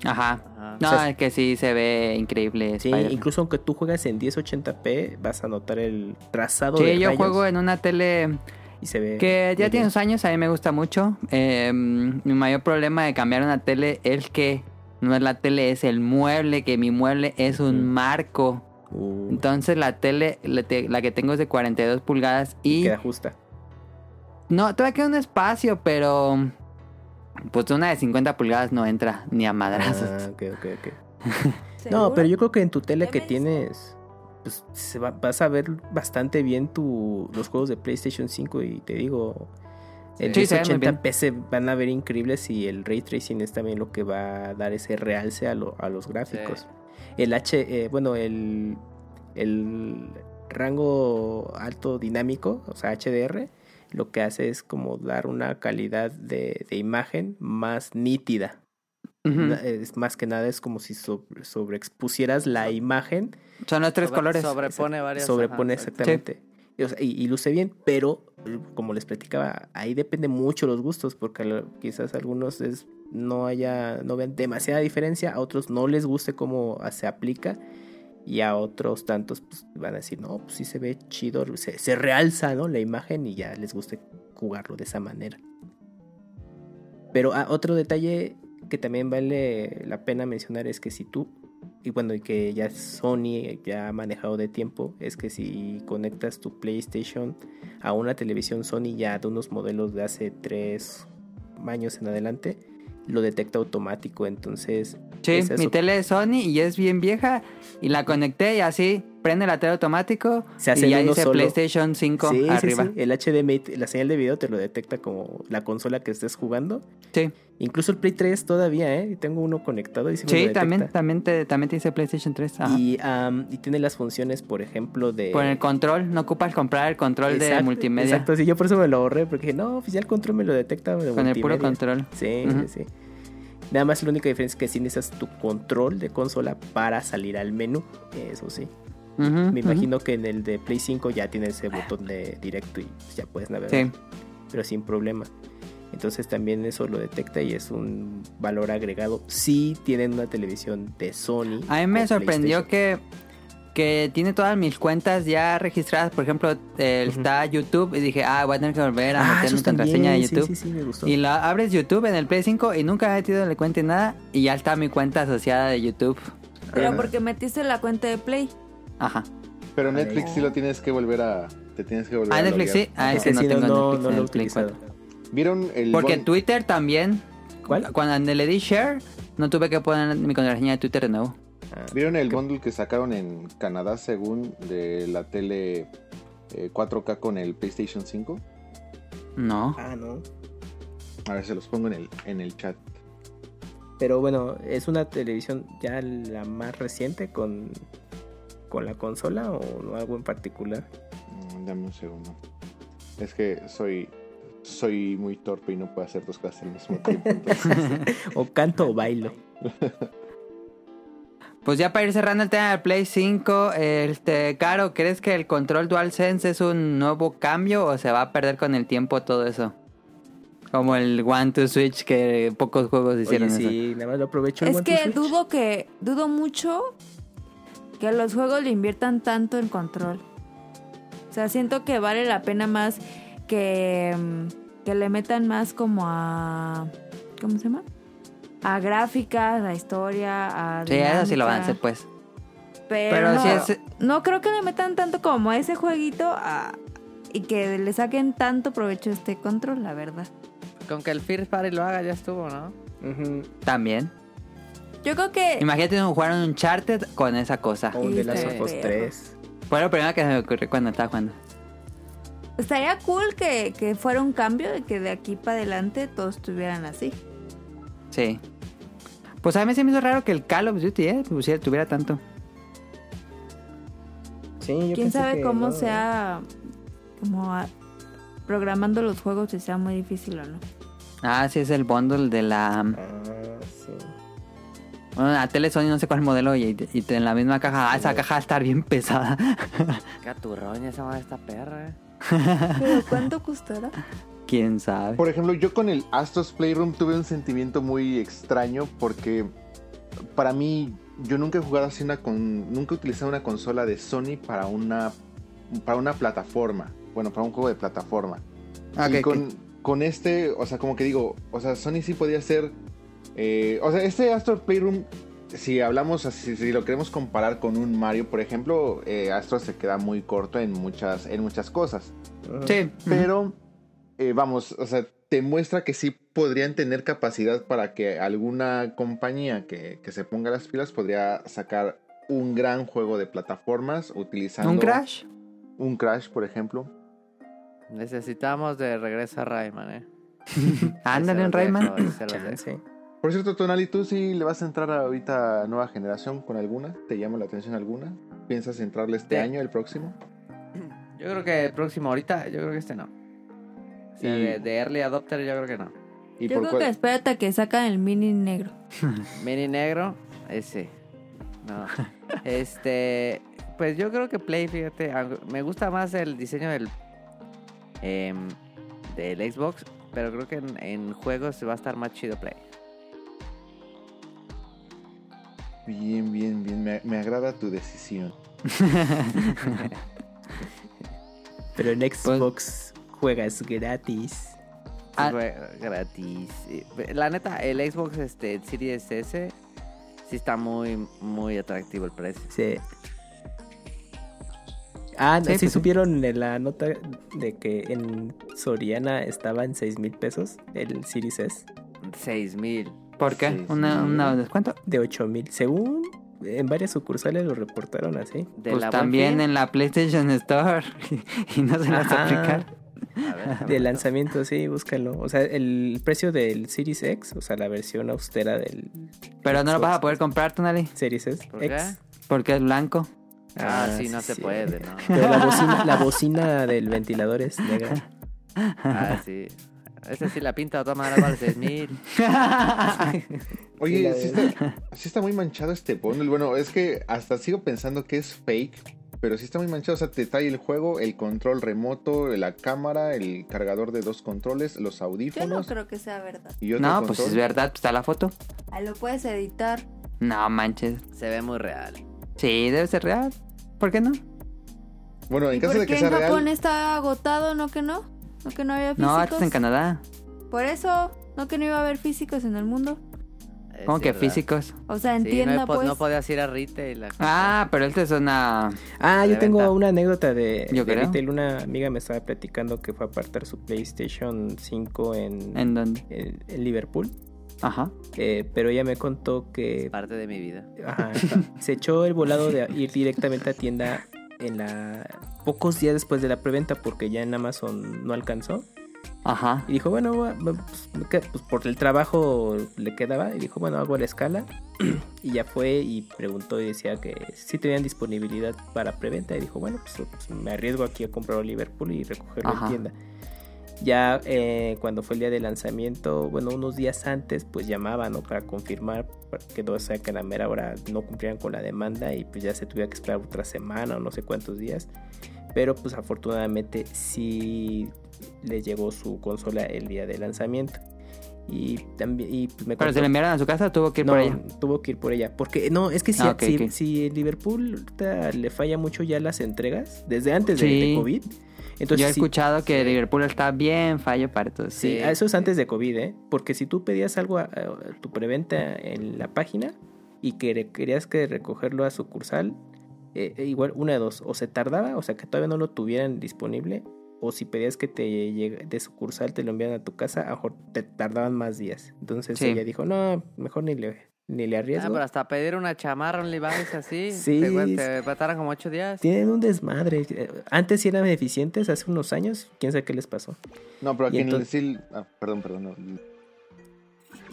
B: Ajá. No,
F: O sea,
B: es que sí se ve increíble.
F: Sí,
B: Spider-Man.
F: incluso aunque tú juegas en 1080p, vas a notar el trazado de
B: Sí, yo
F: rayos
B: juego en una tele
F: y se ve
B: que ya
F: muy
B: tiene
F: bien.
B: sus años, a mí me gusta mucho. Eh, mi mayor problema de cambiar una tele es que no es la tele, es el mueble, que mi mueble es un
F: Ujú.
B: marco.
F: Uh,
B: Entonces la tele, la, te- la que tengo es de 42 pulgadas y...
F: queda justa.
B: No, todavía queda un espacio, pero... Pues una de 50 pulgadas no entra ni a madrazos.
F: Ah, ok, ok, ok. No, pero yo creo que en tu tele
A: Ya
F: que
A: me
F: tienes, pues se va- vas a ver bastante bien tu, los juegos de PlayStation 5 y te digo, en
B: Sí, se ve muy
F: 1080p se van a ver increíbles y el ray tracing es también lo que va a dar ese realce a, lo- a los gráficos. El H, eh, bueno, el, el rango alto dinámico, o sea, HDR, lo que hace es como dar una calidad de, de imagen más nítida.
B: Ujú.
F: Na- Es más que nada es como si so- sobreexpusieras la imagen,
B: Son los tres
C: Sobre-
B: colores.
C: Sobrepone varias.
F: sobrepone
C: ajá,
F: exactamente. Y, o sea, y- y luce bien, pero eh, como les platicaba, ahí depende mucho los gustos, porque lo- quizás algunos es, no haya, no vean demasiada diferencia, a otros no les guste cómo se aplica, y a otros tantos pues, van a decir, no, pues sí se ve chido, se, se realza ¿no? la imagen y ya les guste jugarlo de esa manera. Pero ah, otro detalle que también vale la pena mencionar es que si tú y bueno, y que ya Sony ya ha manejado de tiempo, es que si conectas tu PlayStation a una televisión Sony ya de unos modelos de hace tres años en adelante, lo detecta automático. Entonces,
B: Sí,
F: es
B: mi
F: eso.
B: tele es Sony y es bien vieja. Y la conecté y así prende la tele automático.
F: Se hace
B: y ya
F: uno
B: dice
F: solo.
B: PlayStation 5
F: Sí, sí,
B: arriba.
F: sí, el HDMI, te- la señal de video te lo detecta como la consola que estés jugando.
B: Sí.
F: Incluso el Play 3 todavía, ¿eh? Tengo uno conectado y sí
B: Sí,
F: me lo detecta.
B: también, también, te, también te dice PlayStation 3. Ajá.
F: Y, am, y tiene las funciones, por ejemplo, de...
B: Por el control, no ocupas comprar el control de
F: eh, Exacto,
B: multimedia.
F: Exacto, sí, yo por eso me lo ahorré, porque dije, no, pues ya el control me lo detecta de
B: Con el puro
F: multimedia".
B: control.
F: Sí,
B: Ujú.
F: sí, sí. Nada más la única diferencia es que sí necesitas tu control de consola para salir al menú, eso sí.
B: Ujú, ujú.
F: Me imagino que en el de Play 5 ya tiene ese botón de directo y pues, ya puedes navegar
B: Sí.
F: pero sin problema. Entonces también eso lo detecta y es un valor agregado. Si tienen una televisión de Sony.
B: A mí me
F: o
B: sorprendió que,
F: PlayStation.
B: que tiene todas mis cuentas ya registradas. Por ejemplo, eh,
F: Ujú.
B: está YouTube y dije, ah, voy a tener que volver a
F: Ah,
B: meter
F: eso
B: mi contraseña de
F: también, sí,
B: YouTube.
F: Sí, sí, me gustó.
B: Y la abres YouTube en el Play 5 y nunca he metido la cuenta en nada y ya está mi cuenta asociada de YouTube.
A: Pero porque metiste la cuenta de Play.
B: Ajá.
D: Pero Netflix sí lo tienes que volver a. Te tienes que volver
B: Ah,
D: a.
B: Netflix sí.
D: loguear.
B: Ah,
F: Es
B: ese
F: que
B: no
F: sí,
B: tengo
F: no,
B: Netflix
F: no
B: en
F: lo he
B: el Play
F: utilizado.
B: 4.
D: ¿Vieron el.
B: Porque
D: bon-
B: Twitter también.
F: ¿Cuál?
B: Cuando le di share, no tuve que poner mi contraseña de Twitter de nuevo.
F: Ah,
D: ¿Vieron el bundle que sacaron en Canadá según de la tele eh, 4K con el PlayStation 5?
B: No.
F: ah, no.
D: A ver, se los pongo en el, en el chat.
F: Pero bueno, ¿es una televisión ya la más reciente con, con la consola o algo en particular?
D: Mm, Dame un segundo. Es que soy soy muy torpe y no puedo hacer dos cosas al mismo tiempo. entonces.
F: ¿O canto o bailo?
B: Pues ya para ir cerrando el tema del Play 5, este, Caro, ¿crees que el control DualSense es un nuevo cambio o se va a perder con el tiempo todo eso? Como el One to Switch que pocos juegos hicieron
F: Oye,
B: eso.
F: sí, nada más lo aprovecho. el
A: Es
F: One to
A: que
F: Switch.
A: dudo que, dudo mucho que los juegos le inviertan tanto en control. O sea, siento que vale la pena más que, mm, que le metan más como a, ¿cómo se llama? A gráficas, a historia, a...
B: Sí, eso sí lo
A: dinámica.
B: van a hacer pues.
A: Pero,
B: Pero
A: no,
B: sí es-
A: no creo que le metan tanto como a ese jueguito a- y que le saquen tanto provecho a este control, la verdad.
C: Con que el First Party lo haga ya estuvo, ¿no?
F: Ujú.
B: También.
A: Yo creo que...
B: Imagínate jugar un Uncharted con esa cosa.
F: O un de
A: Sí,
F: las
A: está
F: Us
A: bien.
F: 3.
B: Fue lo primero que se me ocurrió cuando estaba jugando.
A: Estaría cool que, que fuera un cambio y que de aquí para adelante todos estuvieran así.
B: Sí. Pues a mí se me hizo raro que el Call of Duty, eh, pusiera- tuviera tanto.
F: Sí,
A: Quién
F: yo pensé
A: sabe
F: que
A: cómo
F: no, ¿eh?
A: sea
D: eh?
A: como a- programando los juegos si sea muy difícil o no.
B: Ah, sí, es el bundle de la...
F: Ah, sí.
B: Bueno, la tele Sony no sé cuál modelo y, y en la misma caja. Ah, esa caja va a estar bien pesada.
C: Caturroña esa madre esta perra. eh.
A: Pero ¿cuánto costará?
B: ¿Quién sabe?
D: Por ejemplo, yo con el Astos Playroom tuve un sentimiento muy extraño porque para mí yo nunca he jugado así una con nunca he utilizado una consola de Sony para una para una plataforma, bueno, para un juego de plataforma.
B: Ah, Ok,
D: y con, con este, o sea, como que digo, o sea, Sony sí podía ser. eh, o sea, este Astro Playroom, si hablamos, así, si lo queremos comparar con un Mario, por ejemplo, eh, Astro se queda muy corto en muchas, en muchas cosas.
F: Ujú.
B: Sí, pero...
D: Pero, eh, vamos, o sea, te muestra que sí podrían tener capacidad para que alguna compañía que, que se ponga las pilas podría sacar un gran juego de plataformas utilizando.
B: ¿Un crash?
D: Un Crash, por ejemplo.
C: Necesitamos de regreso a Rayman, eh.
B: Ándale,
C: Se
B: un
C: los dejo,
B: Rayman.
C: se los dejo.
F: Chance.
D: Por cierto, Tonali, ¿tú sí le vas a entrar ahorita a nueva generación con alguna? ¿Te llama la atención alguna? ¿Piensas entrarle este
C: Sí.
D: año, el próximo?
C: Yo creo que el próximo ahorita, yo creo que este no. O sea,
D: Y-
C: de, de Early Adopter yo creo que no.
D: ¿Y
A: Yo
D: por
A: creo que
D: cuál?
A: espérate a que sacan el mini negro.
C: Mini negro, ese. No. Este. Pues yo creo que Play, fíjate, aunque- me gusta más el diseño del. em, del Xbox, pero creo que en, en juegos va a estar más chido Play.
D: Bien, bien, bien. Me, me agrada tu decisión.
F: Pero en Xbox
B: Pues
F: juegas gratis.
B: Ah.
C: Fue gratis. Eh, La neta, el Xbox este, Series S sí está muy, muy atractivo el precio.
F: Sí. Ah, no,
B: Sí,
F: sí,
B: pues sí.
F: supieron en la nota de que en Soriana estaba en 6 mil pesos el Series S
C: Seis mil.
B: ¿Por qué?
C: Sí,
B: ¿Una,
C: sí.
B: una descuento?
F: de 8 mil. Según en varias sucursales lo reportaron así.
C: De
B: Pues
C: la Buen
B: también
C: Fin.
B: en la PlayStation Store y no se las
F: Ajá.
B: aplicar.
C: A ver, déjame-
F: De lanzamiento, sí, búscalo. O sea, el precio del Series X, o sea, la versión austera del
B: Pero no lo vas a
F: Xbox.
B: poder comprar, Tonali,
F: Series S.
C: ¿Por qué?
F: X.
B: porque es blanco.
C: Ah, sí, no se
F: sí.
C: puede, ¿no?
F: Pero la bocina, la bocina del ventilador es negra.
C: Ah, sí. Esa sí la pinta otra manera vale seis mil.
E: Sí,
D: Oye,
E: la
D: sí,
E: verdad.
D: está, sí está muy manchado este bundle. Bueno, es que hasta sigo pensando que es fake, pero sí está muy manchado. O sea, te trae el juego, el control remoto, la cámara, el cargador de dos controles, los
A: Yo no
D: audífonos
A: creo que sea verdad.
D: y otro
B: no,
D: control.
B: pues es verdad, pues, está la foto.
A: Ah, lo puedes editar.
B: No manches.
C: Se ve muy real.
B: Sí, debe ser real. ¿Por qué no?
D: Bueno,
A: ¿Y
D: en
A: por
D: caso
A: qué
D: de que
A: en
D: sea
A: Japón
D: real,
A: está agotado? ¿No que no? ¿No que no había físicos?
B: No, esto es en Canadá.
A: Por eso, ¿no que no iba a haber físicos en el mundo?
C: Eh,
B: ¿Cómo
C: sí,
B: que
C: ¿verdad?
B: físicos?
A: O sea,
C: Sí,
A: entienda
C: no, he po-
A: pues.
C: no podías ir a retail. a-
B: Ah, pero esta es una...
F: Ah, yo
C: De venta.
F: tengo una anécdota de,
B: Yo
F: de
B: creo.
F: retail. Una amiga me estaba platicando que fue a apartar su PlayStation 5 en,
B: ¿En dónde?
F: en- en Liverpool.
B: Ajá.
F: Eh, pero ella me contó que
C: Parte de mi vida.
F: ajá, se echó el volado de ir directamente a tienda en la pocos días después de la preventa porque ya en Amazon no alcanzó.
B: Ajá.
F: Y dijo, bueno, va- va- pues, me queda- pues, por el trabajo le quedaba. Y dijo, bueno, hago la escala. y ya fue y preguntó y decía que sí tenían disponibilidad para preventa. Y dijo, bueno, pues, pues, me arriesgo aquí a comprarlo a Liverpool y recogerlo
B: Ajá.
F: en tienda. Ya eh, cuando fue el día de lanzamiento, bueno, unos días antes, pues llamaban ¿no? para confirmar para- que no sea que a la mera hora no cumplieran con la demanda y pues ya se tuviera que esperar otra semana o no sé cuántos días. Pero pues afortunadamente sí le llegó su consola el día de lanzamiento. Y también y pues, me
B: Pero se
F: contó-
B: le enviaron a su casa o tuvo que ir
F: no,
B: por allá.
F: tuvo que ir por ella. Porque no, es que si,
B: Ah, ok,
F: si,
B: ok.
F: si en Liverpool ahorita le falla mucho ya las entregas, desde antes de- de,
B: Sí.
F: COVID.
B: Yo he
F: Entonces, sí,
B: escuchado que Liverpool está bien fallo para todo.
F: sí,
C: Sí,
F: ah, eso es
C: sí.
F: antes de COVID, ¿eh? Porque si tú pedías algo a, a tu preventa en la página y que re- querías que recogerlo a sucursal, eh, eh, igual una de dos, o se tardaba, o sea que todavía no lo tuvieran disponible, o si pedías que te llegue de sucursal te lo enviaran a tu casa, a lo mejor te tardaban más días. Entonces
B: Sí.
F: ella dijo, no, mejor ni le, ni le
C: Ah,
F: arriesgo.
C: pero hasta pedir una chamarra, un Levi's así.
F: Sí.
C: Te, te mataron como ocho días.
F: Tienen un desmadre. Eh, Antes sí eran eficientes, hace unos años, quién sabe qué les pasó.
D: no, pero
F: Y
D: aquí en el
F: entonces-
D: Sil- ah, perdón, perdón. no.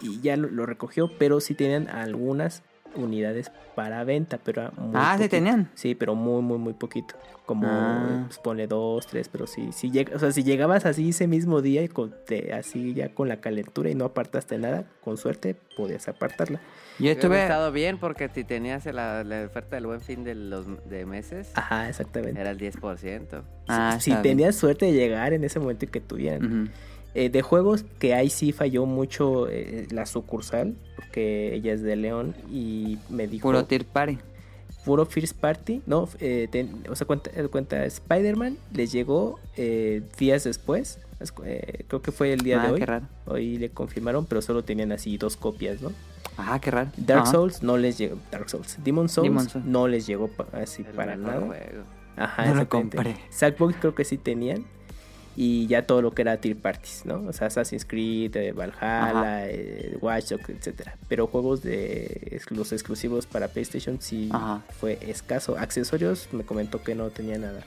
F: Y ya lo, lo recogió, pero sí tenían algunas unidades para venta, pero era muy
B: Ah, sí
F: poquito.
B: tenían.
F: Sí, pero muy, muy, muy poquito. Como,
B: Ah.
F: pues, ponle dos, tres, pero sí, sí llega, o sea, si llegabas así ese mismo día y con- te- así ya con la calentura y no apartaste nada, con suerte podías apartarla.
B: Yo
C: Estuve...
B: estuve...
C: estado bien porque si tenías la, la oferta del buen fin de los de meses,
F: Ajá, exactamente.
C: era el 10%.
B: Ah,
F: si
B: está bien.
F: tenías suerte de llegar en ese momento y que tuvieran.
B: Ujú.
F: Eh, de juegos que ahí sí falló mucho eh, la sucursal, porque ella es de León y me dijo
B: Puro Tier Party.
F: puro First Party, ¿no? Eh, ten- o sea, cuenta, eh, cuenta Spider-Man les llegó eh, días después, es- eh, creo que fue el día
B: Ah,
F: de hoy,
B: qué raro.
F: hoy le confirmaron, pero solo tenían así dos copias, ¿no?
B: Ah, qué raro.
F: Dark
B: Ajá.
F: Souls no les llegó, Dark Souls, Demon Souls,
B: Demon Souls.
F: no les llegó pa- así
C: El
F: para
C: mejor
F: nada.
C: juego.
F: Ajá,
B: No lo
F: exactamente.
B: compré.
F: Sackboy creo que sí tenían. Y ya todo lo que era tier parties, ¿no? O sea, Assassin's Creed, eh, Valhalla, eh, Watch Dogs, etcétera. Pero juegos de ex- los exclusivos para PlayStation sí
B: Ajá.
F: fue escaso. Accesorios me comentó que no tenía nada.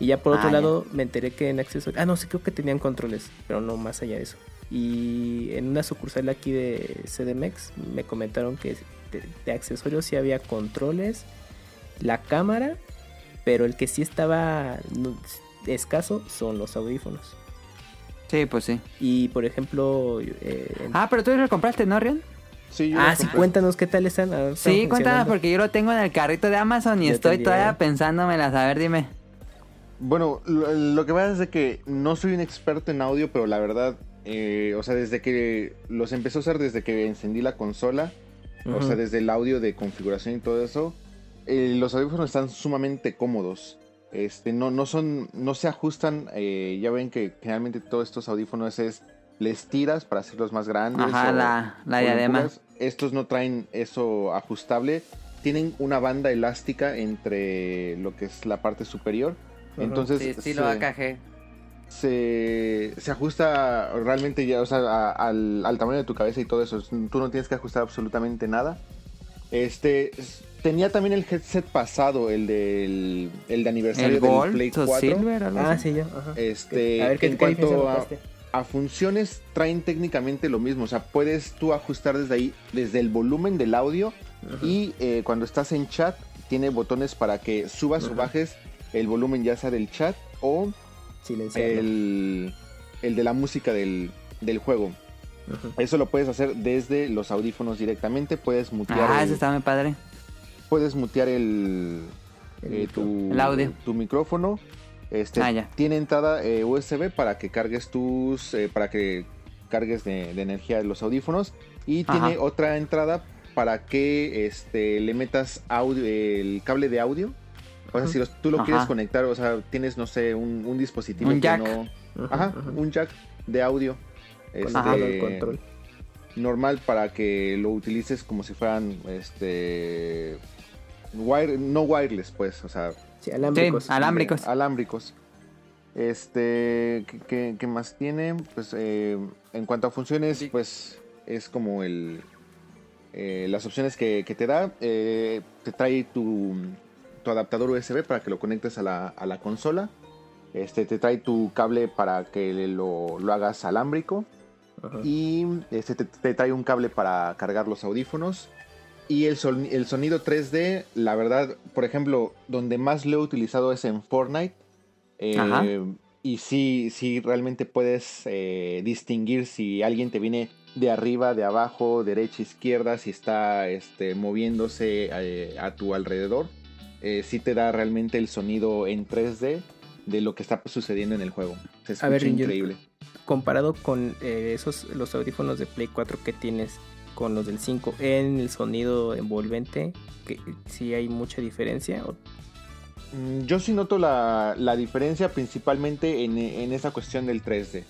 F: Y ya por
B: Ah,
F: otro
B: ya.
F: lado me enteré que en accesorios... Ah, no, sí creo que tenían controles, pero no más allá de eso. Y en una sucursal aquí de CDMX me comentaron que de, de accesorios sí había controles, la cámara, pero el que sí estaba no- escaso son los audífonos.
B: Sí, pues sí.
F: Y por ejemplo... eh, en-
B: Ah, pero tú lo compraste, ¿no, Rion?
D: Sí, yo
F: ah,
D: los
F: sí,
D: compré.
F: cuéntanos qué tal están. ah, están
B: Sí, cuéntanos
F: funcionando.
B: porque yo lo tengo en el carrito de Amazon y
F: Yo
B: estoy
F: también.
B: todavía pensándomelas. A ver, dime.
D: Bueno, lo, lo que pasa es de que no soy un experto en audio, pero la verdad, eh, o sea, desde que los empecé a usar, desde que encendí la consola, o
F: Ujú.
D: sea, desde el audio de configuración y todo eso, eh, los audífonos están sumamente cómodos. Este, no, no son, no se ajustan. eh, ya ven que generalmente todos estos audífonos es les tiras para hacerlos más grandes.
B: Ajá,
D: o-
B: la- la
D: o lo
B: diadema.
D: empujas. Estos no traen eso ajustable. Tienen una banda elástica entre lo que es la parte superior. Entonces,
C: Sí, estilo
D: se-
C: AKG.
D: se, se ajusta realmente ya, o sea, a- al, al tamaño de tu cabeza y todo eso. Tú no tienes que ajustar absolutamente nada. Este s- tenía también el headset pasado, el del el de aniversario
B: El
D: del
B: Gold
D: Play
B: o
D: 4.
B: Silver, algo
E: Ah,
B: así.
E: sí, ya. Ajá.
D: Este,
E: a ver, ¿qué,
D: en
E: qué diferencia
D: cuanto a-
E: notaste?
D: A funciones traen técnicamente lo mismo, o sea, puedes tú ajustar desde ahí, desde el volumen del audio y eh, cuando estás en chat tiene botones para que subas o
E: Ajá.
D: bajes el volumen ya sea del chat o
E: Silenciarlo.
D: el, el de la música del, del juego.
E: Ujú.
D: Eso lo puedes hacer desde los audífonos directamente. Puedes mutear,
B: Ah,
D: el,
B: eso está muy padre.
D: puedes mutear el, eh, tu,
B: El audio.
D: tu micrófono. Este,
B: Ah, ya.
D: Tiene entrada eh, USB para que cargues tus. eh, para que cargues de, de energía los audífonos. Y
B: Ajá.
D: tiene otra entrada para que este, le metas audio, el cable de audio. O sea, si los- tú lo
B: Ajá.
D: quieres conectar, o sea, tienes, no sé, un, un dispositivo
B: Un
D: que
B: jack.
D: no-
E: Ujú,
D: Ajá,
E: ujú.
D: un jack de audio.
E: Con
D: este,
E: todo el control.
D: Normal para que lo utilices como si fueran este wire, no wireless, pues, o sea,
E: Sí, alámbricos.
B: Sí, alámbricos.
D: alámbricos. Este, ¿qué, qué- qué más tiene? Pues eh, en cuanto a funciones,
C: Sí.
D: pues es como el eh, las opciones que, que te da. eh, te trae tu, tu adaptador USB para que lo conectes a la, a la consola. Este, te trae tu cable para que lo, lo hagas alámbrico.
E: Ajá.
D: Y este, te, te trae un cable para cargar los audífonos. Y el, son- el sonido 3D, la verdad, por ejemplo, donde más lo he utilizado es en Fortnite. Eh,
B: Ajá.
D: Y sí, sí, realmente puedes eh, distinguir si alguien te viene de arriba, de abajo, derecha, izquierda, si está este, moviéndose eh, a tu alrededor. Eh, sí te da realmente el sonido en 3D de lo que está sucediendo en el juego. Se escucha
F: A ver, Ginger.
D: increíble.
F: Comparado con eh, esos los audífonos de Play 4 que tienes con los del 5 en el sonido envolvente, que sí hay mucha diferencia. o-
D: Mm, Yo sí noto la, la diferencia principalmente en, en esa cuestión del 3D.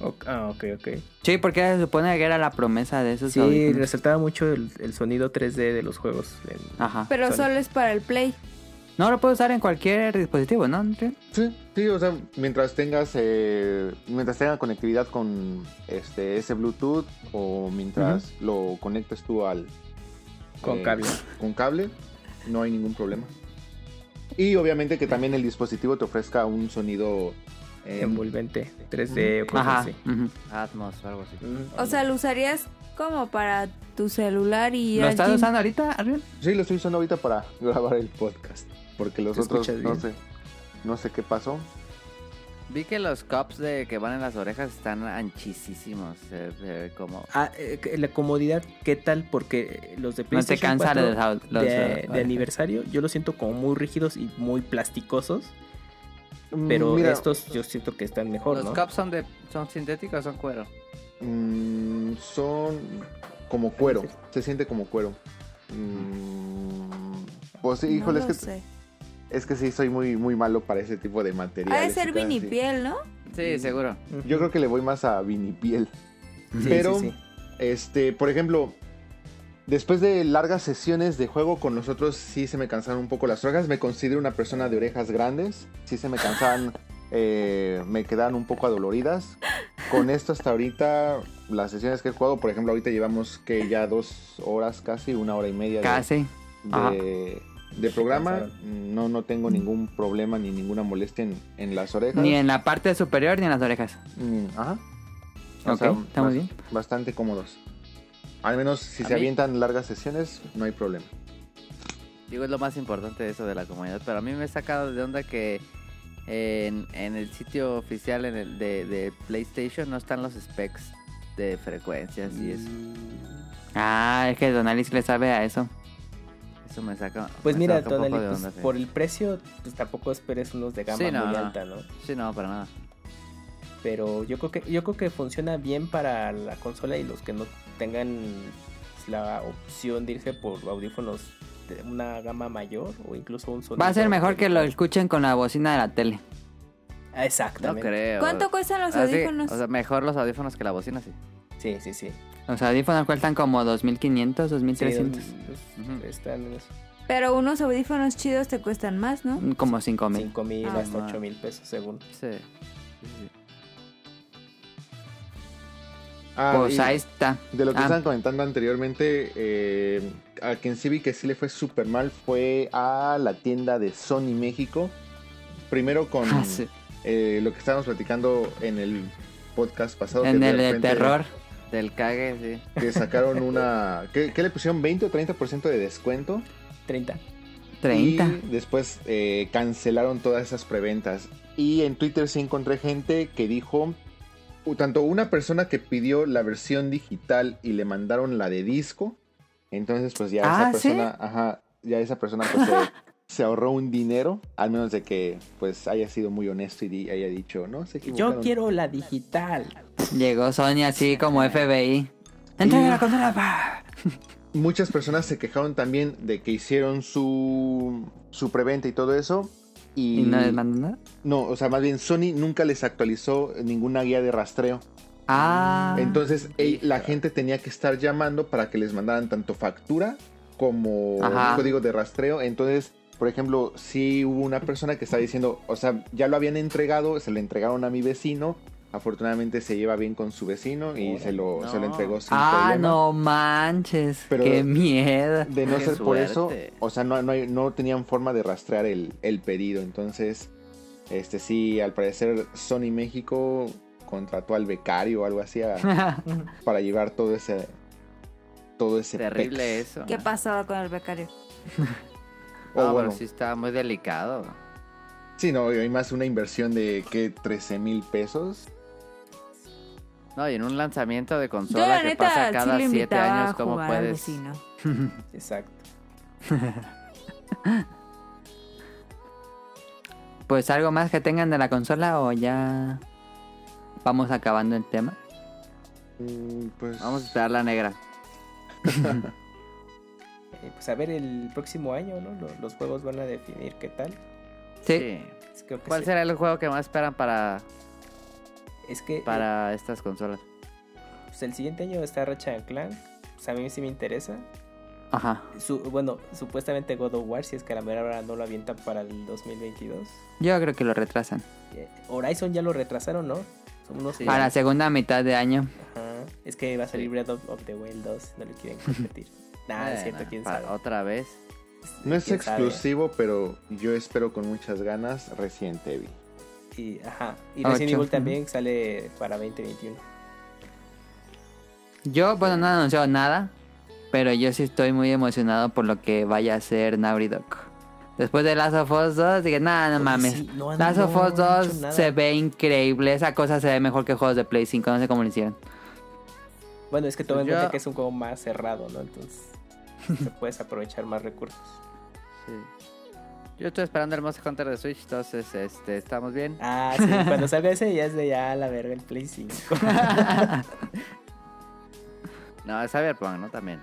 F: o- ah, ok, ok.
B: Sí, porque se supone que era la promesa de esos
F: Sí,
B: audífonos.
F: resaltaba mucho el, el sonido 3D de los juegos. en-
B: Ajá.
A: Pero
F: Sony.
A: solo es para el Play.
B: No lo puedo usar en cualquier dispositivo, ¿no?
D: Sí, sí, o sea, mientras tengas eh, mientras tenga conectividad con este ese Bluetooth o mientras lo conectes tú al eh,
F: Con cable.
D: con cable, no hay ningún problema. Y obviamente que también el dispositivo te ofrezca un sonido eh,
F: envolvente 3D o cosas
B: Ajá.
F: así.
B: ujú.
C: Atmos o algo así.
F: Mm.
A: O sea, lo usarías como para tu celular y ir
B: ¿Lo
A: al
B: estás
A: gym.
B: usando ahorita, Ariel?
D: Sí, lo estoy usando ahorita para grabar el podcast, porque los
F: ¿Te
D: otros
F: escuchas
D: no
F: bien?
D: sé no sé qué pasó.
C: Vi que los cups de que van en las orejas están anchísimos. eh, eh, como
F: Ah, eh, que- la comodidad, ¿qué tal? Porque los de
B: No te
F: PlayStation
B: cansa
F: 4
B: los, aud- los
F: de, de
B: audífonos.
F: aniversario, yo los siento como muy rígidos y muy plasticosos,
D: Mm,
F: pero
D: mira,
F: estos yo siento que están mejor,
C: ¿Los
F: ¿no?
C: cups son de son sintéticos o son cuero?
D: Mm, son como cuero. Se siente como cuero. Mm, pues sí,
A: No
D: híjole,
A: lo
D: es, que,
A: sé.
D: es que sí, soy muy, muy malo para ese tipo de
A: Ha de
D: materiales. y
A: ser
D: cosas así.
A: vinipiel, ¿no?
C: Sí, seguro.
F: Ujú.
D: Yo creo que le voy más a vinipiel.
F: Sí,
D: pero,
F: sí, sí.
D: este, por ejemplo, después de largas sesiones de juego con nosotros, sí se me cansaron un poco las orejas. Me considero una persona de orejas grandes. Sí se me cansaban, eh, me quedan un poco adoloridas. Con esto hasta ahorita, las sesiones que he jugado, por ejemplo, ahorita llevamos que ya dos horas casi, una hora y media de-
B: Casi. Ajá.
D: de, de programa. No, no tengo ningún problema ni ninguna molestia en, en las orejas.
B: Ni en la parte superior ni en las orejas.
D: Mm, Ajá.
B: Ok, está muy bien.
D: Bastante cómodos. Al menos si
C: A
D: se
C: mí-
D: avientan largas sesiones, no hay problema.
C: Digo, es lo más importante de eso de la comunidad. Pero a mí me he sacado de onda que eh, en, en el sitio oficial en el de, de PlayStation no están los specs de frecuencias y eso.
F: Mm.
B: Ah, es que Don Alice le sabe a eso.
C: Eso me saca.
F: Pues
C: me
F: mira,
C: saca un poco
F: Tonali,
C: de
F: pues,
C: onda, sí.
F: por el precio, pues tampoco esperes unos de gama
C: Sí, no,
F: muy
C: no.
F: alta, ¿no?
C: Sí, no, para nada.
F: Pero yo creo que yo creo que funciona bien para la consola y los que no tengan pues, la opción de irse por audífonos de una gama mayor o incluso un sonido.
B: Va a ser mejor que lo escuchen con la bocina de la tele.
C: No
F: Ah, Exactamente.
C: creo.
A: ¿Cuánto cuestan los
C: Ah, sí,
A: audífonos?
C: O sea, mejor los audífonos que la bocina, sí.
F: Sí, sí, sí.
B: Los audífonos cuestan como 2.500,
F: Sí,
B: 2.300.
F: los-
B: Ujú.
F: Están en los
A: Pero unos audífonos chidos te cuestan más, ¿no?
B: Como 5.000.
F: 5 mil
A: Ah.
F: hasta 8 mil pesos según.
C: Sí.
D: Ah,
B: Pues
D: y
B: ahí está.
D: De lo que
B: Ah.
D: estaban comentando anteriormente, eh, a quien sí vi que sí le fue súper mal fue a la tienda de Sony México. Primero con
B: Ah, sí.
D: eh, lo que estábamos platicando en el podcast pasado. que
B: En
D: de
B: el de
D: repente-
B: terror.
C: Del cague, sí.
D: que sacaron una. ¿qué, qué le pusieron? ¿20 o 30% de descuento?
F: 30.
B: 30.
D: Y después eh, cancelaron todas esas preventas. Y en Twitter sí encontré gente que dijo. u- Tanto una persona que pidió la versión digital y le mandaron la de disco. Entonces, pues ya
B: Ah,
D: esa
B: ¿sí?
D: persona. Ajá. Ya esa persona pues, se, se ahorró un dinero. Al menos de que pues haya sido muy honesto y di- haya dicho, no sé
F: Yo quiero la digital.
B: Llegó Sony así como FBI. Entra
D: Y-
B: la consola. pa.
D: muchas personas se quejaron también de que hicieron su, su preventa y todo eso. Y,
B: Y no les mandan nada.
D: No, o sea, más bien Sony nunca les actualizó ninguna guía de rastreo.
B: Ah.
D: Entonces eh, la gente tenía que estar llamando para que les mandaran tanto factura como
B: Ajá.
D: código de rastreo. Entonces, por ejemplo, si hubo una persona que estaba diciendo, o sea, ya lo habían entregado, se lo entregaron a mi vecino. Afortunadamente se lleva bien con su vecino y se lo, se lo
C: No.
D: entregó sin
B: Ah,
D: problema.
B: no manches.
D: Pero-
B: Qué miedo.
D: De no
C: Qué
D: ser por eso,
C: suerte.
D: o sea, no, no, hay- no tenían forma de rastrear el, el pedido. Entonces, este sí, al parecer Sony México contrató al becario o algo así a- para llevar todo ese todo ese
C: Terrible
D: pex.
C: eso.
A: ¿Qué pasaba con el becario?
D: O
F: Oh,
C: No,
D: bueno,
C: pero sí está muy delicado.
D: sí, no, y hay más una inversión de que 13 mil pesos.
C: No, y en un lanzamiento de
A: Yo
C: consola
A: la
C: que pasa
A: neta sí
C: cada
A: lo
C: siete
A: invitaba
C: años,
A: a
C: ¿cómo
A: jugar al
C: puedes?
A: vecino.
F: Exacto.
B: pues algo más que tengan de la consola o ya vamos acabando el tema.
D: Mm, Pues
C: Vamos a esperar la negra.
F: Eh, pues a ver el próximo año, ¿no? Lo- Los, juegos van a definir qué tal.
B: Sí.
C: Sí.
F: Es, creo que
C: ¿Cuál
F: sí.
C: será el juego que más esperan para,
F: Es que eh,
C: para estas consolas?
F: pues, el siguiente año está Ratchet and Clank. Pues a mí sí me interesa.
B: Ajá.
F: Su- bueno, supuestamente God of War, si es que a la mera hora no lo avientan para el 2022.
B: Yo creo que lo retrasan.
F: Eh, Horizon ya lo retrasaron, ¿no? Son unos-
C: Sí.
B: A la segunda mitad de año.
F: Ajá. Es que va a salir
C: Sí.
F: Breath of, of the Wild 2, no le quieren competir. Nada, es cierto,
C: Bueno,
F: quién
C: para-
F: sabe.
C: Otra vez.
D: no es
F: quién sabe.
D: exclusivo, pero yo espero con muchas ganas reciente Evil.
F: Y, ajá. y
B: Ocho,
F: Resident Evil
B: ujú.
F: también sale para 2021.
B: Yo, bueno, no han anunciado nada, pero yo sí estoy muy emocionado por lo que vaya a ser Naughty Dog. Después de Last of Us 2, dije, nada, no
F: Oye,
B: mames.
F: sí, no han-
B: Last of
F: no
B: Us
F: han hecho
B: 2
F: nada.
B: se ve increíble. Esa cosa se ve mejor que juegos de Play 5. No sé cómo lo hicieron.
F: Bueno, es que toma en
C: Yo-
F: cuenta que es un juego más cerrado, ¿no? Entonces, se puedes aprovechar más recursos.
C: Yo estoy esperando el Monster Hunter de Switch, entonces este, estamos bien.
F: Ah, sí, cuando salga ese ya es de ya la verga el Play 5.
C: No, es Cyberpunk, ¿no? También.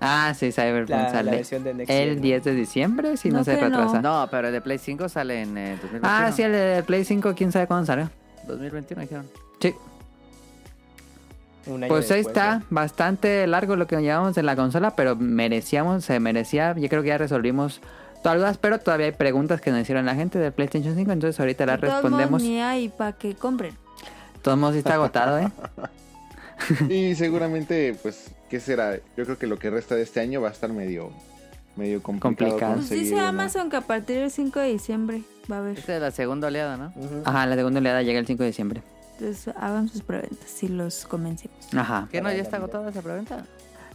B: Ah, sí, Cyberpunk
F: La, la
B: sale
F: versión de Next Gen,
B: el
F: ¿no?
B: 10 de diciembre, si no,
A: No
B: se
A: que no.
B: retrasa.
C: No, pero el de Play 5 sale en eh, 2021.
B: Ah, sí, el de Play 5, quién sabe cuándo salió.
C: 2021 dijeron.
B: Sí.
F: Un año
B: Pues ahí
F: después,
B: está,
F: ¿no?
B: bastante largo lo que llevamos en la consola, pero merecíamos, se merecía. Yo creo que ya resolvimos todas las dudas, pero todavía hay preguntas que nos hicieron la gente del PlayStation 5, entonces ahorita las
A: De todos
B: respondemos.
A: modos, Ni hay para que compren.
C: Ah,
B: Todo modos sí está agotado, ¿eh?
D: Y seguramente, pues, ¿qué será? Yo creo que lo que resta de este año va a estar medio, medio complicado.
B: Complicado.
A: Pues
D: conseguir
A: dice
D: una.
A: Amazon que a partir del 5 de diciembre va a haber.
C: Esta es la segunda oleada, ¿no?
F: Ujú.
B: Ajá, la segunda oleada llega el 5 de diciembre.
A: Entonces pues, hagan sus preventas si los convencemos.
B: Ajá.
C: ¿Qué no?
F: Para
C: ¿Ya
F: la
C: está
F: vida.
C: agotada esa preventa?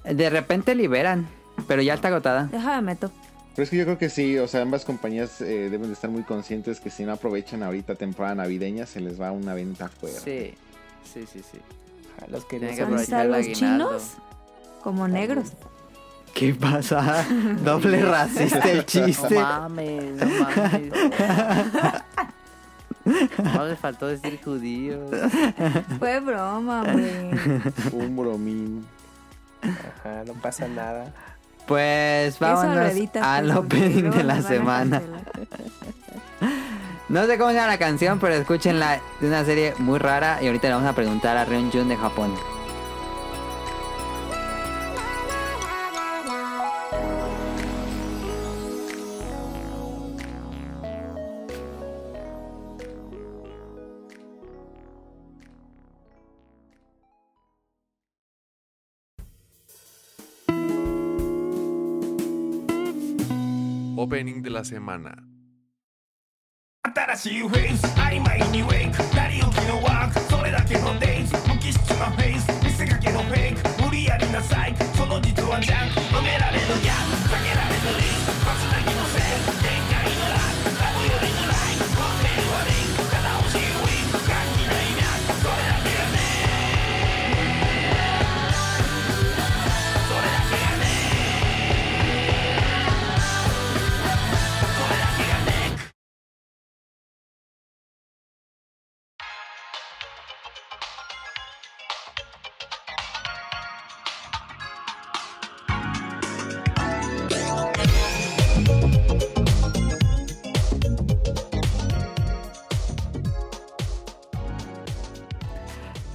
B: De repente liberan, pero ya está agotada.
A: Déjame meto.
D: Pero es que yo creo que sí, o sea, ambas compañías eh, deben de estar muy conscientes que si no aprovechan ahorita temporada navideña, se les va una venta fuera.
C: Sí. Pues, Sí, sí, sí.
F: Ajá, Los que
C: Tienen
F: no
C: que
F: saben-
A: ¿Dónde están
C: aprovechar el
A: los
C: aguinaldo.
A: chinos? Como negros.
B: ¿Qué pasa? Doble racista el
C: No
B: chiste.
C: mames, no mames. No le faltó decir judío.
A: Fue broma, güey.
D: Un bromín.
F: Ajá, no pasa nada.
B: Pues
A: Eso lo
B: vámonos
A: editas,
B: al
A: pues, porque
B: opening
A: luego
B: de la
A: nos van a
B: semana.
A: cancelar.
B: No sé cómo se llama la canción, pero escúchenla. Es una serie muy rara y ahorita le vamos a preguntar a Reon Jun de Japón.
G: Opening de la semana.
I: 新しいフェイス曖昧にウェイク成り行きのワークそれだけのデイズ無機質なフェイス見せかけのフェイク無理やりなサイクその実はジャンク埋められるギャン避けられるリスクつなぎのせい展開のランラブよりのライン運命はリンクただ欲しいウィンク関係ないなそれだけやねそれだけやねそれだけやね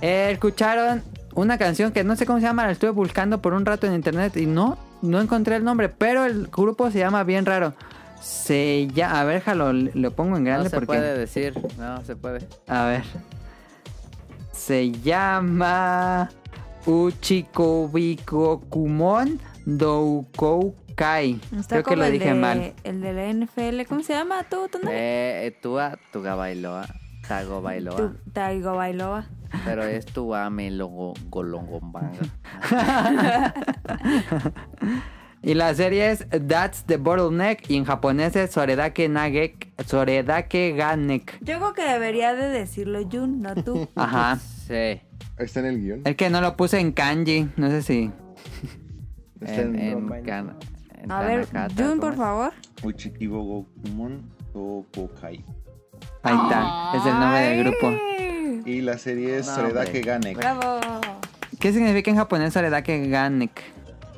B: Eh, escucharon una canción que no sé cómo se llama, la estuve buscando por un rato en internet y no, no encontré el nombre, pero el grupo se llama bien raro. Se ya, a ver, jalo, lo pongo en grande
C: No se
B: porque.
C: puede decir, no se puede.
B: A ver. Se llama Uchikobigokumon Doukoukai.
A: Está
B: Creo que
A: como
B: lo
A: el
B: dije
A: de-
B: mal.
A: El de la NFL, ¿cómo se llama tú? ¿Tú no?
C: Eh, eh, Tua, Tuga Bailoa, Tago Bailoa.
A: Tú, Taigo Bailoa.
C: Pero es Tua Melongo Golongombanga.
B: Y la serie es That's the Bottleneck y en japonés es Soredake Nagek, Soredake Ganek.
A: Yo creo que debería de decirlo Jun, no tú.
B: Ajá.
C: Sí.
D: Está en el guión.
B: Es que no lo puse en kanji, no sé si.
D: Está
C: En,
D: en,
C: en,
F: Román.
C: Kan- en
A: A ver,
C: Tanakata,
A: Jun,
C: ¿cómo
A: por
C: es?
A: favor.
D: Uchikibogokumon Topokai.
B: Ahí está, es el nombre del grupo.
A: Ay,
D: Y la serie es
C: No,
D: Soledad
C: hombre.
D: que gane.
A: Bravo.
B: ¿Qué significa en japonés Soredake Ganek?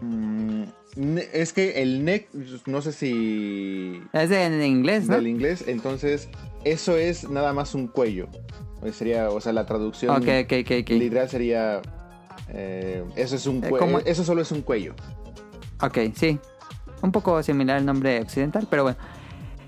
D: Mm, ne- es que el neck, pues, no sé si
B: Es en inglés, ¿no?
D: del inglés, entonces eso es nada más un cuello. O Sería, o sea, la traducción
B: Ok, ok, ok, ok.
D: literal sería eh, eso es un
B: Eh,
D: cuello.
B: ¿cómo?
D: Eso solo es un cuello.
B: Ok, sí. Un poco similar al nombre occidental, pero bueno.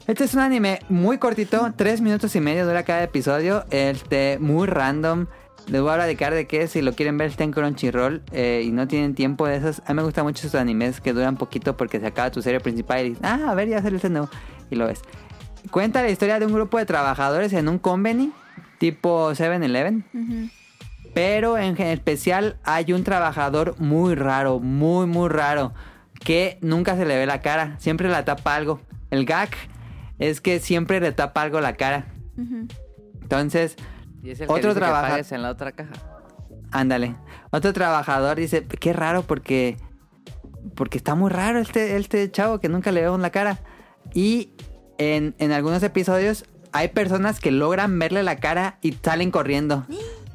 B: Este es un anime muy cortito, tres minutos y medio dura cada episodio. Este, muy random. Les voy a dedicar de que si lo quieren ver está en Crunchyroll eh, y no tienen tiempo de esos. A mí me gustan mucho esos animes que duran poquito porque se acaba tu serie principal y dices, ah, a ver, ya sale este nuevo. Y lo ves. Cuenta la historia de un grupo de trabajadores en un conveni tipo 7-Eleven. Pero en gen- especial hay un trabajador muy raro, muy, muy raro, que nunca se le ve la cara, siempre la tapa algo. El gag es que siempre le tapa algo la cara. Entonces,
C: Y es el
B: Otro
C: Otro que
B: trabaja-
C: trabajo. en la otra caja.
B: ándale. Otro trabajador dice, qué raro porque... Porque está muy raro este, este chavo que nunca le veo en la cara. Y en, en algunos episodios hay personas que logran verle la cara y salen corriendo.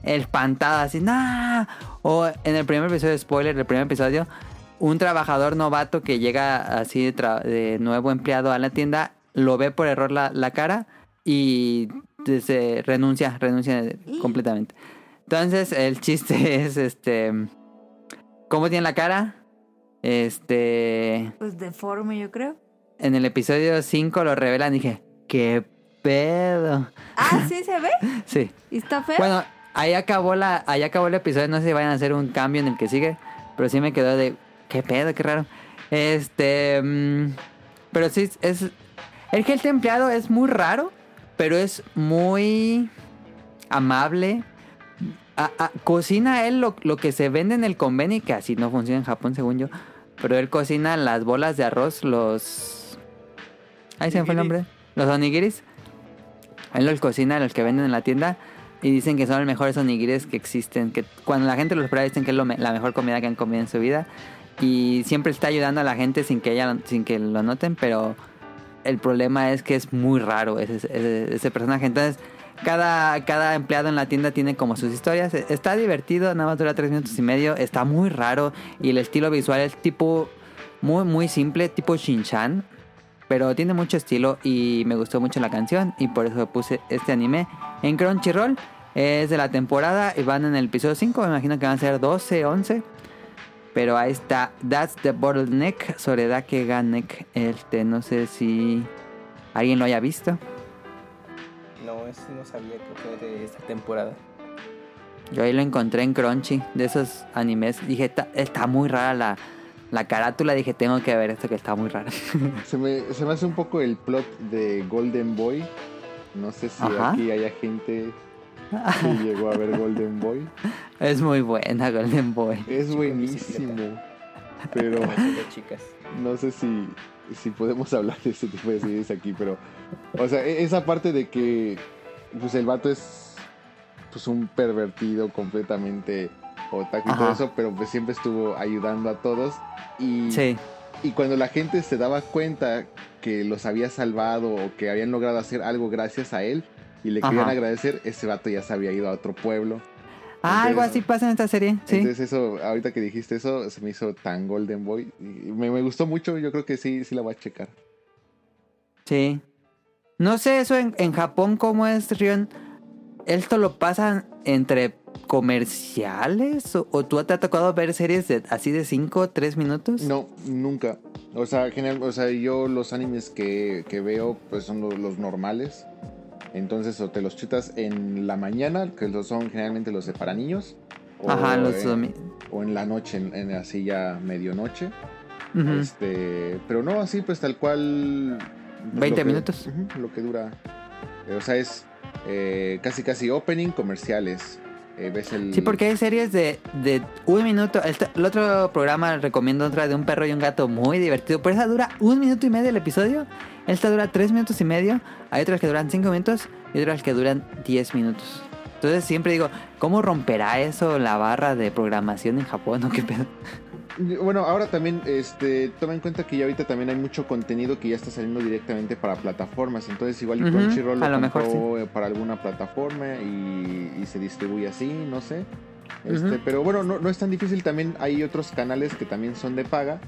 B: Espantadas, así, ¡no! O en el primer episodio, spoiler, el primer episodio, un trabajador novato que llega así de, tra- de nuevo empleado a la tienda, lo ve por error la, la cara y se renuncia, renuncia completamente. Entonces, el chiste es, este, ¿cómo tiene la cara? Este...
A: Pues deforme, yo creo.
B: En el episodio 5 lo revelan y dije, ¿qué pedo?
A: Ah, sí se ve.
B: Sí.
A: ¿Y está feo?
B: Bueno, ahí acabó, la, ahí acabó el episodio. No sé si vayan a hacer un cambio en el que sigue. Pero sí me quedó de, ¿qué pedo? Qué raro. Este. mm, pero sí, es. El que el empleado es muy raro, pero es muy amable. A- a- cocina él lo, lo que se vende en el convenio, que así no funciona en Japón, según yo. Pero él cocina las bolas de arroz, los. Ahí se me fue el nombre. Los onigiris. Él los cocina, los que venden en la tienda. Y dicen que son los mejores onigiris que existen. Que cuando la gente los prueba dicen que es lo me- la mejor comida que han comido en su vida. Y siempre está ayudando a la gente sin que ella lo- sin que lo noten. Pero el problema es que es muy raro ese, ese- ese personaje. Entonces, cada, cada empleado en la tienda tiene como sus historias. Está divertido, nada más dura tres minutos y medio. Está muy raro. Y el estilo visual es tipo muy, muy simple, tipo Shinchan. pero tiene mucho estilo y me gustó mucho la canción y por eso puse este anime en Crunchyroll. Es de la temporada y van en el episodio 5, me imagino que van a ser 12, 11. Pero ahí está That's the Bottleneck, Soledad que Ganek. Este, no sé si alguien lo haya visto.
F: No, eso no sabía que fue de esta temporada.
B: Yo ahí lo encontré en Crunchy, de esos animes. Dije, está, está muy rara la, la carátula. Dije, tengo que ver esto que está muy rara.
D: Se me, se me hace un poco el plot de Golden Boy. No sé si
B: Ajá.
D: aquí haya gente que llegó a ver Golden Boy.
B: es muy buena Golden Boy.
D: Es buenísimo. Pero
F: De chicas.
D: no sé si, si podemos hablar de este tipo de series aquí, pero. O sea, e- esa parte de que pues el vato es pues un pervertido completamente otaku y todo
B: Ajá.
D: eso, pero pues siempre estuvo ayudando a todos. Y
B: Sí,
D: y cuando la gente se daba cuenta que los había salvado o que habían logrado hacer algo gracias a él y le
B: Ajá.
D: querían agradecer, ese vato ya se había ido a otro pueblo.
B: Ah, algo
D: Entonces-
B: así pasa en esta serie. Sí.
D: Entonces eso, ahorita que dijiste eso, se me hizo tan Golden Boy. Y me, me gustó mucho, yo creo que sí, sí la voy a checar.
B: Sí. No sé eso en, en Japón cómo es, Rion. ¿Esto lo pasan entre comerciales? ¿O, o tú te ha tocado ver series de- así de 5 o 3 minutos?
D: No, nunca. O sea, general, o sea, yo los animes que, que veo pues son lo- los, normales. Entonces o te los chutas en la mañana, que los son generalmente los de para niños. o
B: Ajá, los
D: en-
B: domi-
D: o en la noche, en, en así ya medianoche.
B: Ujú.
D: Este, pero no así, pues tal cual. pues,
B: 20
D: lo que-
B: minutos.
D: Ujú, lo que dura. Eh, O sea, es eh, casi casi opening comerciales. Eh, ves el.
B: Sí, porque hay series de, de un minuto. El, el otro programa recomiendo otra de un perro y un gato muy divertido. Pero esa dura un minuto y medio el episodio. Esta dura tres minutos y medio. Hay otras que duran cinco minutos y otras que duran diez minutos. Entonces siempre digo, ¿cómo romperá eso la barra de programación en Japón o qué pedo?
D: Bueno, ahora también, este, toma en cuenta que ya ahorita también hay mucho contenido que ya está saliendo directamente para plataformas. Entonces, igual y
B: Ujú,
D: Crunchyroll lo,
B: a lo mejor,
D: compró, eh, para alguna plataforma y, y se distribuye así, no sé. Este,
B: Ujú.
D: pero bueno, no, no es tan difícil. También hay otros canales que también son de paga.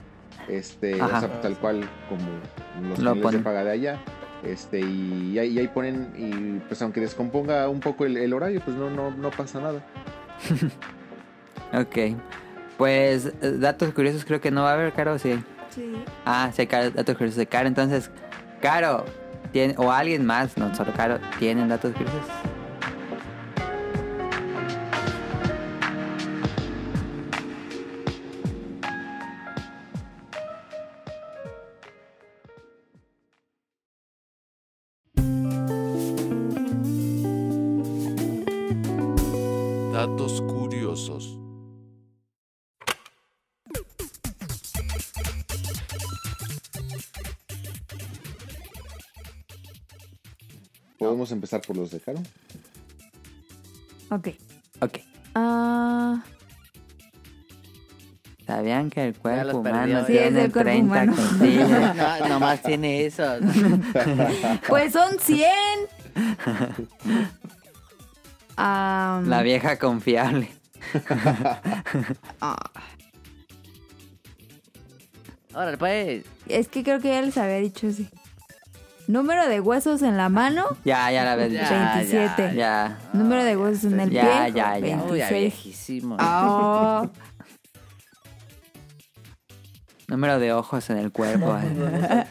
D: Este, o
B: Ajá.
D: sea, tal cual como los
B: Lo
D: canales de
B: ponen.
D: paga de allá. Este, y, ahí, y ahí ponen, y pues aunque descomponga un poco el, el horario, pues no, no, no pasa nada.
B: Ok. Pues eh, datos curiosos creo que no va a haber, Caro, sí.
A: Sí.
B: Ah, sí, Caro, datos curiosos de Caro. Entonces, Caro, tiene- o alguien más, no solo Caro, tienen datos curiosos.
G: Datos curiosos.
D: Podemos empezar por los de Caro.
A: Ok.
B: Ok.
A: Ah,
B: ¿Sabían que el
C: Ya los
B: cuerpo
C: perdió,
B: humano
C: ya.
A: Sí, es
B: tiene
A: el cuerpo
B: 30
A: humano.
B: costillas?
C: No, nomás tiene eso.
A: pues son 100. Ah,
B: La vieja confiable.
A: ah,
C: Ahora, pues.
A: es que creo que ya les había dicho así. Número de huesos en la mano,
B: Ya, ya la habías
C: Ya,
B: dicho.
A: 27.
B: Ya.
A: Número de huesos en el
B: Ya,
A: pie,
B: ya, ya.
C: Uy, ya
A: 26.
C: viejísimo.
A: Ah,
B: Número de ojos en el cuerpo. eh.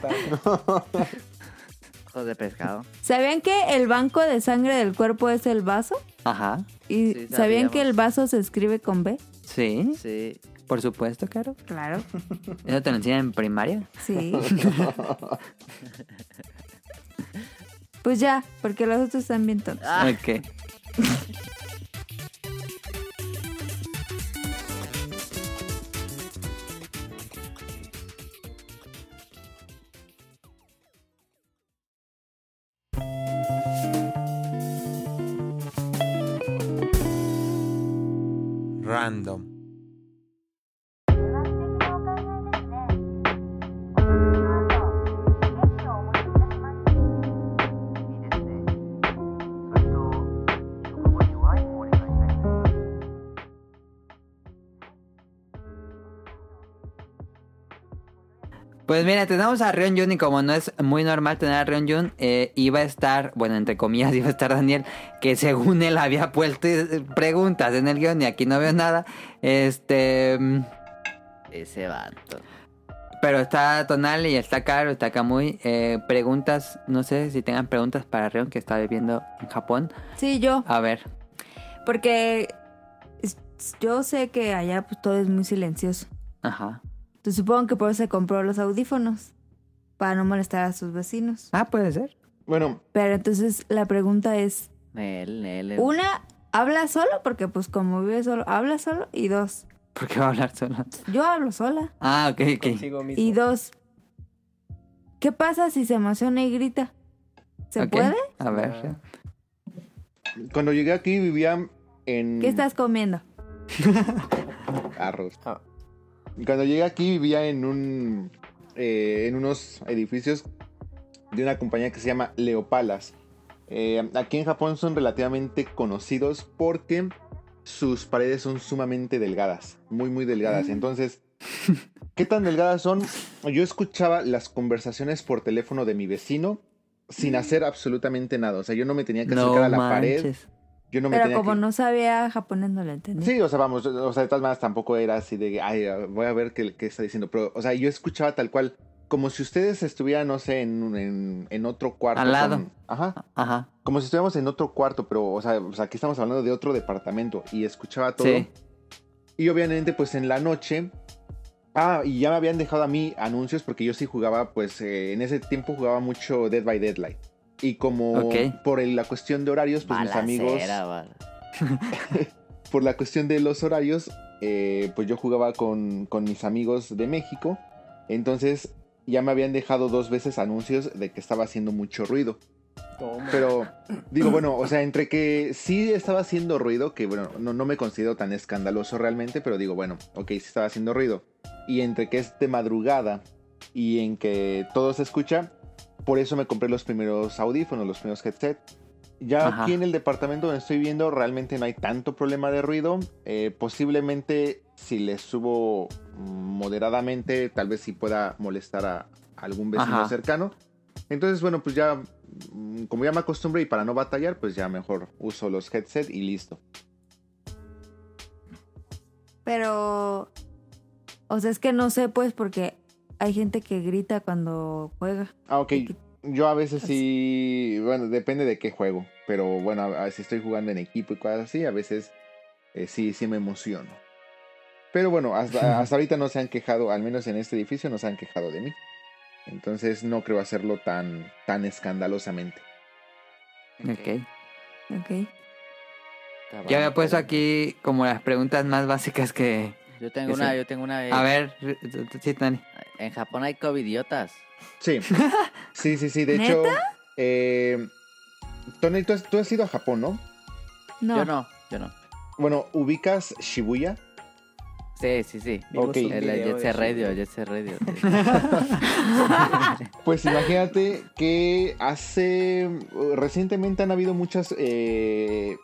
C: Ojos de pescado.
A: ¿Sabían que el banco de sangre del cuerpo es el vaso?
B: Ajá.
A: ¿Y
C: Sí,
A: sabían que
C: sabíamos.
A: el vaso se escribe con B?
B: Sí,
C: Sí.
B: por supuesto, Caro.
A: Claro.
B: ¿Eso te lo enseñan en primaria?
A: Sí. pues ya, porque los otros están bien tontos.
C: Ah.
B: Ok.
G: Random.
B: Pues mira, tenemos a Rion Jun y como no es muy normal tener a Rion Jun, eh, iba a estar, bueno, entre comillas, iba a estar Daniel, que según él había puesto eh, preguntas en el guión y aquí no veo nada. Este. mm,
C: Ese vato.
B: Pero está Tonal y está Caro, está Kamui. Eh, preguntas, no sé si tengan preguntas para Rion que está viviendo en Japón.
A: Sí, yo.
B: A ver.
A: Porque es- yo sé que allá pues, todo es muy silencioso.
B: Ajá.
A: Entonces supongo que por eso se compró los audífonos. Para no molestar a sus vecinos.
B: Ah, puede ser.
D: Bueno,
A: Pero entonces la pregunta es:
C: Nel, Nel. el-
A: una, ¿habla solo? Porque pues como vive solo, habla solo. Y dos,
B: ¿Por qué va a hablar sola?
A: yo hablo sola.
B: Ah, ok, ok.
E: Consigo mismo.
A: Y dos, ¿qué pasa si se emociona y grita? ¿Se
B: Ok.
A: puede?
B: A
D: Ah,
B: ver.
D: cuando llegué aquí vivía en
A: ¿Qué estás comiendo?
D: arroz.
E: Ah.
D: Cuando llegué aquí vivía en un eh, en unos edificios de una compañía que se llama Leopalas. Eh, aquí en Japón son relativamente conocidos porque sus paredes son sumamente delgadas, muy muy
A: Mm.
D: delgadas. Entonces, ¿qué tan delgadas son? Yo escuchaba las conversaciones por teléfono de mi vecino
A: Mm.
D: sin hacer absolutamente nada. O sea, yo no me tenía que acercar
B: No
D: a la pared.
B: manches.
D: Yo no me
A: Pero
D: tenía
A: como
D: que...
A: no sabía japonés, no lo entendí.
D: Sí, o sea, vamos, o sea, de todas maneras tampoco era así de, ay, voy a ver qué, qué está diciendo, pero, o sea, yo escuchaba tal cual, como si ustedes estuvieran, no sé, en, un- en, en otro cuarto.
B: Al lado. Ah.
D: con- ajá,
B: Ajá.
D: como si estuviéramos en otro cuarto, pero, o sea, pues aquí estamos hablando de otro departamento y escuchaba todo.
B: Sí.
D: Y obviamente, pues en la noche. Ah, y ya me habían dejado a mí anuncios porque yo sí jugaba, pues eh, en ese tiempo jugaba mucho Dead by Deadlight. Y como
B: Ok.
D: por el- la cuestión de horarios, pues mis amigos
C: Balacera, bala-
D: por la cuestión de los horarios, eh, pues yo jugaba con, con mis amigos de México. Entonces ya me habían dejado dos veces anuncios de que estaba haciendo mucho ruido.
E: Toma.
D: Pero digo, bueno, o sea, entre que sí estaba haciendo ruido, que bueno, no, no me considero tan escandaloso realmente, pero digo, bueno, ok, sí estaba haciendo ruido. Y entre que es de madrugada y en que todo se escucha, por eso me compré los primeros audífonos, los primeros headset. Ya
B: Ajá.
D: aquí en el departamento donde estoy viviendo realmente no hay tanto problema de ruido. Eh, posiblemente si le subo moderadamente, tal vez sí pueda molestar a algún vecino
B: Ajá.
D: cercano. Entonces, bueno, pues ya, mm, como ya me acostumbré y para no batallar, pues ya mejor uso los headset y listo.
A: Pero, o sea, es que no sé, pues, porque hay gente que grita cuando juega.
D: Ah, ok. Yo a veces sí, bueno, depende de qué juego, pero bueno, a- a- si estoy jugando en equipo y cosas así, a veces eh, sí, sí me emociono. Pero bueno, hasta, hasta ahorita no se han quejado, al menos en este edificio no se han quejado de mí. Entonces no creo hacerlo tan, tan escandalosamente.
B: Ok.
A: Ok.
C: Estaba
B: Ya había puesto
C: esperando.
B: aquí como las preguntas más básicas que...
C: Yo tengo
B: Ese-
C: una, yo tengo una.
B: A
C: eh,
B: ver, sí, Tani.
C: En Japón hay covidiotas.
D: Sí, sí, sí, sí. De hecho, eh, Tony, tú has- tú has ido a Japón, ¿no?
A: No.
C: Yo no, yo no.
D: Bueno, ubicas Shibuya.
C: Sí, sí, sí.
E: Vimos
D: ok.
E: un
C: El
E: video
C: Jet
E: de
C: Set
E: su-
C: Radio, Jet Set Radio.
D: Pues imagínate que hace. Recientemente han habido muchas. eh,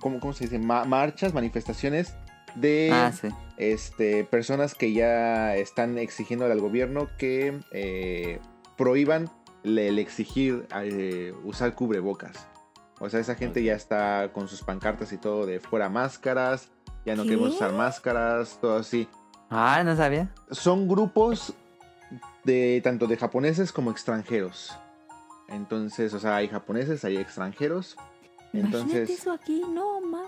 D: ¿cómo, cómo se dice? Ma- marchas, manifestaciones de
B: Ah, sí.
D: este, personas que ya están exigiendo al gobierno que eh, prohíban le- el exigir eh, usar cubrebocas. O sea, esa gente ya está con sus pancartas y todo de fuera máscaras, ya no
A: ¿Qué?
D: queremos usar máscaras, todo así
B: Ah, no sabía.
D: son grupos de tanto de japoneses como extranjeros. Entonces, o sea, hay japoneses, hay extranjeros.
A: Imagínate
D: Entonces,
A: eso aquí, no, ma.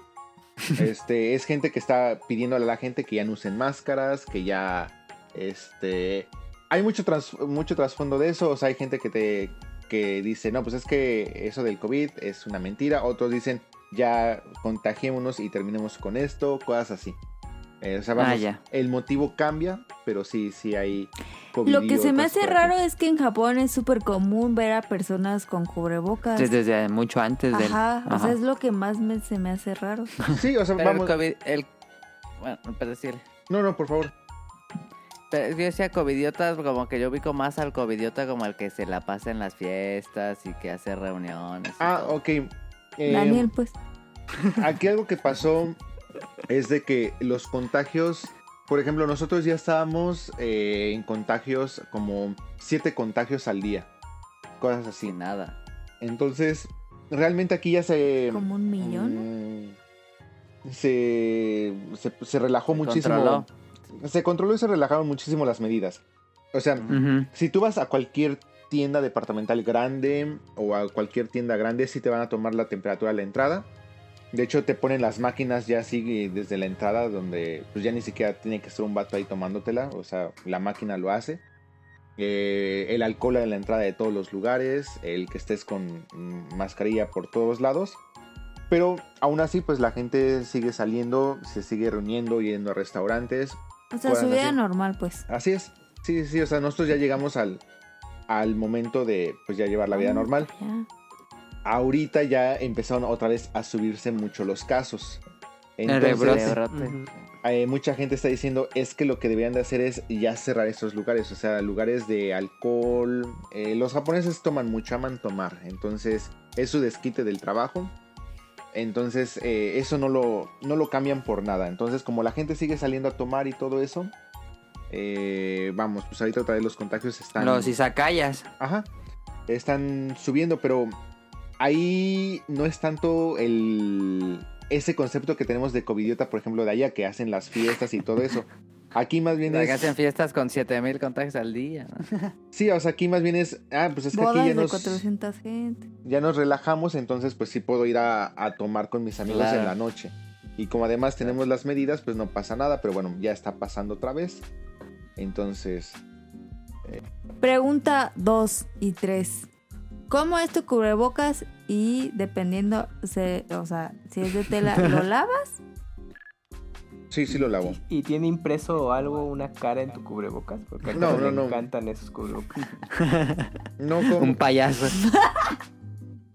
D: este es gente que está pidiendo a la gente que ya no usen máscaras, que ya este hay mucho tras- mucho trasfondo de eso, o sea, hay gente que te que dice, "No, pues es que eso del COVID es una mentira." Otros dicen, "Ya contagiémonos y terminemos con esto", cosas así. Eh, o sea, vamos,
B: Ah, ya.
D: el motivo cambia, pero sí, sí hay COVID.
A: Lo que se me hace raro es que en Japón es súper común ver a personas con cubrebocas.
B: Desde, desde mucho antes del...
A: Ah, Ajá, o sea,
B: Ajá.
A: es lo que más me, se me hace raro.
D: Sí, o sea,
C: Pero el
D: vamos.
C: COVID, el... Bueno, para decirle.
D: No, no, por favor.
C: Pero es que yo decía covidiotas, como que yo ubico más al covidiota como al que se la pasa en las fiestas y que hace reuniones. y
D: Ah,
C: todo.
D: ok. Eh,
A: Daniel, pues.
D: Aquí algo que pasó es de que los contagios Por ejemplo, nosotros ya estábamos eh, en contagios como siete contagios al día. Cosas así.
C: Sin nada.
D: Entonces, realmente aquí ya se...
A: Como un millón.
D: mm, se, se, se relajó
C: Se
D: muchísimo.
C: controló.
D: Se controló y se relajaron muchísimo las medidas. O sea,
B: Ujú.
D: si tú vas a cualquier tienda departamental grande o a cualquier tienda grande, sí te van a tomar la temperatura a la entrada. De hecho, te ponen las máquinas ya así eh, desde la entrada, donde pues ya ni siquiera tiene que estar un vato ahí tomándotela. O sea, la máquina lo hace. Eh, el alcohol en la entrada de todos los lugares, el que estés con mm, mascarilla por todos lados. Pero aún así, pues la gente sigue saliendo, se sigue reuniendo, yendo a restaurantes.
A: O sea,
D: Bueno,
A: su vida
D: sí.
A: normal, pues.
D: Así es. Sí, sí, sí, o sea, nosotros ya llegamos al, al momento de pues ya llevar la vida normal.
A: Mm, Ya.
D: Ahorita ya empezaron otra vez a subirse mucho los casos.
B: rebrote.
D: Entonces,
C: Cerebrote.
E: Ujú.
D: eh, mucha gente está diciendo es que lo que deberían de hacer es ya cerrar esos lugares, o sea, lugares de alcohol. Eh, los japoneses toman mucho, aman tomar, entonces es su desquite del trabajo. Entonces eh, eso no lo, no lo cambian por nada. Entonces como la gente sigue saliendo a tomar y todo eso, eh, vamos, pues ahorita otra vez los contagios están...
B: Los izakayas.
D: Ajá. Están subiendo, pero ahí no es tanto el ese concepto que tenemos de covidiota, por ejemplo, de allá que hacen las fiestas y todo eso. Aquí más bien
C: Que hacen
D: es
C: fiestas con 7000 contagios al día. ¿no?
D: Sí, o sea, aquí más bien es ah, pues es que aquí
A: Bodas de
D: ya nos
A: 400 gente.
D: ya nos relajamos, entonces pues sí puedo ir a, a tomar con mis amigos
C: Claro.
D: en la noche. Y como además tenemos las medidas, pues no pasa nada, pero bueno, ya está pasando otra vez. Entonces,
A: Pregunta 2 y 3. ¿Cómo es tu cubrebocas? Y dependiendo, se, o sea, si es de tela, ¿lo lavas?
D: sí, sí lo lavo.
F: ¿Y tiene impreso algo, una cara en tu cubrebocas? Porque a
D: No,
F: todos
D: no,
F: le
D: no.
F: encantan esos cubrebocas.
D: No
B: Un
D: con,
B: payaso.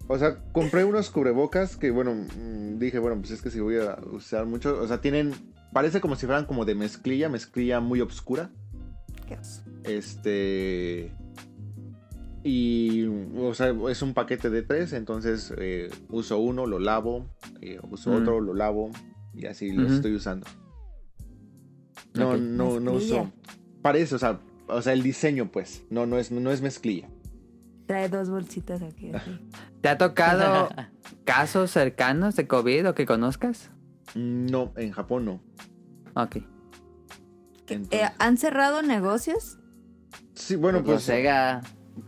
D: O sea, compré unos cubrebocas que, bueno, mm, dije, bueno, pues es que si voy a usar mucho, o sea, tienen, parece como si fueran como de mezclilla, mezclilla muy oscura. Este... Y, o sea, es un paquete de tres, entonces eh, uso uno, lo lavo, eh, uso
B: Mm.
D: otro, lo lavo, y así los
B: Ujú.
D: estoy usando. No,
B: Ok.
D: no, no
A: Mezclilla.
D: uso. Parece, o sea, o sea, el diseño, pues, no, no es, no es mezclilla.
A: Trae dos bolsitas aquí. aquí.
B: ¿Te ha tocado casos cercanos de COVID o que conozcas?
D: No, en Japón no.
B: Ok.
A: Eh,
D: Entonces-
A: ¿Han cerrado negocios?
D: sí, bueno,
C: Pues
D: pues...
C: Sega.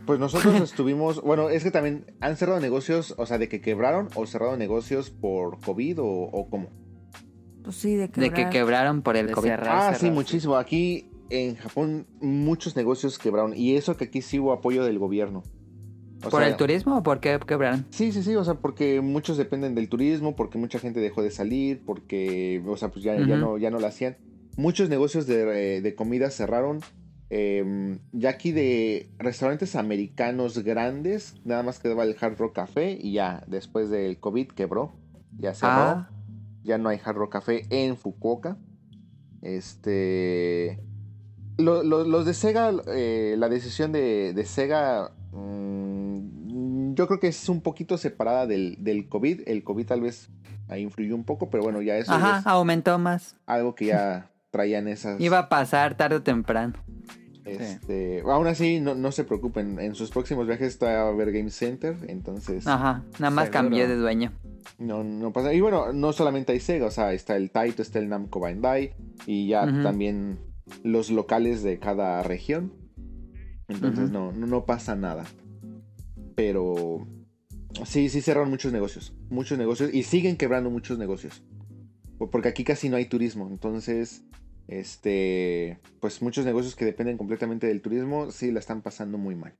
D: Pues nosotros estuvimos, bueno, es que también han cerrado negocios, o sea, de que quebraron o cerrado negocios por COVID o, o cómo.
A: Pues sí, de
B: De
A: quebrar.
B: que quebraron por el
C: De
B: COVID.
C: cerrar.
D: Ah, sí,
C: cerrado.
D: muchísimo. Aquí en Japón muchos negocios quebraron y eso que aquí sí hubo apoyo del gobierno. O
B: ¿Por
D: sea,
B: el turismo o por qué quebraron?
D: Sí, sí, sí, o sea, porque muchos dependen del turismo, porque mucha gente dejó de salir, porque, o sea, pues ya, ya,
B: Ujú.
D: no, ya no la hacían. Muchos negocios de, eh, de comida cerraron. eh, ya aquí de restaurantes americanos grandes, nada más quedaba el Hard Rock Café y ya después del COVID quebró. Ya cerró.
B: Ah.
D: Ya no hay Hard Rock Café en Fukuoka. Este. lo- lo- los de Sega, eh, la decisión de, de Sega, mm, yo creo que es un poquito separada del, del COVID. El COVID tal vez ahí influyó un poco, pero bueno, ya eso
B: Ajá,
D: es
B: aumentó más.
D: algo que ya traían esas.
B: Iba a pasar tarde o temprano.
D: este, Aún así, no, no se preocupen. En sus próximos viajes está a haber Game Center, entonces
B: Ajá, nada más
D: Seguro.
B: cambió de dueño.
D: no, no pasa. Y bueno, no solamente hay Sega, o sea, está el Taito, está el Namco Bandai y ya
B: Ujú.
D: también los locales de cada región. Entonces
B: Ujú.
D: no, no, no pasa nada. Pero sí, sí cerraron muchos negocios. Muchos negocios. Y siguen quebrando muchos negocios. Por- Porque aquí casi no hay turismo. Entonces, este. Pues muchos negocios que dependen completamente del turismo sí la están pasando muy mal.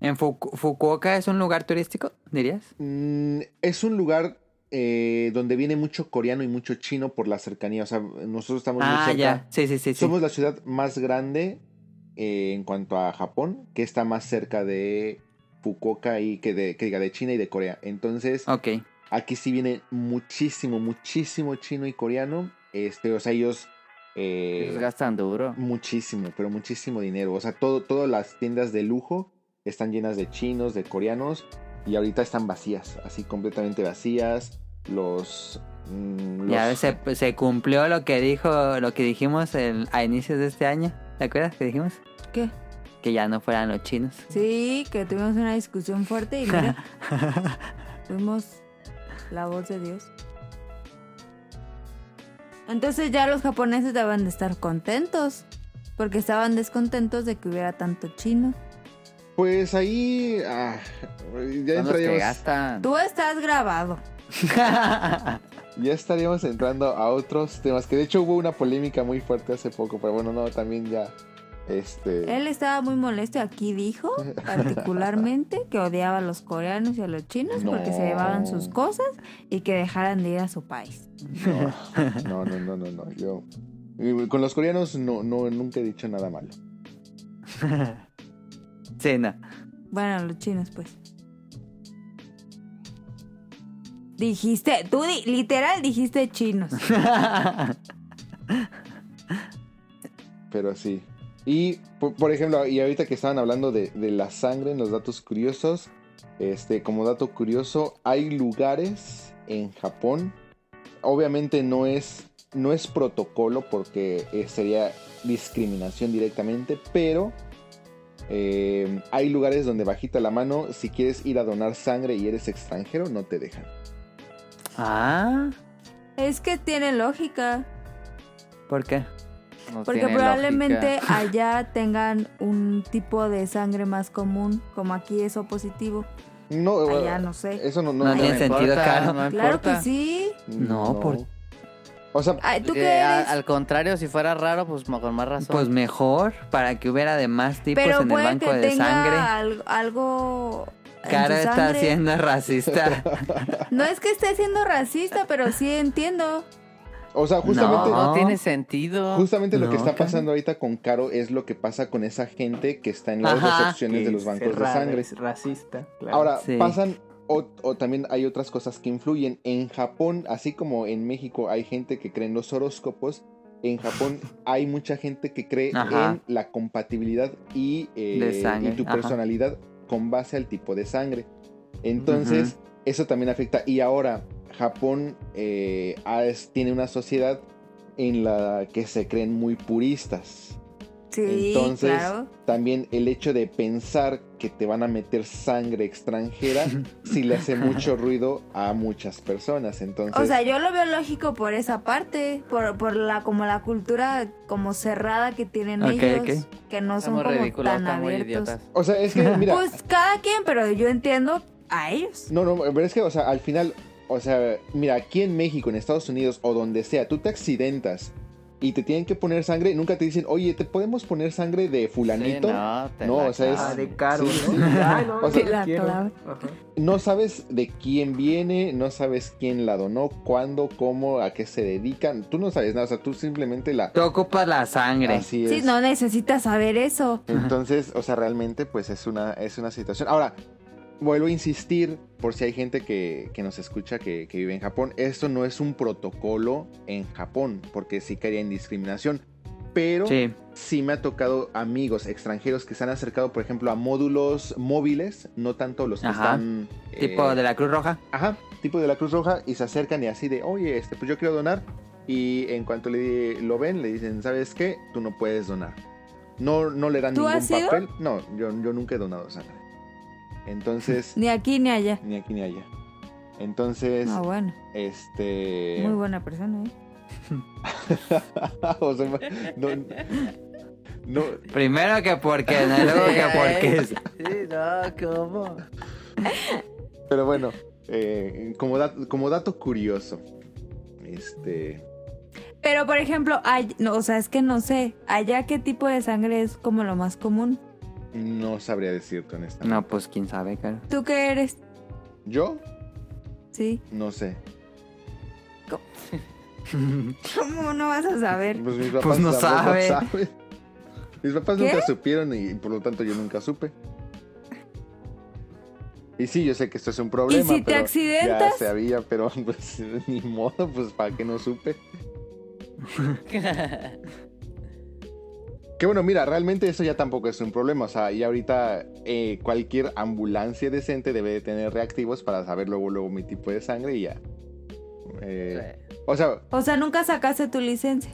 B: ¿En Fuku- Fukuoka es un lugar turístico, dirías?
D: Mm, es un lugar eh, donde viene mucho coreano y mucho chino por la cercanía. O sea, nosotros estamos muy
B: Ah,
D: cerca.
B: ya. Sí, sí, sí. sí.
D: Somos la ciudad más grande eh, en cuanto a Japón, que está más cerca de Fukuoka y que, de, que diga de China y de Corea. Entonces,
B: Ok.
D: aquí sí viene muchísimo, muchísimo chino y coreano. Este, o sea, ellos eh,
C: Ellos gastan duro.
D: muchísimo, pero muchísimo dinero. O sea, todo, todas las tiendas de lujo están llenas de chinos, de coreanos, y ahorita están vacías, así completamente vacías. Los Mm, los-
B: Ya se, se cumplió lo que dijo, lo que dijimos el- a inicios de este año. ¿Te acuerdas que dijimos?
A: ¿Qué?
B: Que ya no fueran los chinos.
A: Sí, que tuvimos una discusión fuerte y mira, tuvimos la voz de Dios. Entonces ya los japoneses deben de estar contentos, porque estaban descontentos de que hubiera tanto chino.
D: Pues ahí. ah, ya,
C: Son los que
D: entraríamos,
C: gastan.
A: Tú estás grabado.
D: ya estaríamos entrando a otros temas. Que de hecho hubo una polémica muy fuerte hace poco. Pero bueno, no, también ya. Este.
A: Él estaba muy molesto y aquí dijo particularmente que odiaba a los coreanos y a los chinos porque se
D: No.
A: llevaban sus cosas y que dejaran de ir a su país.
D: No, no, no, no, no. Yo. eh, Con los coreanos no, no, nunca he dicho nada malo.
B: Sí, no.
A: Bueno, los chinos pues. Dijiste, tú di- literal dijiste chinos.
D: Pero sí. Y, por, por ejemplo, y ahorita que estaban hablando de, de la sangre en los datos curiosos, este, como dato curioso, hay lugares en Japón, obviamente no es, no es protocolo porque eh, sería discriminación directamente, pero eh, hay lugares donde bajita la mano, si quieres ir a donar sangre y eres extranjero, no te dejan.
B: ah,
A: Es que tiene lógica.
B: ¿por qué?
A: Porque
C: No Pues tiene
A: probablemente
C: lógica.
A: allá tengan un tipo de sangre más común, como aquí es O positivo.
D: No, eh,
A: Allá Ah, no sé.
D: eso no, no,
B: No
D: no
B: tiene
D: me-
C: me
B: sentido,
C: importa,
B: claro.
C: no me
A: Claro que
C: importa.
A: sí.
B: No, por-
D: O sea,
A: Ay, ¿Tú qué
C: Eh, a-
A: eres?
C: al contrario, si fuera raro, pues mo- con más razón.
B: Pues mejor, para que hubiera de más tipos
A: Pero
B: en el
A: puede
B: banco
A: que
B: de
A: tenga
B: sangre.
A: al- algo. en
B: Caro
A: su
B: está
A: sangre.
B: siendo racista.
A: No es que esté siendo racista, pero sí entiendo.
D: o sea,
C: no,
D: justamente...
C: no
B: Ah, No.
C: tiene sentido.
D: Justamente lo que
B: No,
D: está
B: Karen.
D: pasando ahorita con Caro es lo que pasa con esa gente que está en las
B: Ajá.
D: recepciones de los bancos de sangre.
E: Es racista, claro.
D: Ahora,
B: Sí.
D: pasan, o, o también hay otras cosas que influyen. En Japón, así como en México hay gente que cree en los horóscopos, en Japón hay mucha gente que cree
B: Ajá.
D: en la compatibilidad y, eh,
B: De sangre,
D: y tu
B: ajá.
D: personalidad con base al tipo de sangre. Entonces, eso también afecta. Y ahora, Japón eh, ha- es- tiene una sociedad en la que se creen muy puristas.
A: Sí,
D: Entonces,
A: claro.
D: También el hecho de pensar que te van a meter sangre extranjera sí le hace mucho ruido a muchas personas. Entonces,
A: O sea, yo lo veo lógico por esa parte, por, por la como la cultura como cerrada que tienen
B: Ok,
A: ellos, que no son
C: Estamos
A: como
C: ridículos,
A: tan
C: estamos
A: abiertos.
C: idiotas.
D: o sea, es que mira,
A: Pues cada quien, pero yo entiendo a ellos.
D: no, no, pero es que, o sea, al final, o sea, mira, aquí en México, en Estados Unidos o donde sea, tú te accidentas y te tienen que poner sangre, nunca te dicen, oye, te podemos poner sangre de fulanito.
C: Sí, no, te
D: No,
C: la
D: o sea, es-
E: Ah,
C: clavan.
E: de caro,
D: Sí,
E: ¿no?
D: sí.
E: Ay, no,
D: O sea,
E: no
A: La
E: quiero.
A: clave.
E: Ajá.
D: No sabes de quién viene, no sabes quién la donó, cuándo, cómo, a qué se dedican. Tú no sabes nada, o sea, tú simplemente la.
B: Tú ocupas la sangre.
D: Así es.
A: Ah, Sí, no necesitas saber eso.
D: Entonces, o sea, realmente, pues es una, es una situación. Ahora, vuelvo a insistir, por si hay gente que, que nos escucha que, que vive en Japón, esto no es un protocolo en Japón, porque sí caería en discriminación. Pero sí.
B: Sí.
D: me ha tocado amigos extranjeros que se han acercado, por ejemplo, a módulos móviles, no tanto los que
B: Ajá.
D: están.
B: Tipo
D: eh,
B: de la Cruz Roja.
D: Ajá, tipo de la Cruz Roja y se acercan y así de, oye, este, pues yo quiero donar. Y en cuanto le, lo ven, le dicen, ¿sabes qué? Tú no puedes donar. No, no le dan
A: ¿Tú
D: ningún
A: has ido?
D: papel. No, yo, yo nunca he donado sangre. Entonces,
A: Ni aquí ni allá.
D: ni aquí ni allá. Entonces,
A: Ah, bueno.
D: este...
A: Muy buena persona, ¿eh?
D: o sea, no, no,
B: Primero que porque, no, luego que porque. es-
C: Sí, no, ¿cómo?
D: pero bueno, eh, como, dat- como dato curioso, este...
A: Pero, por ejemplo, ay- no, o sea, es que no sé. Allá, ¿qué tipo de sangre es como lo más común?
D: No sabría decirte honestamente.
B: No, pues quién sabe, Caro.
A: ¿Tú qué eres?
D: ¿Yo?
A: Sí.
D: No sé.
A: ¿Cómo no vas a saber?
D: Pues mis papás
B: Pues no
D: tampoco
B: sabe.
D: saben. Mis papás
A: ¿Qué?
D: nunca supieron y por lo tanto yo nunca supe. Y sí, yo sé que esto es un problema.
A: si te
D: pero Ya
A: accidentas?
D: sabía, pero pues ni modo, pues para que no supe. Que bueno, mira, realmente eso ya tampoco es un problema. O sea, y ahorita eh, cualquier ambulancia decente debe de tener reactivos para saber luego, luego mi tipo de sangre y ya. eh,
C: Sí.
D: O sea,
A: O sea, nunca sacaste tu licencia.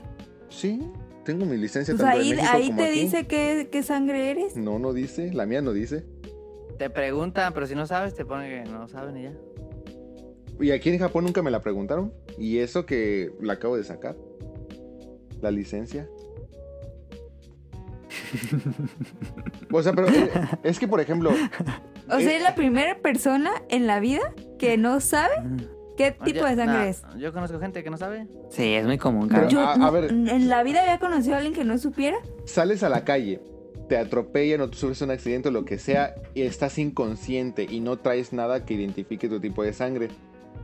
D: sí, tengo mi licencia
A: O sea,
D: Este tanto de
A: Pues ahí,
D: México
A: ahí
D: como
A: te
D: aquí. Mm.
A: dice qué, qué sangre eres.
D: No, no dice, la mía no dice.
C: Te preguntan, pero si no sabes, te ponen que no saben y ya.
D: Y aquí en Japón nunca me la preguntaron. Y eso que la acabo de sacar. La licencia. o sea, pero eh, es que, por ejemplo,
A: O
D: Eh,
A: sea, es la primera persona en la vida que no sabe ¿Eh?
B: Mm.
A: qué tipo
C: Yo-
A: de sangre
C: nah,
A: es.
C: Yo conozco gente que no sabe.
B: Sí, es muy común,
D: Pero-
B: cabrón.
A: Yo
D: a- a
A: no-
D: ver. eh,
A: en la vida había conocido a alguien que no supiera.
D: sales a la calle, te atropellan o tú sufres un accidente o lo que sea y estás inconsciente y no traes nada que identifique tu tipo de sangre.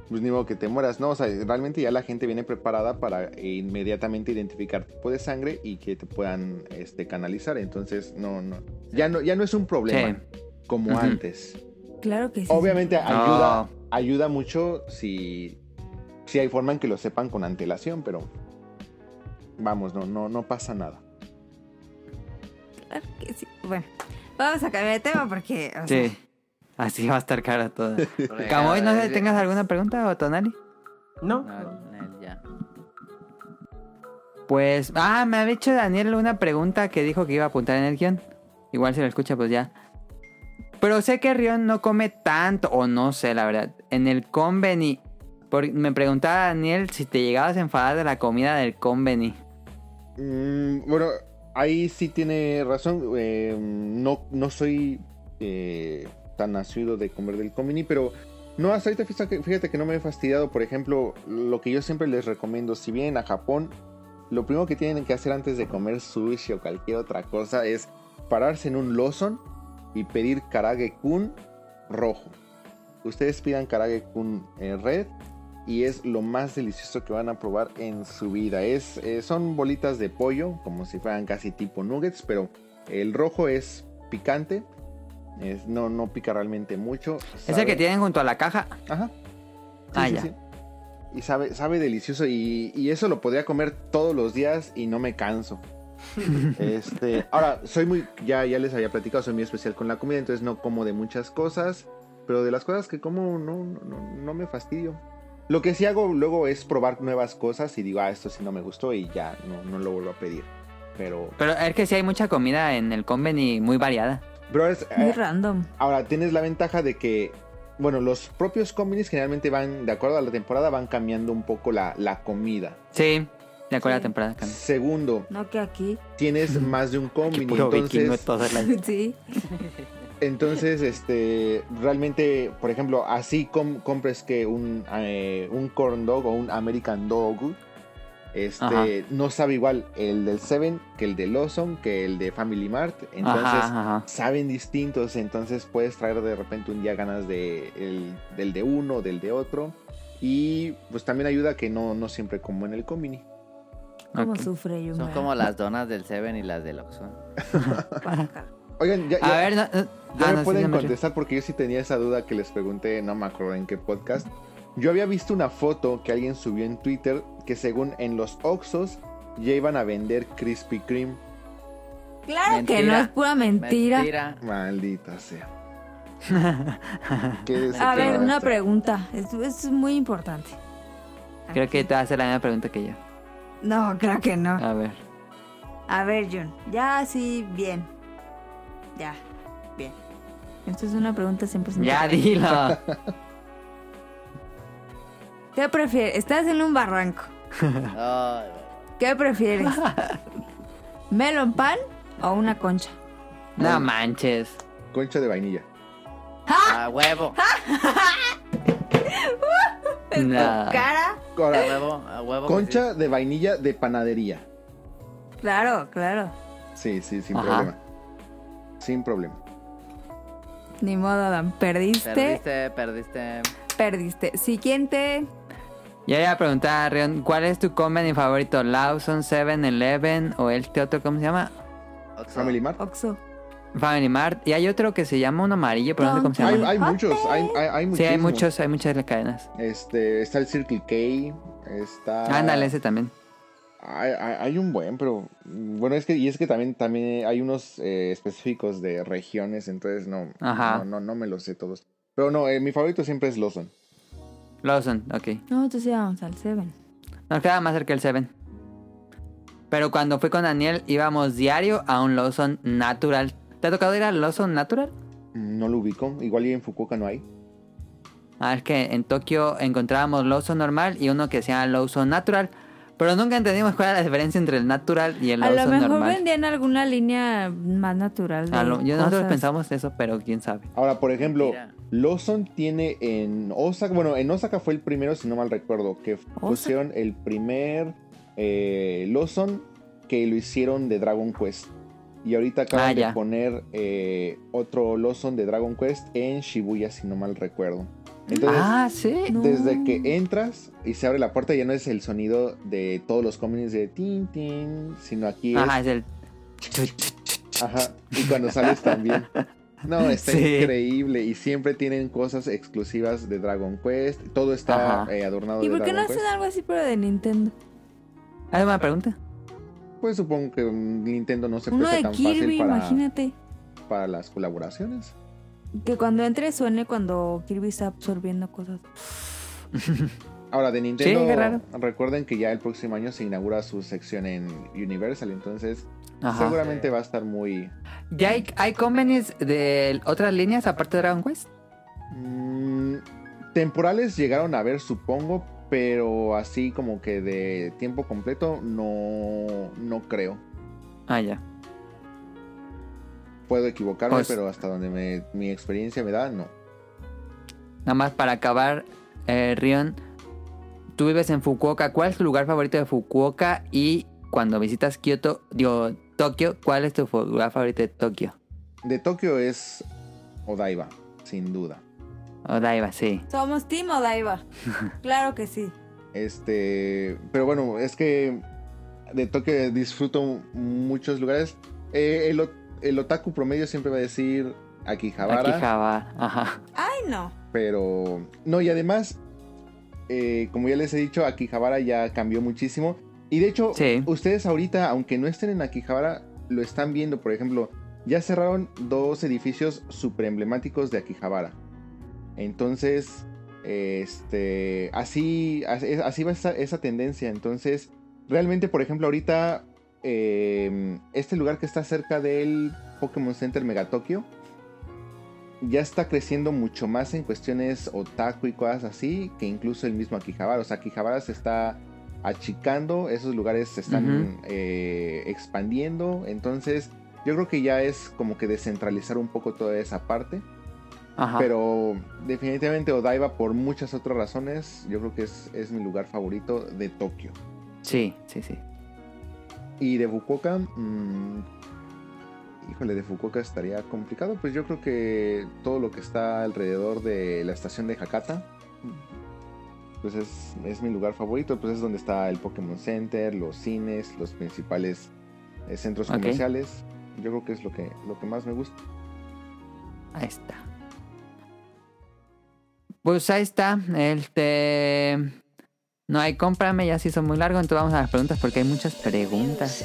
D: Pues ni modo que te mueras, ¿no? O sea, realmente ya la gente viene preparada para inmediatamente identificar tipo de sangre y que te puedan este, canalizar. Entonces, no, no. Ya no, ya no es un problema como
B: Ujú.
D: antes.
A: Claro que sí.
D: Obviamente
B: No.
D: ayuda, ayuda mucho si, si hay forma en que lo sepan con antelación, pero vamos, no, no, no pasa nada.
A: claro que sí. Bueno, vamos a cambiar de tema porque. o sea,
B: Sí. Así va a estar cara todo. Camoy, no sé, ¿tengas alguna pregunta o Tonali?
F: No.
C: No, Nel, ya.
B: Pues, ah, me había hecho Daniel una pregunta que dijo que iba a apuntar en el guión. Igual si lo escucha, pues ya. Pero sé que Rion no come tanto, o no sé, la verdad. En el conveni. Por- me preguntaba Daniel si te llegabas a enfadar de la comida del conveni.
D: Mm, bueno, ahí sí tiene razón. eh, no, no soy eh, tan nacido de comer del comini, pero no, hasta ahorita fíjate que- fíjate que no me he fastidiado. Por ejemplo, lo que yo siempre les recomiendo, si vienen a Japón, lo primero que tienen que hacer antes de comer sushi o cualquier otra cosa es pararse en un lozon y pedir karage kun rojo. Ustedes pidan karage kun eh, red y es lo más delicioso que van a probar en su vida. Es, eh, son bolitas de pollo, como si fueran casi tipo nuggets, pero el rojo es picante. Es, no, no pica realmente mucho.
B: Es el
D: sabe-
B: que tienen junto a la caja.
D: Ajá. Sí,
B: Ah,
D: sí,
B: ya.
D: sí. Y sabe, sabe delicioso. Y, y eso lo podría comer todos los días y no me canso. este, ahora, soy muy. Ya, ya les había platicado, soy muy especial con la comida, entonces no como de muchas cosas. Pero de las cosas que como, no, no, no me fastidio. Lo que sí hago luego es probar nuevas cosas y digo, ah, esto sí no me gustó y ya no, no lo vuelvo a pedir. Pero,
B: Pero es que sí hay mucha comida en el conveni muy variada.
D: pero es,
A: Muy
D: eh,
A: random.
D: Ahora, tienes la ventaja de que, bueno, los propios combinis generalmente van, de acuerdo a la temporada, van cambiando un poco la, la comida.
B: Sí, de acuerdo a la
A: Sí.
B: temporada. Cami.
D: Segundo,
A: No que aquí.
D: tienes más de un
B: Aquí
D: combini.
B: puro vikingo
D: Entonces,
B: todo el año.
A: Sí.
D: entonces, este, realmente, por ejemplo, así com- compres que un, eh, un corn dog o un American dog, este,
B: Ajá.
D: no sabe igual el del Seven que el de Lawson, que el de Family Mart. Entonces,
B: Ajá, ajá.
D: saben distintos, entonces puedes traer de repente un día ganas de el- del de uno, del de otro. Y pues también ayuda que no, no siempre como en el combini.
A: ¿Cómo
B: Ok.
A: sufre yo?
C: Son como las donas del Seven y las del Oxxo.
D: Oigan, ya,
B: A
D: ya-
B: ver, no, no-
D: ya
B: ah,
D: me
B: no, sí,
D: pueden
B: ya me-
D: contestar porque yo sí tenía esa duda que les pregunté, no me acuerdo en qué podcast. Yo había visto una foto que alguien subió en Twitter que según en los Oxos ya iban a vender Krispy Kreme.
A: Claro que no,
C: Mentira.
A: es pura mentira.
D: Maldita sea. Qué
A: A
D: decepcionante.
A: ver, una pregunta. Es, es muy importante.
B: Creo que te va a hacer la misma pregunta que yo.
A: No, creo que no.
B: A ver.
A: A ver, Jun. Ya, sí, bien. Ya, bien. Esto es una pregunta 100%.
B: Ya dilo.
A: ¿Qué prefieres? Estás en un barranco.
C: Ay,
A: ¿Qué prefieres? ¿Melon pan o una concha?
B: No manches.
D: Concha de vainilla.
C: a huevo.
A: Ah.
B: No.
A: ¿Cara?
C: A
D: Ahora,
B: Eh,
C: huevo, a huevo. que
D: concha de vainilla de panadería.
A: Claro, claro.
D: Sí, sí, sin
B: Ajá.
D: problema. Sin problema.
A: Ni modo, Adam.
C: sí.
A: Perdiste,
C: Perdiste, perdiste.
A: perdiste. Siguiente.
B: Ya voy a preguntar a Rion, ¿cuál es tu comedy favorito? ¿Lawson, 7-Eleven o este otro, cómo se llama?
C: Oxxo.
D: Family Mart.
A: Oxo.
B: Family Mart. Y hay otro que se llama un amarillo, pero no sé cómo se
D: Hay,
B: llama.
D: hay
A: Hot
D: muchos, hay, hay, hay
B: Sí, hay
D: muchísimos.
B: muchos, hay muchas cadenas.
D: Este, está el Circle K, está...
B: Ándale, ese también.
D: Hay, hay- hay un buen, pero... mm, Bueno, es que, y es que también, también hay unos eh, específicos de regiones, entonces no,
B: Ajá.
D: no, no, no me los sé todos. Pero no, eh, mi favorito siempre es Lawson.
B: Lawson, ok.
A: No, entonces íbamos al Seven.
B: Nos quedaba más cerca el Seven. Pero cuando fui con Daniel íbamos diario a un Lawson Natural. ¿Te ha tocado ir al Lawson Natural?
D: No lo ubico. Igual y en Fukuoka no hay.
B: Ah, es que en Tokio encontrábamos Lawson normal y uno que se llama Lawson Natural. Pero nunca entendimos cuál era la diferencia entre el natural y el
A: a lo
B: Lawson
A: mejor
B: normal.
A: vendían alguna línea más natural. De
B: A lo- yo- nosotros
A: cosas.
B: pensamos eso, pero quién sabe.
D: Ahora, por ejemplo,
C: Mira.
D: Lawson tiene en Osaka, bueno, en Osaka fue el primero, si no mal recuerdo, que pusieron el primer eh, Lawson que lo hicieron de Dragon Quest. Y ahorita acaban
B: Ah, ya.
D: de poner eh, otro Lawson de Dragon Quest en Shibuya, si no mal recuerdo. Entonces,
B: ah, sí.
A: No.
D: desde que entras y se abre la puerta, ya no es el sonido de todos los cómics de tin, tin, sino aquí es
B: Ajá, es el.
D: Ajá, y cuando sales también. No, está
B: Sí.
D: increíble. Y siempre tienen cosas exclusivas de Dragon Quest. Todo está
B: Ajá.
D: eh, adornado
A: ¿Y
D: de
A: por qué no
D: Dragon Quest.
A: hacen algo así, pero de Nintendo?
B: ¿Hay una pregunta?
D: Pues supongo que mm, Nintendo no se
A: Uno
D: presta
A: de
D: tan
A: Kirby,
D: fácil
A: imagínate.
D: para, para las colaboraciones.
A: Que cuando entre suene cuando Kirby está absorbiendo cosas.
D: Ahora, de Nintendo,
B: Sí, qué raro.
D: recuerden que ya el próximo año se inaugura su sección en Universal. Entonces,
B: Ajá.
D: seguramente va a estar muy.
B: ¿Ya hay, hay convenies de otras líneas aparte de Dragon Quest?
D: mm, temporales llegaron a ver, supongo. Pero así como que de tiempo completo, no, no creo.
B: Ah, ya.
D: Puedo equivocarme,
B: Pues-
D: pero hasta donde me- mi experiencia me da, no.
B: Nada más para acabar, eh, Rion, tú vives en Fukuoka. ¿Cuál es tu lugar favorito de Fukuoka? Y cuando visitas Kyoto, digo, Tokio, ¿cuál es tu fu- lugar favorito de Tokio?
D: De Tokio es Odaiba, sin duda.
B: Odaiba, sí.
A: Somos Team Odaiba. claro que sí.
D: Este, pero bueno, es que de Tokio disfruto muchos lugares. Eh, el, o- el otaku promedio siempre va a decir Akihabara,
B: Aquí Java. Ajá.
A: Ay, no.
D: pero no, y además, eh, como ya les he dicho, Akihabara ya cambió muchísimo. Y de hecho,
B: Sí.
D: ustedes ahorita, aunque no estén en Akihabara, lo están viendo, por ejemplo, ya cerraron dos edificios super emblemáticos de Akihabara. Entonces, este, así, así así va esa, esa tendencia. Entonces, realmente, por ejemplo, ahorita, eh, este lugar que está cerca del Pokémon Center Mega Tokio, ya está creciendo mucho más en cuestiones otaku y cosas así que incluso el mismo Akihabara. O sea, Akihabara se está achicando, esos lugares se están eh, expandiendo. Entonces, yo creo que ya es como que descentralizar un poco toda esa parte.
B: Ajá.
D: Pero definitivamente Odaiba, por muchas otras razones, yo creo que es, es mi lugar favorito de Tokio.
B: Sí, sí, sí.
D: Y de Fukuoka, mm, híjole, de Fukuoka estaría complicado. Pues yo creo que todo lo que está alrededor de la estación de Hakata, pues es, es mi lugar favorito. Pues es donde está el Pokémon Center, los cines, los principales eh, centros
B: Ok.
D: comerciales. Yo creo que es lo que, lo que más me gusta.
B: Ahí está. Pues ahí está. Este. No hay cómprame, ya se hizo muy largo, entonces vamos a las preguntas porque hay muchas preguntas.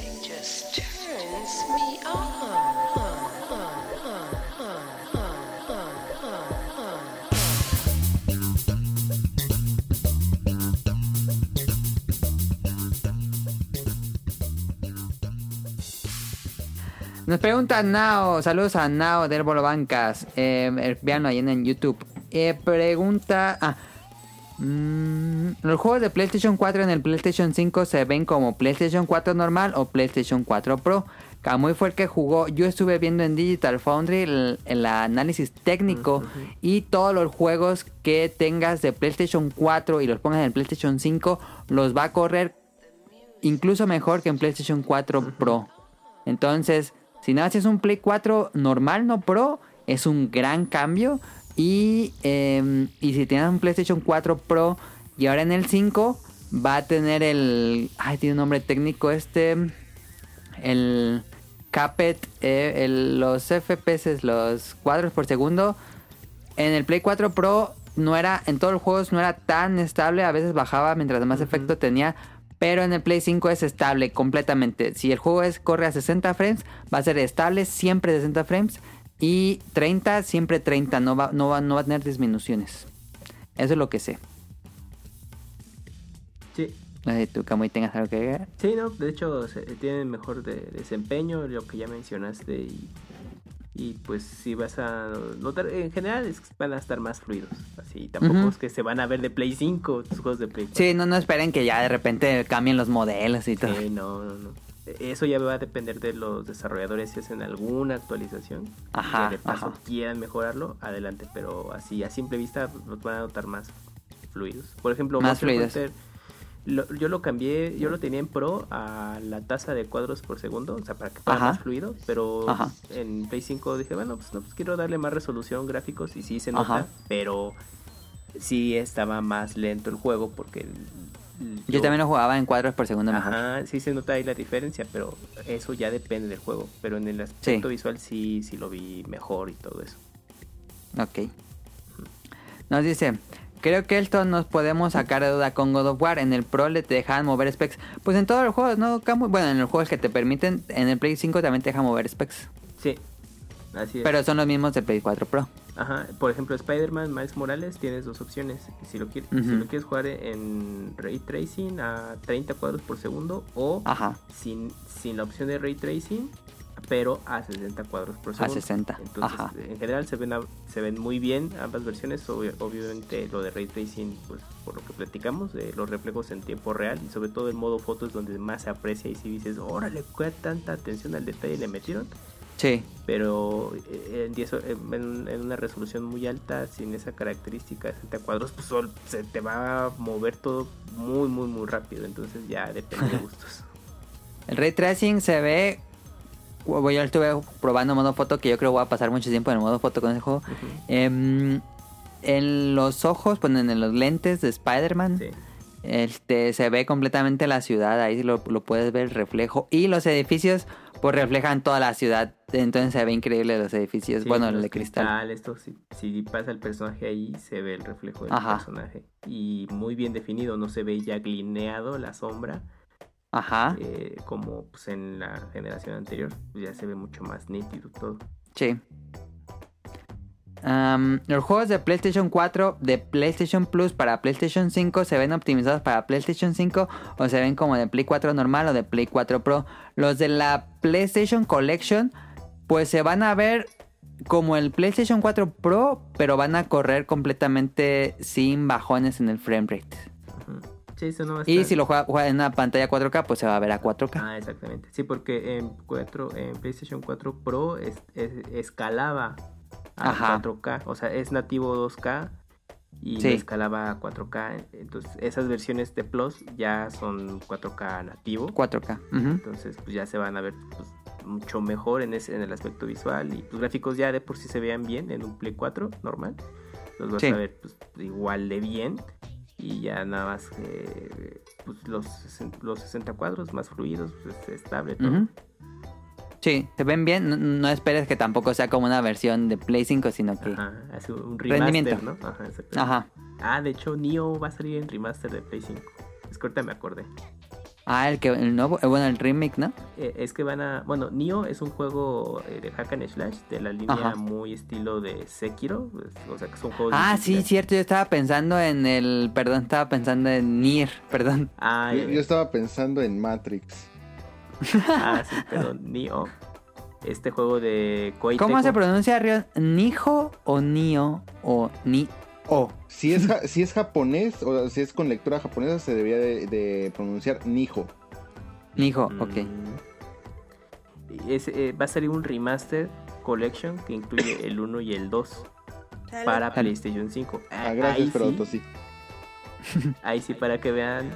B: Nos pregunta Nao, saludos a Nao del Bolobancas, eh, el piano ahí en- en YouTube. Eh, pregunta, ah, mm, ¿los juegos de PlayStation 4 en el PlayStation 5 se ven como PlayStation 4 normal o PlayStation 4 Pro? Camuy fue el que jugó, yo estuve viendo en Digital Foundry el, el análisis técnico y todos los juegos que tengas de PlayStation 4 y los pongas en el PlayStation 5 los va a correr incluso mejor que en PlayStation 4 Pro. Entonces, si nada más es un Play 4 normal, no Pro, es un gran cambio. Y, eh, y si tienes un PlayStation 4 Pro y ahora en el 5, va a tener el... Ay, tiene un nombre técnico este. El CAPET, eh, el- los FPS, los cuadros por segundo. En el Play 4 Pro no era, en todos los juegos no era tan estable, a veces bajaba mientras más efecto tenía, pero en el Play 5 es estable completamente. Si el juego es, corre a 60 frames, va a ser estable siempre 60 frames y 30 siempre 30, no va, no va, no va a tener disminuciones. Eso es lo que sé.
F: Sí,
B: No sé, tú, Camuy, tengas algo que agregar.
F: sí, no, de hecho se- tienen mejor de- desempeño, lo que ya mencionaste y, y pues si vas a notar, en general es que van a estar más fluidos, así tampoco
B: Ujú.
F: es que se van a ver de Play 5, tus juegos de Play 4.
B: Sí, no, no esperen que ya de repente cambien los modelos y todo.
F: Eh, no, no, no. Eso ya va a depender de los desarrolladores si hacen alguna actualización.
B: Ajá,
F: que de paso
B: ajá.
F: quieran mejorarlo, adelante. Pero así, a simple vista, los van a notar más fluidos. Por ejemplo,
B: Más
F: Monster
B: fluidos.
F: Hunter, lo- yo lo cambié, yo lo tenía en Pro a la tasa de cuadros por segundo, o sea, para que fuera
B: Ajá.
F: más fluido. Pero
B: Ajá.
F: en Play 5 dije, bueno, pues, no, pues quiero darle más resolución gráficos y sí se nota,
B: Ajá.
F: pero sí estaba más lento el juego porque... el-
B: Yo también lo jugaba en cuadros por segundo mejor.
F: Ajá, sí se nota ahí la diferencia, pero eso ya depende del juego. Pero en el aspecto
B: Sí.
F: visual sí, sí lo vi mejor y todo eso.
B: Ok. Nos dice, creo que esto nos podemos sacar de duda con God of War. En el Pro le te dejaban mover specs. Pues en todos los juegos, ¿no, Camuy? Bueno, en los juegos que te permiten, en el Play 5 también te dejan mover specs.
F: Sí, así es.
B: Pero son los mismos de Play 4 Pro.
F: Ajá, por ejemplo, Spider-Man, Miles Morales, tienes dos opciones. Si lo, quieres, si
B: Ujú.
F: lo quieres jugar en Ray Tracing a 30 cuadros por segundo o
B: Ajá.
F: sin, sin la opción de Ray Tracing, pero a 60 cuadros por segundo.
B: 60,
F: Entonces, este,
B: ajá.
F: en general se ven, a- se ven muy bien ambas versiones. Obvio- obviamente lo de Ray Tracing, pues por lo que platicamos, de los reflejos en tiempo real y sobre todo el modo foto es donde más se aprecia y si dices, órale, qué tanta atención al detalle le metieron
B: Sí.
F: pero eh, en, 10 o- en- en una resolución muy alta, sin esa característica de 60 cuadros, pues sol- se te va a mover todo muy, muy, muy rápido. Entonces ya depende de gustos.
B: El ray tracing se ve. Bueno, Yo estuve probando modo foto, que yo creo voy a pasar mucho tiempo en el modo foto con ese juego. Em, en los ojos, bueno, en los lentes de Spider-Man,
F: Sí.
B: este, se ve completamente la ciudad. Ahí lo, lo puedes ver el reflejo. Y los edificios, pues reflejan toda la ciudad. Entonces se ve increíble los edificios.
F: Sí,
B: bueno, el
F: los
B: de cristal.
F: cristales, todo, si, si pasa el personaje ahí, se ve el reflejo del
B: Ajá.
F: personaje. Y muy bien definido, no se ve ya glineado la sombra,
B: Ajá,
F: eh, como pues, en la generación anterior. Pues, ya se ve mucho más nítido todo.
B: sí. Am, los juegos de PlayStation 4, de PlayStation Plus para PlayStation 5 se ven optimizados para PlayStation 5 o se ven como de Play 4 normal o de Play 4 Pro. Los de la PlayStation Collection, pues se van a ver como el PlayStation 4 Pro, pero van a correr completamente sin bajones en el frame rate.
F: Ujú. Sí, eso no va a
B: Y
F: estar-
B: si lo juega, juega en una pantalla 4K, pues se va a ver a 4K.
F: Ah, exactamente. Sí, porque en, 4, en PlayStation 4 Pro es- es- escalaba a
B: Ajá.
F: 4K. O sea, es nativo 2K y
B: Sí.
F: lo escalaba a 4K. Entonces, esas versiones de Plus ya son 4K nativo.
B: 4K. ujú.
F: Entonces, pues ya se van a ver pues, mucho mejor en, ese, en el aspecto visual. Y tus gráficos ya de por sí se vean bien en un Play 4 normal. Los vas
B: Sí.
F: a ver pues, igual de bien. Y ya nada más que pues, los, sesen- los 60 cuadros más fluidos, pues, estable todo.
B: Ujú. Sí, se ven bien. No, no esperes que tampoco sea como una versión de Play 5, sino que. Ajá.
F: Ajá, así un
B: Rendimiento.
F: remaster, ¿no? Ajá, exactamente. Ah, de hecho, Nio va a salir en remaster de Play 5. Es que ahorita me acordé.
B: Ah, el que el nuevo, eh, bueno, el remake, ¿no?
F: Eh, es que van a. Bueno, Nioh es un juego eh, de hack and slash de la línea
B: Ajá.
F: muy estilo de Sekiro. pues, O sea, que son juegos.
B: Ah, sí,
F: difíciles.
B: cierto, yo estaba pensando en el. Perdón, estaba pensando en Nier, perdón.
F: Ah,
D: Yo,
F: ya
D: yo
F: ves.
D: estaba pensando en Matrix.
F: Ah, sí, perdón. Nioh. Este juego de Koei
B: ¿Cómo se
F: Tecmo.
B: pronuncia Rion? ¿Nijo o Nio o Ni o?
D: Si es, ja- si es japonés o si es con lectura japonesa, se debería de, de pronunciar Nijo.
B: Nijo, ok.
F: Mm. Es, eh, va a salir un remaster collection que incluye el 1 y el 2 para
B: Sale.
F: PlayStation 5. Ah,
D: Ah, gracias,
F: ahí
D: pero
F: sí,
D: sí.
F: Ahí sí, para que vean,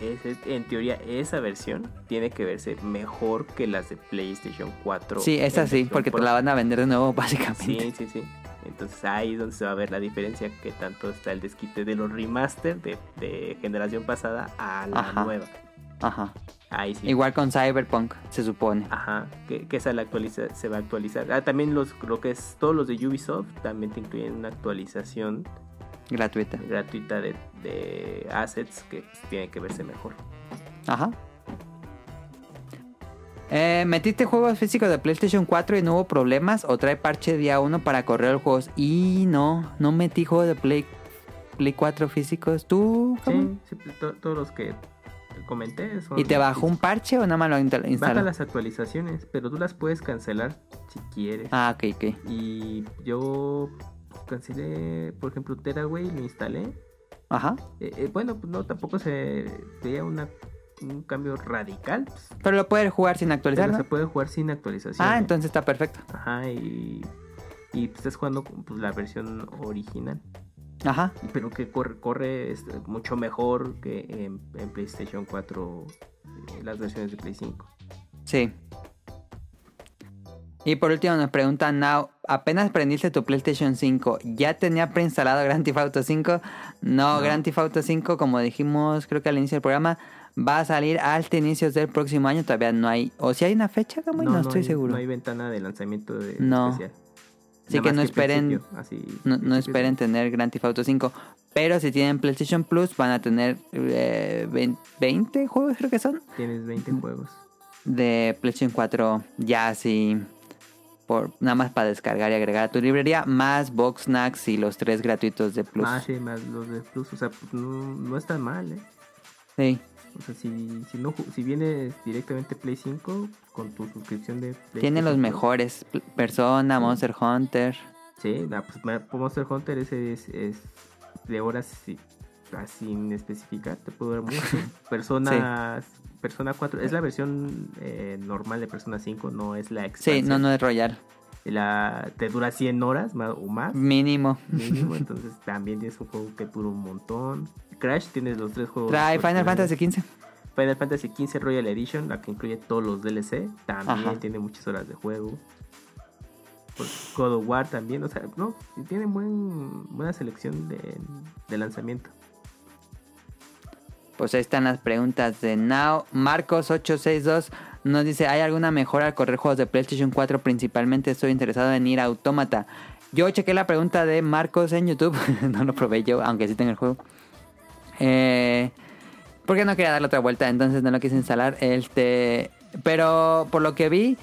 F: es- es- en teoría esa versión tiene que verse mejor que las de PlayStation 4.
B: Sí, es
F: en
B: así,
F: versión
B: porque te
F: Pro.
B: la van a vender de nuevo, básicamente.
F: Sí, sí, sí. Entonces ahí es donde se va a ver la diferencia que tanto está el desquite de los remaster de, de generación pasada a la
B: Ajá.
F: nueva.
B: Ajá.
F: Ahí sí.
B: Igual con Cyberpunk, se supone.
F: Ajá, que, que esa la actualiza, se va a actualizar. Ah, también los, lo que es todos los de Ubisoft también te incluyen una actualización
B: Gratuita.
F: gratuita de, de assets que pues, tiene que verse mejor.
B: Ajá. Eh, ¿Metiste juegos físicos de PlayStation 4 y no hubo problemas? ¿O trae parche día 1 para correr los juegos? Y no, no metí juego de Play Play 4 físicos? ¿Tú, Jamón?
F: Sí, sí, pues, to- todos los que te comenté son.
B: ¿Y te bajó un parche o nada más lo insta-
F: Baja
B: instaló?
F: las actualizaciones, pero tú las puedes cancelar si quieres.
B: Ah, ok, ok.
F: Y yo cancelé, por ejemplo, Teraway, lo instalé.
B: Ajá.
F: Eh, eh, bueno, pues no, tampoco se veía una, un cambio radical. pues,
B: Pero lo puedes jugar sin actualizar,
F: pero
B: ¿no?
F: se puede jugar sin actualización.
B: Ah, entonces está perfecto.
F: Ajá, y, y pues, estás jugando pues, la versión original.
B: Ajá.
F: y- Pero que corre, corre este, mucho mejor que en, en PlayStation 4 eh, las versiones de Play 5.
B: Sí. Y por último nos preguntan Now, apenas prendiste tu PlayStation 5, ¿ya tenía preinstalado Grand Theft Auto 5? No, Grand Theft Auto 5, como dijimos creo que al inicio del programa, va a salir hasta inicios del próximo año, todavía no hay, o si hay una fecha, Gamboy, no, estoy
F: hay-
B: seguro.
F: No hay ventana de lanzamiento de,
B: No.
F: especial.
B: Así
F: Nada
B: que
F: más
B: no
F: al
B: esperen-
F: principio, así,
B: No, no
F: principio
B: esperen tener Grand Theft Auto 5, pero si tienen PlayStation Plus van a tener eh, 20, 20 juegos creo que son
F: Tienes 20
B: Mm,
F: juegos.
B: de PlayStation 4 ya así por nada más para descargar y agregar a tu librería más box snacks y los tres gratuitos de Plus.
F: Más, Ah, sí, más los de Plus. O sea, pues, no, no es tan mal, ¿eh?
B: Sí,
F: O sea, si, si, no, ju- si vienes directamente Play 5 con tu suscripción de Play
B: tiene los
F: 5,
B: mejores Pl- Persona, Monster Hunter.
F: Sí, nah, pues ma- Monster Hunter ese es, es de horas si- ah, sin especificar, te puede durar mucho. Persona, Persona 4, es la versión eh, normal de Persona 5, no es la
B: Sí,
F: expansión.
B: no, no es Royal.
F: La, te dura 100 horas más, o más.
B: Mm. Mínimo.
F: mínimo, entonces también tienes un juego que dura un montón. Crash tienes los tres juegos.
B: Trae Final
F: originales.
B: Fantasy XV.
F: Final Fantasy XV Royal Edition, la que incluye todos los DLC, también
B: Ajá.
F: tiene muchas horas de juego. Por- God of War también, o sea, no, tiene buen, buena selección de, de lanzamiento.
B: Pues ahí están las preguntas de Now. Marcos862 nos dice: ¿Hay alguna mejora al correr juegos de PlayStation 4? Principalmente estoy interesado en ir a Autómata. Yo chequé la pregunta de Marcos en YouTube. no lo probé yo, aunque sí tengo el juego. Eh, porque no quería darle otra vuelta, entonces no lo quise instalar. Este, pero por lo que vi,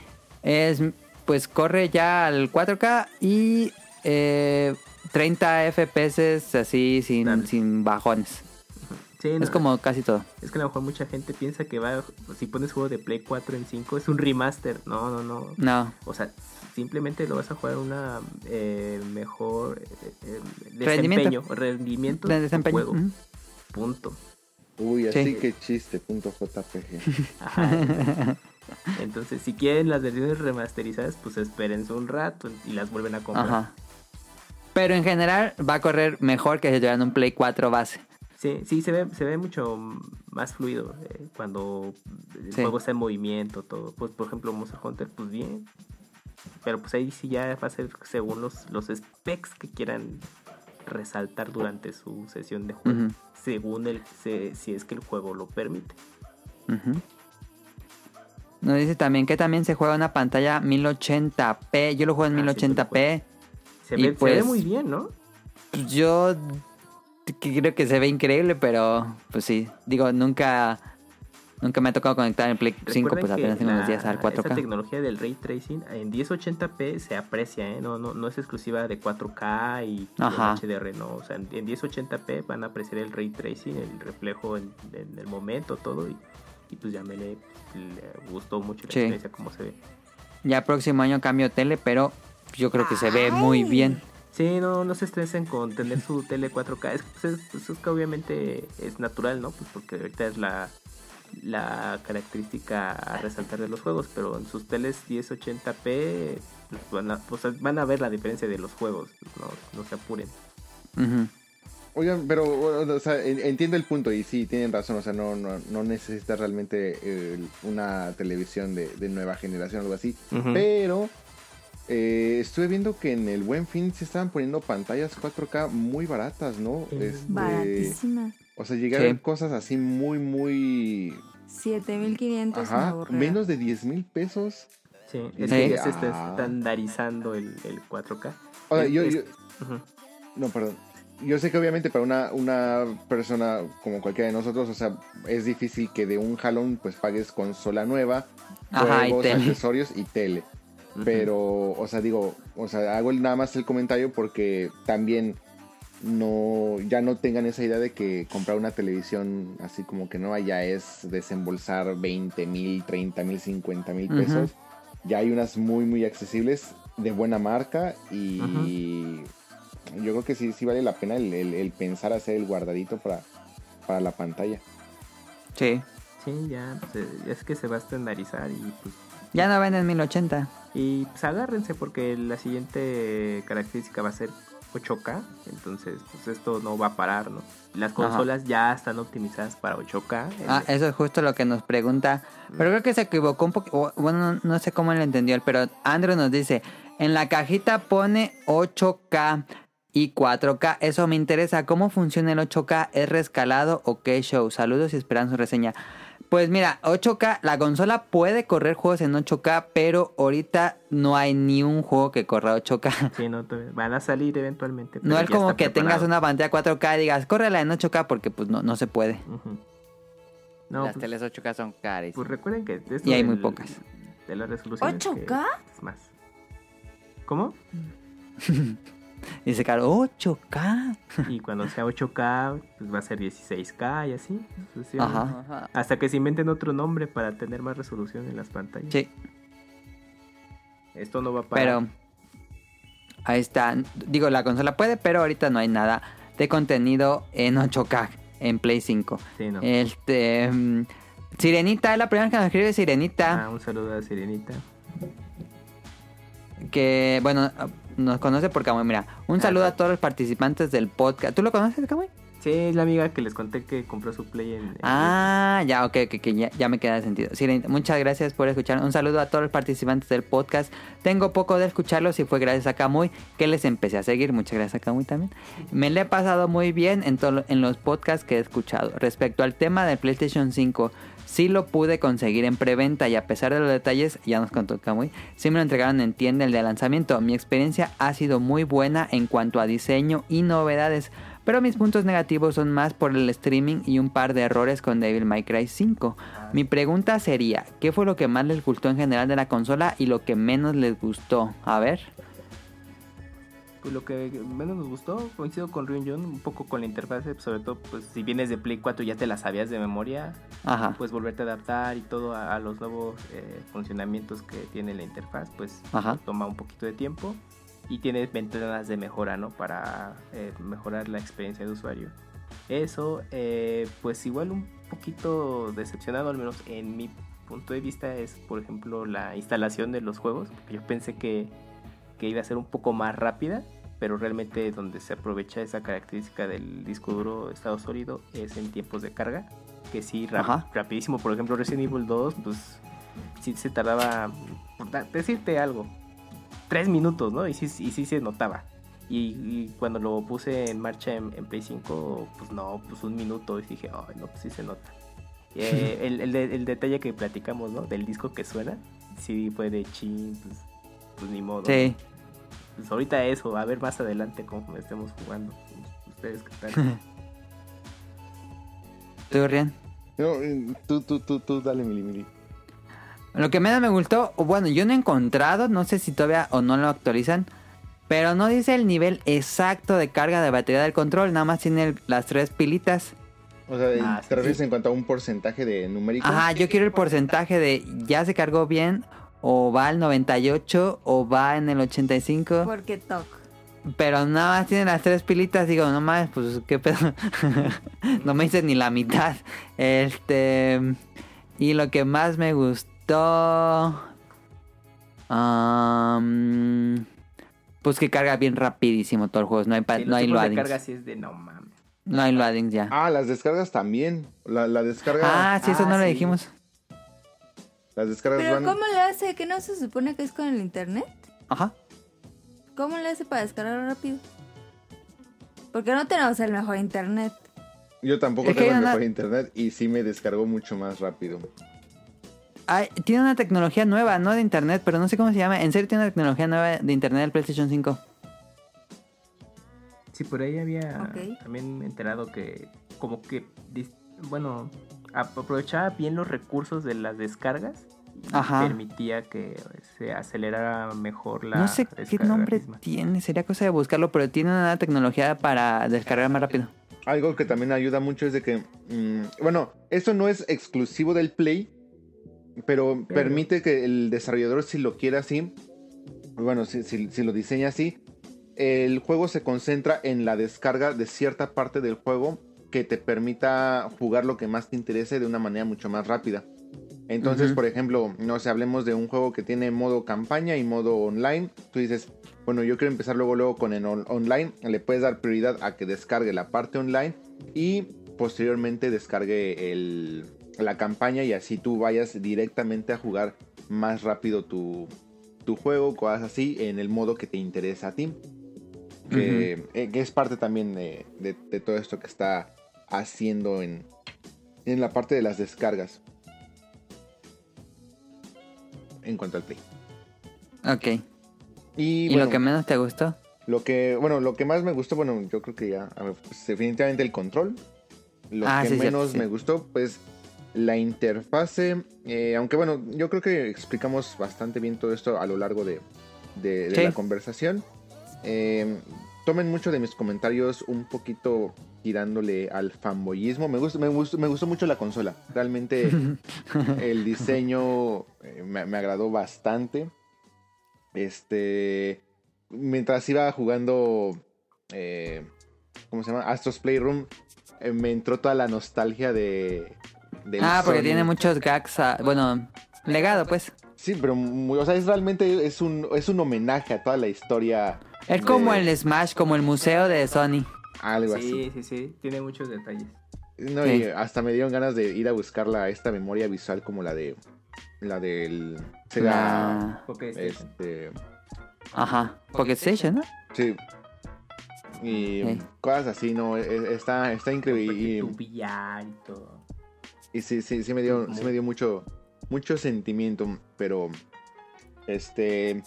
B: es pues corre ya al 4K y eh, 30 FPS así
F: Dale.
B: sin, sin bajones.
F: Sí, no,
B: Es como casi todo.
F: es que a lo mejor mucha gente piensa que va, si pones juego de Play 4 en 5, es un remaster. No, no, no.
B: No.
F: O sea, simplemente lo vas a jugar a una eh, mejor eh, eh,
B: Rendimiento.
F: desempeño, rendimiento,
B: De
F: de
B: desempeño.
F: juego.
B: Ujú.
F: Punto.
D: Uy, así
B: Sí.
D: que chiste, punto JPG.
F: Ajá. Entonces, si quieren las versiones remasterizadas, pues espérense un rato y las vuelven a comprar.
B: Ajá. Pero en general va a correr mejor que si tuvieran un Play 4 base.
F: Sí, sí, se ve, se ve mucho más fluido eh, cuando el
B: Sí.
F: juego está en movimiento, todo. Pues, por ejemplo, Monster Hunter, pues bien. Pero pues ahí sí ya va a ser según los, los specs que quieran resaltar durante su sesión de juego.
B: Ujú.
F: Según el, se- si es que el juego lo permite.
B: Ujú. Nos dice también que también se juega una pantalla 1080p. Yo lo juego en
F: Ah, sí, tú lo
B: 1080p.
F: Se
B: Y
F: ve, se ve
B: pues-
F: muy bien, ¿no?
B: Pues Yo creo que se ve increíble, pero pues sí. Digo, nunca nunca me ha tocado conectar el Play 5,
F: Recuerden
B: pues
F: que
B: apenas tengo unos
F: la-
B: días al
F: Esta
B: 4K.
F: tecnología del ray tracing en 1080p se aprecia, ¿eh? No, no, no es exclusiva de 4K y
B: Ajá.
F: HDR, no. O sea, en, en 1080p van a apreciar el ray tracing, el reflejo en, en el momento, todo. Y, y pues ya me le, le gustó mucho la
B: Sí.
F: experiencia, cómo se ve.
B: Ya próximo año cambio de tele, pero yo creo que se ve muy bien.
F: Sí, no, no se estresen con tener su tele 4K. Es, pues es- pues es que obviamente es natural, ¿no? Pues porque ahorita es la, la característica a resaltar de los juegos, pero en sus teles 1080p pues, van a, o sea, van a ver la diferencia de los juegos. No, no se apuren.
B: Ujú.
D: Oigan, pero o sea, en- entiendo el punto y sí, tienen razón, o sea, no, no, no necesitas realmente eh, una televisión de, de nueva generación o algo así,
F: Ujú.
D: pero eh, estuve viendo que en el buen fin se estaban poniendo pantallas 4K muy baratas, ¿no?
A: Mm.
F: Eh,
D: Este,
A: Baratísima.
D: o sea, llegaron
B: Sí.
D: cosas así muy, muy...
A: 7500 me
D: Ajá,
A: aburrió.
D: menos de 10 mil pesos.
F: Sí, es que
B: Sí.
F: ya se está
D: Ah.
F: estandarizando el, el 4K.
D: O sea, yo-
F: Es-
D: yo,
F: Ujú.
D: No, perdón. Yo sé que obviamente para una, una persona como cualquiera de nosotros, o sea, es difícil que de un jalón pues pagues consola nueva,
B: Ajá, y
D: juegos,
B: tele.
D: accesorios y tele.
F: Ujú.
D: Pero, o sea, digo, o sea, hago el- nada más el comentario porque también no ya no tengan esa idea de que comprar una televisión así como que nueva ya es desembolsar 20 mil, 30 mil, 50 mil
B: Ujú.
D: pesos. Ya hay unas muy, muy accesibles de buena marca y yo creo que sí, sí vale la pena el, el- el pensar hacer el guardadito para, para la pantalla.
B: Sí.
F: Sí, ya, pues, eh, es que se va a estandarizar y pues,
B: Ya no ven en 1080.
F: y pues agárrense porque la siguiente característica va a ser 8K, entonces pues esto no va a parar, ¿no? Las consolas ya están optimizadas para 8K. eh,
B: Ah, eso es justo lo que nos pregunta. Pero creo que se equivocó un poco. Bueno, no, no sé cómo lo entendió él, pero Andrew nos dice: En la cajita pone 8K y 4K. Eso me interesa. ¿Cómo funciona el 8K? ¿Es rescalado o qué show? Saludos y esperan su reseña. Pues mira, 8K, la consola puede correr juegos en 8K, pero ahorita no hay ni un juego que corra 8K.
F: sí, no, todavía- van a salir eventualmente.
B: No
F: pero
B: es
F: ya
B: como
F: está
B: que tengas
F: preparado.
B: una pantalla 4K y digas, córrela en 8K porque pues no, no se puede.
F: Ujú. No,
C: Las
F: pues,
C: teles 8K son carísimas.
F: pues recuerden que de esto
B: Y hay muy
F: del-
B: pocas.
F: De las resoluciones. que-
A: ¿8K?
F: es más. ¿Cómo?
B: Dice, claro, 8K.
F: Y cuando sea 8K, pues va a ser 16K y así. sucesivamente.
B: Ajá.
C: Ajá.
F: Hasta que se inventen otro nombre para tener más resolución en las pantallas.
B: Sí,
F: Esto no va a parar.
B: pero ahí está. Digo, la consola puede, pero ahorita no hay nada de contenido en 8K en Play 5.
F: Sí, no.
B: Este mm, Sirenita es la primera vez que nos escribe Sirenita,
F: Ah, un saludo a Sirenita.
B: que bueno, nos conoce por Kamui. Mira, un saludo a todos los participantes del podcast. ¿Tú lo conoces, Kamui?
F: Sí, es la amiga que les conté que compró su play en. en-
B: Ah, ya, ok, ok, ok, ya, ya me queda sentido. Sirenita, muchas gracias por escuchar. Un saludo a todos los participantes del podcast. Tengo poco de escucharlos y fue gracias a Kamui que les empecé a seguir. Muchas gracias a Kamui también. Me le he pasado muy bien en, todo- en los podcasts que he escuchado. Respecto al tema del PlayStation 5, sí lo pude conseguir en preventa y a pesar de los detalles, ya nos contó Kamui, sí me lo entregaron en tienda el de lanzamiento. Mi experiencia ha sido muy buena en cuanto a diseño y novedades pero mis puntos negativos son más por el streaming y un par de errores con Devil May Cry 5. Mi pregunta sería, ¿qué fue lo que más les gustó en general de la consola y lo que menos les gustó? A ver.
F: Pues lo que menos nos gustó, coincido con Ryun Jun, un poco con la interfase, sobre todo, pues si vienes de Play 4 y ya te la sabías de memoria,
B: Ajá.
F: pues volverte a adaptar y todo a, a los nuevos eh, funcionamientos que tiene la interfaz, pues
B: Ajá.
F: toma un poquito de tiempo y tiene ventanas de mejora, ¿no? Para eh, mejorar la experiencia de usuario. Eso, eh, pues igual un poquito decepcionado, al menos en mi punto de vista, es por ejemplo la instalación de los juegos. Yo pensé que, que iba a ser un poco más rápida, pero realmente donde se aprovecha esa característica del disco duro estado sólido es en tiempos de carga, que sí, ra-
B: Ajá.
F: rapidísimo. Por ejemplo, Resident Evil 2, pues sí se tardaba, por da- decirte algo, tres minutos, ¿no? Y sí, y sí se notaba. Y, y cuando lo puse en marcha en, en Play 5, pues no, pues un minuto. Y dije, ay, no, pues sí se nota. Eh, el, el de- el detalle que platicamos, ¿no? Del disco que suena, sí fue de chin, pues, pues ni modo.
B: Sí.
F: Pues ahorita eso, a ver más adelante cómo estemos jugando. Ustedes qué tal.
B: ¿Tú, Rian?
D: No, eh, tú, tú, tú, tú, dale, Mili, Mili.
B: Lo que menos me gustó, o bueno, yo no he encontrado, no sé si todavía o no lo actualizan, pero no dice el nivel exacto de carga de batería del control, nada más tiene el- las tres pilitas.
D: O sea,
F: Ah,
D: ¿te
F: sí.
D: refieres en cuanto a un porcentaje de numérico?
B: Ajá, yo quiero el porcentaje de ya se cargó bien, o va al 98, o va en el 85.
A: Porque toc.
B: Pero nada más tiene las tres pilitas, digo, no más, pues qué pedo. no me hice ni la mitad. Este. Y lo que más me gustó. am, pues que carga bien rapidísimo todo el juego. No hay, pa-
F: Sí, los
B: Ah, no hay
F: tiempos de
B: loadings.
F: carga sí es de no mames.
B: No hay loadings ya.
D: Ah, las descargas también. La, la descarga,
B: Ah, sí, eso
F: Ah,
B: no lo
F: sí.
B: dijimos.
D: las descargas
A: Pero
D: van...
A: ¿cómo le hace? ¿Que no se supone que es con el internet?
B: Ajá.
A: ¿Cómo le hace para descargar rápido? Porque no tenemos el mejor internet.
D: Yo tampoco
B: Es que
D: tengo
B: hay
D: el
B: una-
D: mejor internet y sí me descargó mucho más rápido.
B: Ay, tiene una tecnología nueva, no de internet, pero no sé cómo se llama. En serio, tiene una tecnología nueva de internet del PlayStation 5.
F: Sí, por ahí había
A: Ok.
F: también enterado que como que, dis- bueno, ap- aprovechaba bien los recursos de las descargas
J: y
B: Ajá.
J: permitía que se acelerara mejor la
B: no sé qué
J: descarga
B: nombre
J: misma.
B: tiene, sería cosa de buscarlo, pero tiene una tecnología para descargar más rápido.
D: Algo que también ayuda mucho es de que, mm, bueno, esto no es exclusivo del Play, pero,
J: Pero-
D: permite que el desarrollador, si lo quiere así, bueno, si, si- si lo diseña así, el juego se concentra en la descarga de cierta parte del juego que te permita jugar lo que más te interese de una manera mucho más rápida. Entonces,
B: Ujú.
D: por ejemplo, no sé, hablemos de un juego que tiene modo campaña y modo online. Tú dices, bueno, yo quiero empezar luego, luego con el on- online. Le puedes dar prioridad a que descargue la parte online y posteriormente descargue el- la campaña y así tú vayas directamente a jugar más rápido tu, tu juego, cosas así, en el modo que te interesa a ti. Que, eh, que es parte también de, de- de todo esto que está haciendo en, en la parte de las descargas en cuanto al play.
B: Ok. ¿Y,
D: Y,
B: lo
D: bueno,
B: que menos te gustó?
D: lo que, bueno, lo que más me gustó, bueno, yo creo que ya, a ver, pues, definitivamente el control. Lo
B: Ah,
D: que
B: sí, es cierto,
D: menos
B: sí.
D: me gustó, pues, la interfase. eh, aunque bueno, yo creo que explicamos bastante bien todo esto a lo largo de, de- de
B: Sí.
D: la conversación. Eh, tomen mucho de mis comentarios un poquito tirándole al fanboyismo. Me gustó, me gustó, me gustó mucho la consola. Realmente el diseño eh, me, me agradó bastante. Este. Mientras iba jugando. eh, ¿Cómo se llama? Astros Playroom. eh, me entró toda la nostalgia de. del
B: ah, porque
D: Sonic.
B: tiene muchos gags, a- bueno, legado pues.
D: Sí, pero muy- o sea, es realmente es un, es un homenaje a toda la historia.
B: Es como
D: de-
B: el Smash, como el museo de Sony.
D: Algo
J: Sí, sí, sí, tiene muchos detalles.
D: así. No,
B: Sí.
D: y hasta me dieron ganas de ir a buscarla esta memoria visual como la de. La del. Sega.
B: La-
J: Porque este,
D: Este.
B: Ajá, Pocket Station, ¿no?
D: Sí. Y
B: Ok.
D: cosas así, no, e- e- está, está increíble.
J: porque
D: Y,
J: tu billar y todo.
D: y sí, sí, sí me dio, sí me dio mucho, mucho sentimiento, pero este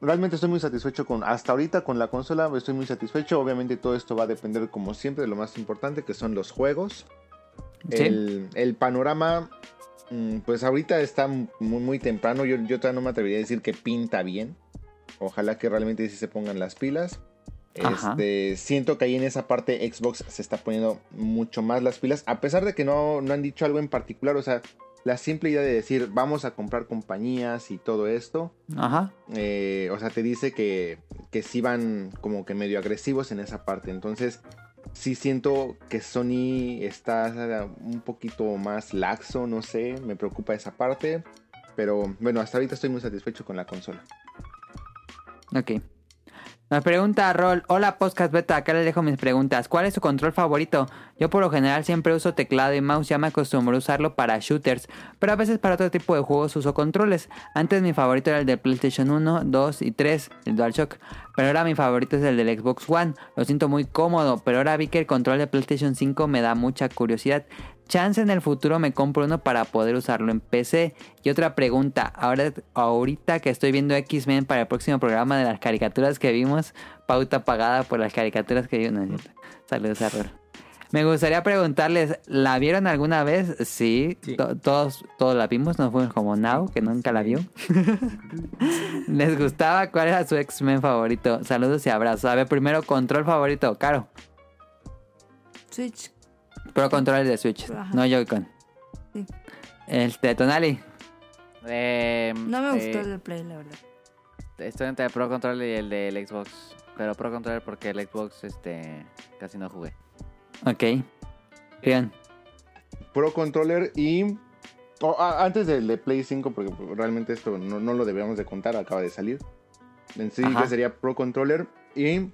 D: realmente estoy muy satisfecho con, hasta ahorita con la consola, estoy muy satisfecho. Obviamente todo esto va a depender, como siempre, de lo más importante que son los juegos.
B: Sí.
D: El, el panorama, mm, pues ahorita está muy, muy temprano. Yo, yo todavía no me atrevería a decir que pinta bien. Ojalá que realmente sí se pongan las pilas.
B: Ajá.
D: Este, siento que ahí en esa parte Xbox se está poniendo mucho más las pilas. A pesar de que no, no han dicho algo en particular. O sea, la simple idea de decir vamos a comprar compañías y todo esto.
B: Ajá.
D: eh, o sea, te dice que, que sí van como que medio agresivos en esa parte. Entonces, sí siento que Sony está un poquito más laxo, no sé, me preocupa esa parte. Pero bueno, hasta ahorita estoy muy satisfecho con la consola.
B: Ok. Nos pregunta Rol, hola podcast beta, acá les dejo mis preguntas. ¿Cuál es su control favorito? Yo por lo general siempre uso teclado y mouse, ya me acostumbré a usarlo para shooters, pero a veces para otro tipo de juegos uso controles. Antes mi favorito era el de PlayStation 1, 2 y 3, el DualShock, pero ahora mi favorito es el del Xbox One. Lo siento muy cómodo, pero ahora vi que el control de PlayStation 5 me da mucha curiosidad. Chance en el futuro me compro uno para poder usarlo en PC. Y otra pregunta, ahora, ahorita que estoy viendo X-Men para el próximo programa de las caricaturas que vimos, pauta pagada por las caricaturas que vimos. No, es cierto. Saludos a Rol. Me gustaría preguntarles, ¿la vieron alguna vez? Sí,
J: Sí.
B: to- todos, todos la vimos, no fuimos como Now, que nunca la vio. ¿Les gustaba? ¿Cuál era su X-Men favorito? Saludos y abrazos. A ver, primero, control favorito, Caro.
A: Switch.
B: Pro controles de Switch,
A: Ajá.
B: no Joy-Con.
A: Sí.
B: Este, Tonali.
C: Em,
A: No me
C: eh,
A: gustó el del Play, la verdad.
C: Estoy entre el Pro Controller y el del Xbox. Pero Pro Controller porque el Xbox este casi no jugué.
B: Ok. Bien.
D: Pro Controller y... o, a- antes del de Play 5, porque realmente esto no, no lo debíamos de contar, acaba de salir. En sí
B: Ajá.
D: que sería Pro Controller y...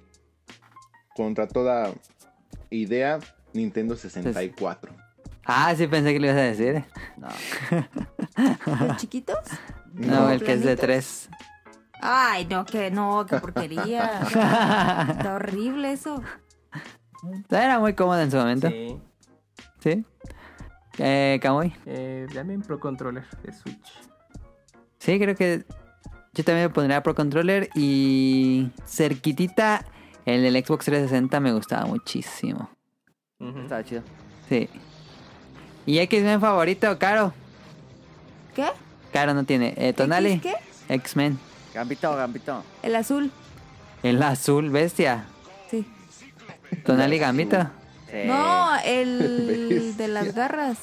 D: Contra toda idea, Nintendo 64.
B: Ah, sí pensé que lo ibas a decir.
C: No.
A: ¿Los chiquitos?
B: No,
A: No,
B: el que es de
A: planitos.
B: tres.
A: Ay, no, que no, qué porquería. Está horrible eso.
B: Era muy cómodo en su momento. Sí.
J: Sí.
B: Eh, Kamui.
J: Eh, también Pro Controller de Switch.
B: Sí, creo que yo también me pondría Pro Controller y cerquitita el del Xbox 360 me gustaba muchísimo.
J: Ujú.
C: Estaba chido.
B: Sí. ¿Y X-Men favorito, Caro?
A: ¿Qué?
B: Caro no tiene. Eh, Tonali.
A: ¿Qué?
B: X-Men.
C: Gambito, gambito.
A: El azul.
B: El azul, bestia.
A: Sí.
B: Tonali Gambito.
C: Sí.
A: No, el de las garras.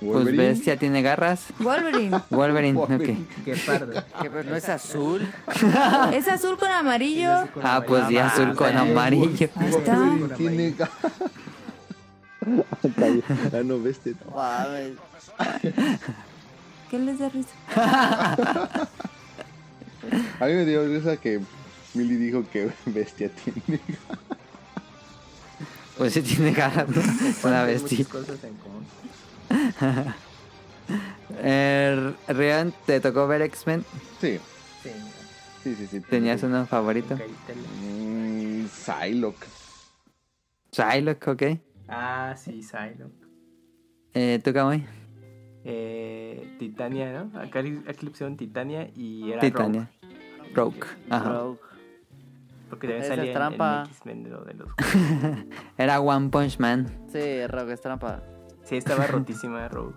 B: Pues
D: Wolverine.
B: bestia tiene garras.
A: Wolverine.
B: Wolverine,
D: Wolverine.
B: ok.
J: Qué pardo.
C: Que, pues, no es azul.
A: Es azul con amarillo.
B: Ah, pues ya azul con
C: mames.
B: amarillo.
A: Ahí está.
D: Tiene ga- Está bien. Ah, no, bestia.
C: Guau,
A: ¿Qué les da risa?
D: A mí me dio risa que Milly dijo que bestia tiene.
B: Pues sí tiene garras. ¿no? Es Una bestia.
J: cosas en común.
B: Eh, Rion, ¿te tocó ver X-Men?
D: Sí,
J: Sí,
D: sí, sí. sí
B: ¿Tenías uno favorito?
J: Caritela.
D: Mm, Psylocke.
B: Psylocke, ok.
J: Ah, sí, Cylon.
B: Eh, ¿Tú, Kamui?
J: Eh, Titania, ¿no? Acá, aquí le pusieron Titania y era
B: Titania. Rogue. Ajá.
C: Rogue.
J: Rogue, porque también
C: Esa es
J: salía en-
C: trampa.
J: en X-Men de lo de los...
B: Era One Punch Man.
C: Sí, Rogue es trampa.
J: Sí, estaba rotísima Rogue.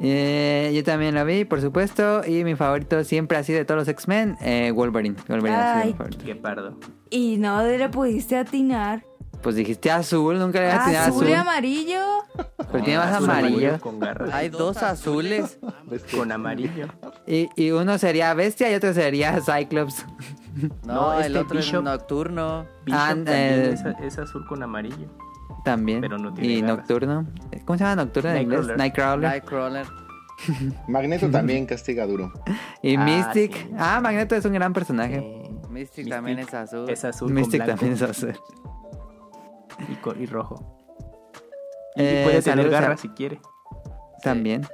B: Eh, yo también lo vi, por supuesto. Y mi favorito siempre ha sido de todos los X-Men, eh, Wolverine. Wolverine ha sido
A: Ay.
B: mi favorito.
J: Qué pardo.
A: Y no le pudiste atinar.
B: Pues dijiste azul, nunca le habías tirado
A: Ah, Azul
B: azul.
A: y amarillo.
B: Pero tiene más
J: Ah, Azul,
B: amarillo.
J: Con garra.
C: Hay dos azules.
D: Bestia.
J: Con amarillo.
B: Y, y uno sería Bestia y otro sería Cyclops.
C: No,
J: No,
C: el
J: este
C: otro
J: Bishop-
C: es nocturno.
J: Bishop
B: Ah,
J: también
B: eh,
J: es, es azul con amarillo.
B: También.
J: Pero no tiene
B: y
J: garras.
B: Nocturno. ¿Cómo se llama Nocturno en inglés?
J: Nightcrawler.
B: Nightcrawler.
C: Nightcrawler.
D: Magneto también castiga duro.
B: Y
J: Ah,
B: Mystic.
J: sí.
B: Ah, Magneto es un gran personaje.
J: Eh,
C: Mystic también es azul.
J: Es azul
B: Mystic
J: con blanco
B: también es azul.
J: y, co- y rojo.
B: Eh,
J: y puede tener
B: saludos a-
J: garra si quiere.
B: También.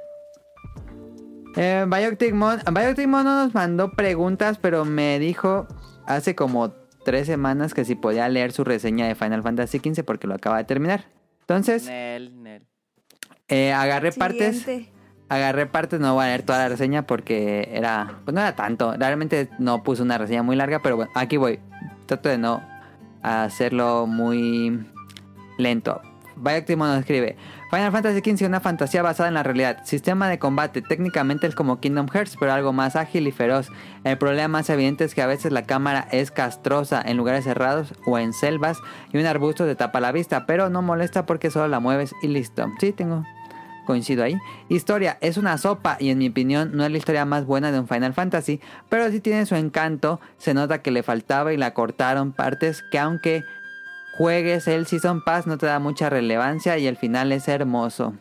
B: Eh, Bioptic Mon, Bioptic Mon no nos mandó preguntas, pero me dijo hace como tres semanas que si podía leer su reseña de Final Fantasy XV porque lo acaba de terminar. Entonces,
C: Nel, Nel.
B: eh, agarré partes.
A: Siguiente.
B: Agarré partes, no voy a leer toda la reseña porque era. Pues no era tanto. Realmente no puse una reseña muy larga, pero bueno, aquí voy. Trato de no hacerlo muy lento. Bioctimo nos escribe: Final Fantasy XV, una fantasía basada en la realidad. Sistema de combate. Técnicamente es como Kingdom Hearts, pero algo más ágil y feroz. El problema más evidente es que a veces la cámara es castrosa en lugares cerrados o en selvas y un arbusto te tapa la vista, pero no molesta porque solo la mueves y listo. Sí, tengo Coincido ahí. Historia es una sopa y en mi opinión no es la historia más buena de un Final Fantasy, pero sí tiene su encanto, se nota que le faltaba y la cortaron partes que aunque juegues el Season Pass no te da mucha relevancia y el final es hermoso.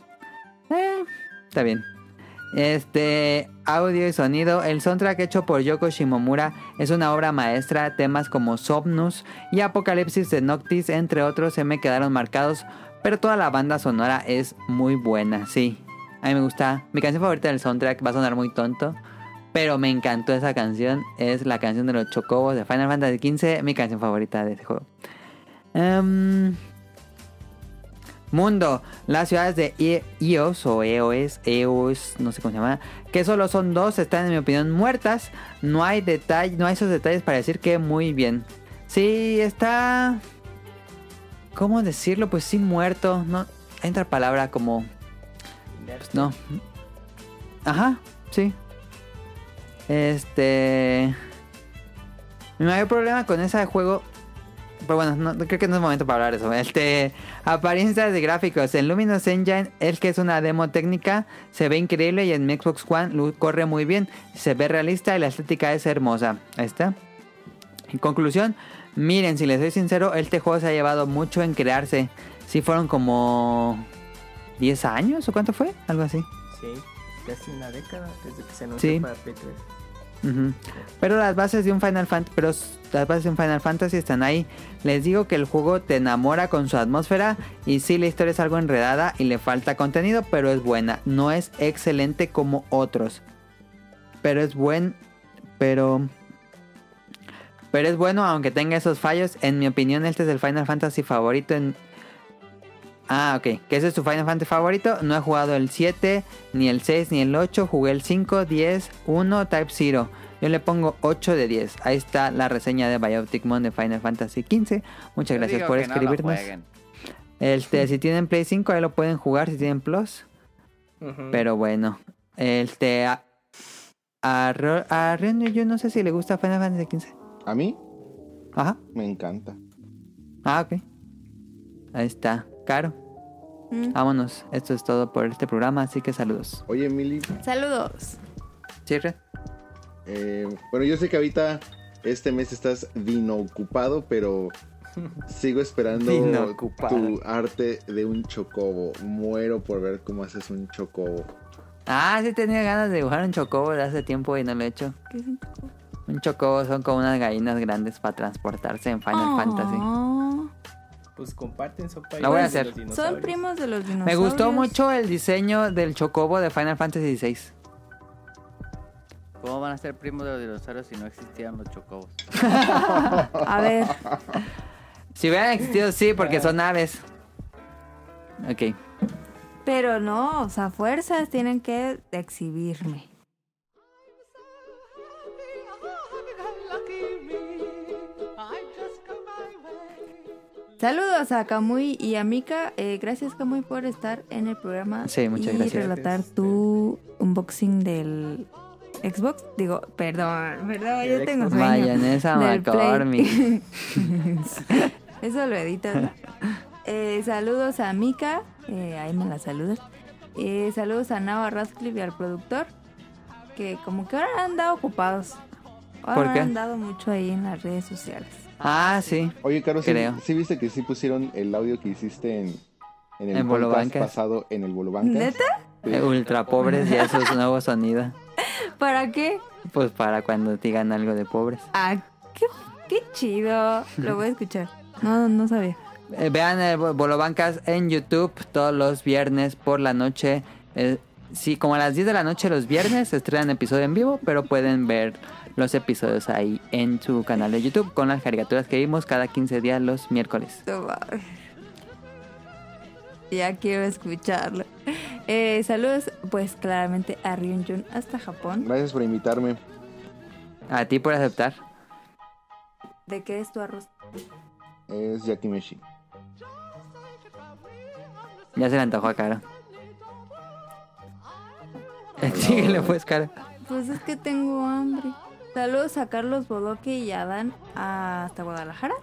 B: Eh, está bien. Este, audio y sonido, el soundtrack hecho por Yoko Shimomura es una obra maestra, temas como Somnus y Apocalipsis de Noctis, entre otros, se me quedaron marcados, pero toda la banda sonora es muy buena, sí. A mí me gusta, mi canción favorita del soundtrack va a sonar muy tonto, pero me encantó esa canción, es la canción de los Chocobos de Final Fantasy XV, mi canción favorita de este juego. Em, Mundo, las ciudades de I- Ios o EOS, EOS, no sé cómo se llama, que solo son dos, están en mi opinión muertas. No hay detalle, no hay esos detalles para decir que muy bien. Sí, está. ¿Cómo decirlo? Pues sí, muerto. No, hay otra palabra como. Pues no. Ajá, sí. Este. Mi mayor problema con ese juego pero bueno, no, creo que no es momento para hablar de eso. Este, apariencias de gráficos. En Luminous Engine, el que es una demo técnica, se ve increíble y en mi Xbox One lu- corre muy bien. Se ve realista y la estética es hermosa. Ahí está. En conclusión, miren, si les soy sincero, este juego se ha llevado mucho en crearse. Si fueron como 10 años o cuánto fue, algo así.
J: Sí, casi una década desde que se anunció
B: Sí.
J: para P3.
B: Ujú. Pero las bases de un Final Fantasy, pero s- las bases de un Final Fantasy están ahí. Les digo que el juego te enamora con su atmósfera y sí la historia es algo enredada y le falta contenido, pero es buena. No es excelente como otros, pero es buen, pero pero es bueno aunque tenga esos fallos. En mi opinión este es el Final Fantasy favorito en Ah, ok. Que ese es tu Final Fantasy favorito. No he jugado el 7, ni el 6, ni el 8. Jugué el 5, 10, 1, Type 0. Yo le pongo 8 de 10. Ahí está la reseña de Bioptic Mon de Final Fantasy 15. Muchas
C: Yo
B: gracias
C: digo
B: por
C: que no lo
B: escribirnos.
C: jueguen.
B: este, si tienen Play 5, ahí lo pueden jugar. Si tienen Plus.
E: Ujú.
B: Pero bueno. Este. A, a, Ro- a Ren, yo no sé si le gusta Final Fantasy XV.
D: A mí
B: Ajá.
D: me encanta.
B: Ah, ok. Ahí está. Caro.
A: Mm.
B: Vámonos. Esto es todo por este programa, así que saludos.
D: Oye, Emily,
A: Saludos.
B: ¿Sí, Ren?
D: eh, bueno, yo sé que ahorita este mes estás dinocupado, pero sigo esperando
B: Dinocupado.
D: tu arte de un chocobo. Muero por ver cómo haces un chocobo.
B: Ah, sí tenía ganas de dibujar un chocobo de hace tiempo y no lo he hecho.
A: ¿Qué es un
B: Un chocobo son como unas gallinas grandes para transportarse en Final Fantasy.
A: Oh.
F: Pues comparten sopa
B: La voy a hacer.
A: Son primos de los dinosaurios.
B: Me gustó mucho el diseño del chocobo de Final Fantasy XVI.
C: ¿Cómo van a ser primos de los dinosaurios si no existían los chocobos?
A: A ver,
B: Si hubieran existido, sí, porque son aves. Ok.
A: pero no, o sea, fuerzas tienen que exhibirme. Saludos a Camuy y a Mika. Eh, gracias, Camuy, por estar en el programa.
B: Sí, muchas
A: y
B: gracias.
A: relatar tu unboxing del Xbox. Digo, perdón, perdón, yo
E: Del
A: tengo
E: Xbox.
A: sueño.
B: Mayonesa
A: Del Play.
B: McCormick.
A: Eso lo editas. ¿no? Eh, saludos a Mika. Eh, ahí me la saludas. Eh, saludos a Nava Radcliffe y al productor. Que como que ahora han dado ocupados. Ahora
B: ¿Por qué?
A: han dado mucho ahí en las redes sociales.
B: Ah, sí.
D: Oye, Caro, ¿sí,
B: Creo.
D: sí viste que sí pusieron el audio que hiciste en, en el
B: En
D: podcast
B: Bolobancas.
D: pasado en el Bolobancas?
A: ¿Neta?
D: Sí.
B: Eh, Ultra pobres y esos nuevos sonidos.
A: ¿Para qué?
B: Pues para cuando digan algo de pobres.
A: Ah, qué, qué chido. Lo voy a escuchar. No, no sabía.
B: Eh, vean el Bo- Bolobancas en YouTube todos los viernes por la noche. Eh, sí, como a las 10 de la noche los viernes se estrenan episodio en vivo, pero pueden ver los episodios ahí en su canal de YouTube con las caricaturas que vimos cada 15 días los miércoles.
A: No mames. Ya quiero escucharlo. Eh, saludos, pues claramente a Ryunjun hasta Japón.
D: Gracias por invitarme.
B: A ti por aceptar.
A: ¿De qué es tu arroz?
D: Es Yakimeshi.
B: Ya se le antojó a Caro. Síguele pues, Caro.
A: Pues es que tengo hambre. Saludos a Carlos Bodoque y a Dan hasta Guadalajara.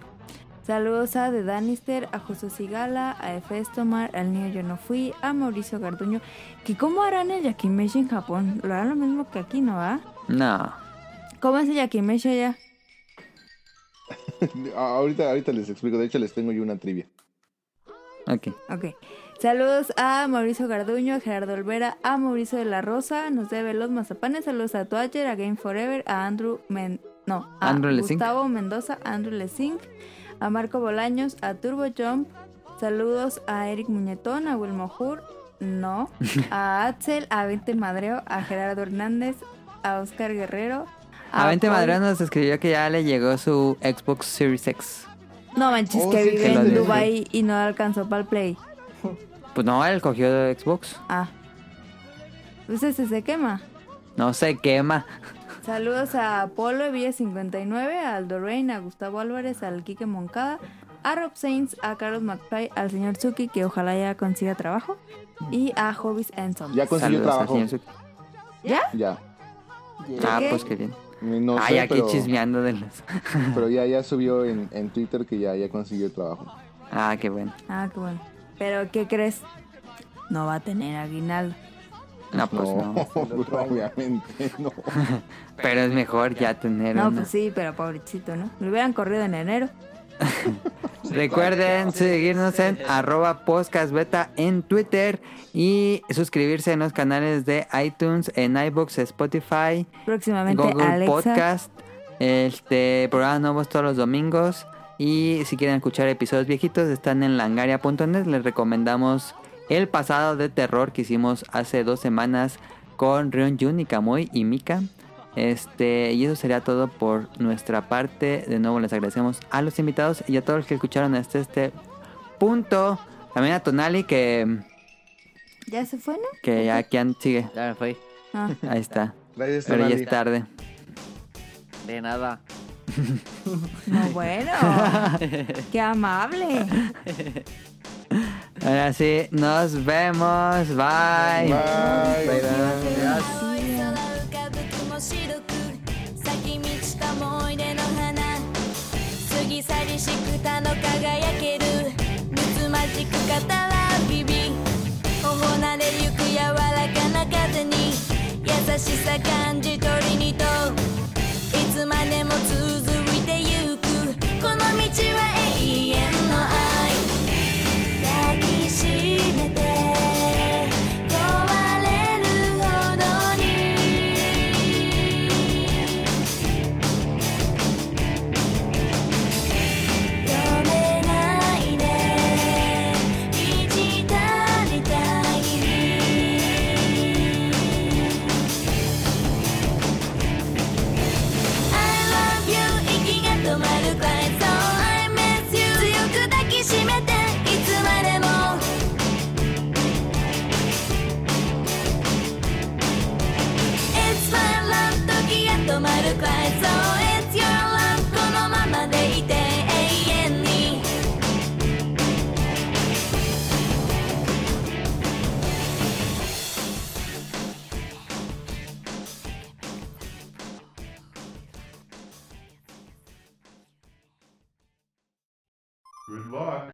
A: Saludos a The Danister, a José Sigala, a Efestomar, al niño Yo No Fui, a Mauricio Garduño. ¿Que ¿Cómo harán el yakimeshi en Japón? ¿Lo harán lo mismo que aquí, no va?
B: No.
A: ¿Cómo es el yakimeshi allá?
D: A- ahorita, ahorita les explico. De hecho, les tengo yo una trivia.
B: Ok.
A: Ok. Saludos a Mauricio Garduño, a Gerardo Olvera, a Mauricio de la Rosa, nos debe los mazapanes, saludos a Toager, a Game Forever, a Andrew Men no, a
B: Andrew Lessing.
A: Gustavo Mendoza, a Andrew Lessing, a Marco Bolaños, a Turbo Jump, saludos a Eric Muñetón, a Wilmo Hur, no, a Axel, a Vente Madreo, a Gerardo Hernández, a Oscar Guerrero,
B: A Vente
A: Paul-
B: Madrán nos escribió que ya le llegó su Xbox Series X.
A: No manches,
D: Oh,
A: que
D: sí,
A: vive
B: que lo
A: en
B: dejé.
A: Dubai y no alcanzó para el play.
B: Pues no, él cogió de Xbox.
A: Ah. Pues ese se quema.
B: No se quema.
A: Saludos a Apolo Villa 59, a Aldo Rain, a Gustavo Álvarez, al Quique Moncada, a Rob Sainz, a Carlos McFly, al señor Suki, que ojalá ya consiga trabajo, y a Hobbies and Zombies.
D: Ya consiguió
B: Saludos al
D: trabajo.
B: señor Zuc-
D: Ya.
B: Ah,
A: ¿Qué?
B: pues qué bien.
D: No
B: Ay,
D: sé,
B: aquí
D: pero,
B: chismeando de los.
D: pero ya, ya subió en, en Twitter que ya, ya consiguió trabajo.
B: Ah, qué bueno.
A: Ah, qué bueno. Pero, ¿qué crees? No va a tener aguinaldo.
B: No, pues no.
D: obviamente no.
B: Pero es mejor ya tener
A: No,
B: uno.
A: pues sí, pero pobrecito, ¿no? Lo hubieran corrido en enero.
B: Recuerden seguirnos en arroba podcastbeta en Twitter y suscribirse en los canales de iTunes, en iBox, Spotify,
A: Próximamente
B: Google
A: Alexa.
B: Podcast. Este programas nuevos todos los domingos. Y si quieren escuchar episodios viejitos, están en langaria.net. Les recomendamos el pasado de terror que hicimos hace dos semanas con Rion Jun y Kamui y Mika. Este, y eso sería todo por nuestra parte. De nuevo les agradecemos a los invitados y a todos los que escucharon hasta este punto. También a Tonali que,
A: ¿Ya se fue, no?
B: que ya aquí an- sigue.
C: Ya me fui.
A: Ah.
B: Ahí está.
D: Gracias,
B: Pero ya
D: Tonali.
B: es tarde.
C: De nada.
A: No, bueno. Qué amable.
B: Ahora sí, nos vemos. Bye.
D: Bye.
K: 浮かぶ雲白く咲き満ちた思い出の花過ぎ去りしくたの輝けるむつまじく語らう日々頬なれゆく柔らかな風に優しさ感じ取りにといつまでも続いてゆくこの道は永遠の愛抱きしめて壊れるほどに読めないで満ち足りた日々 I love you 息が止まる快走 I miss you 強く抱きしめていつまでも「It's my love」「時が止まる快走」「It's your love」「このままでいて永遠に」
I: Good luck.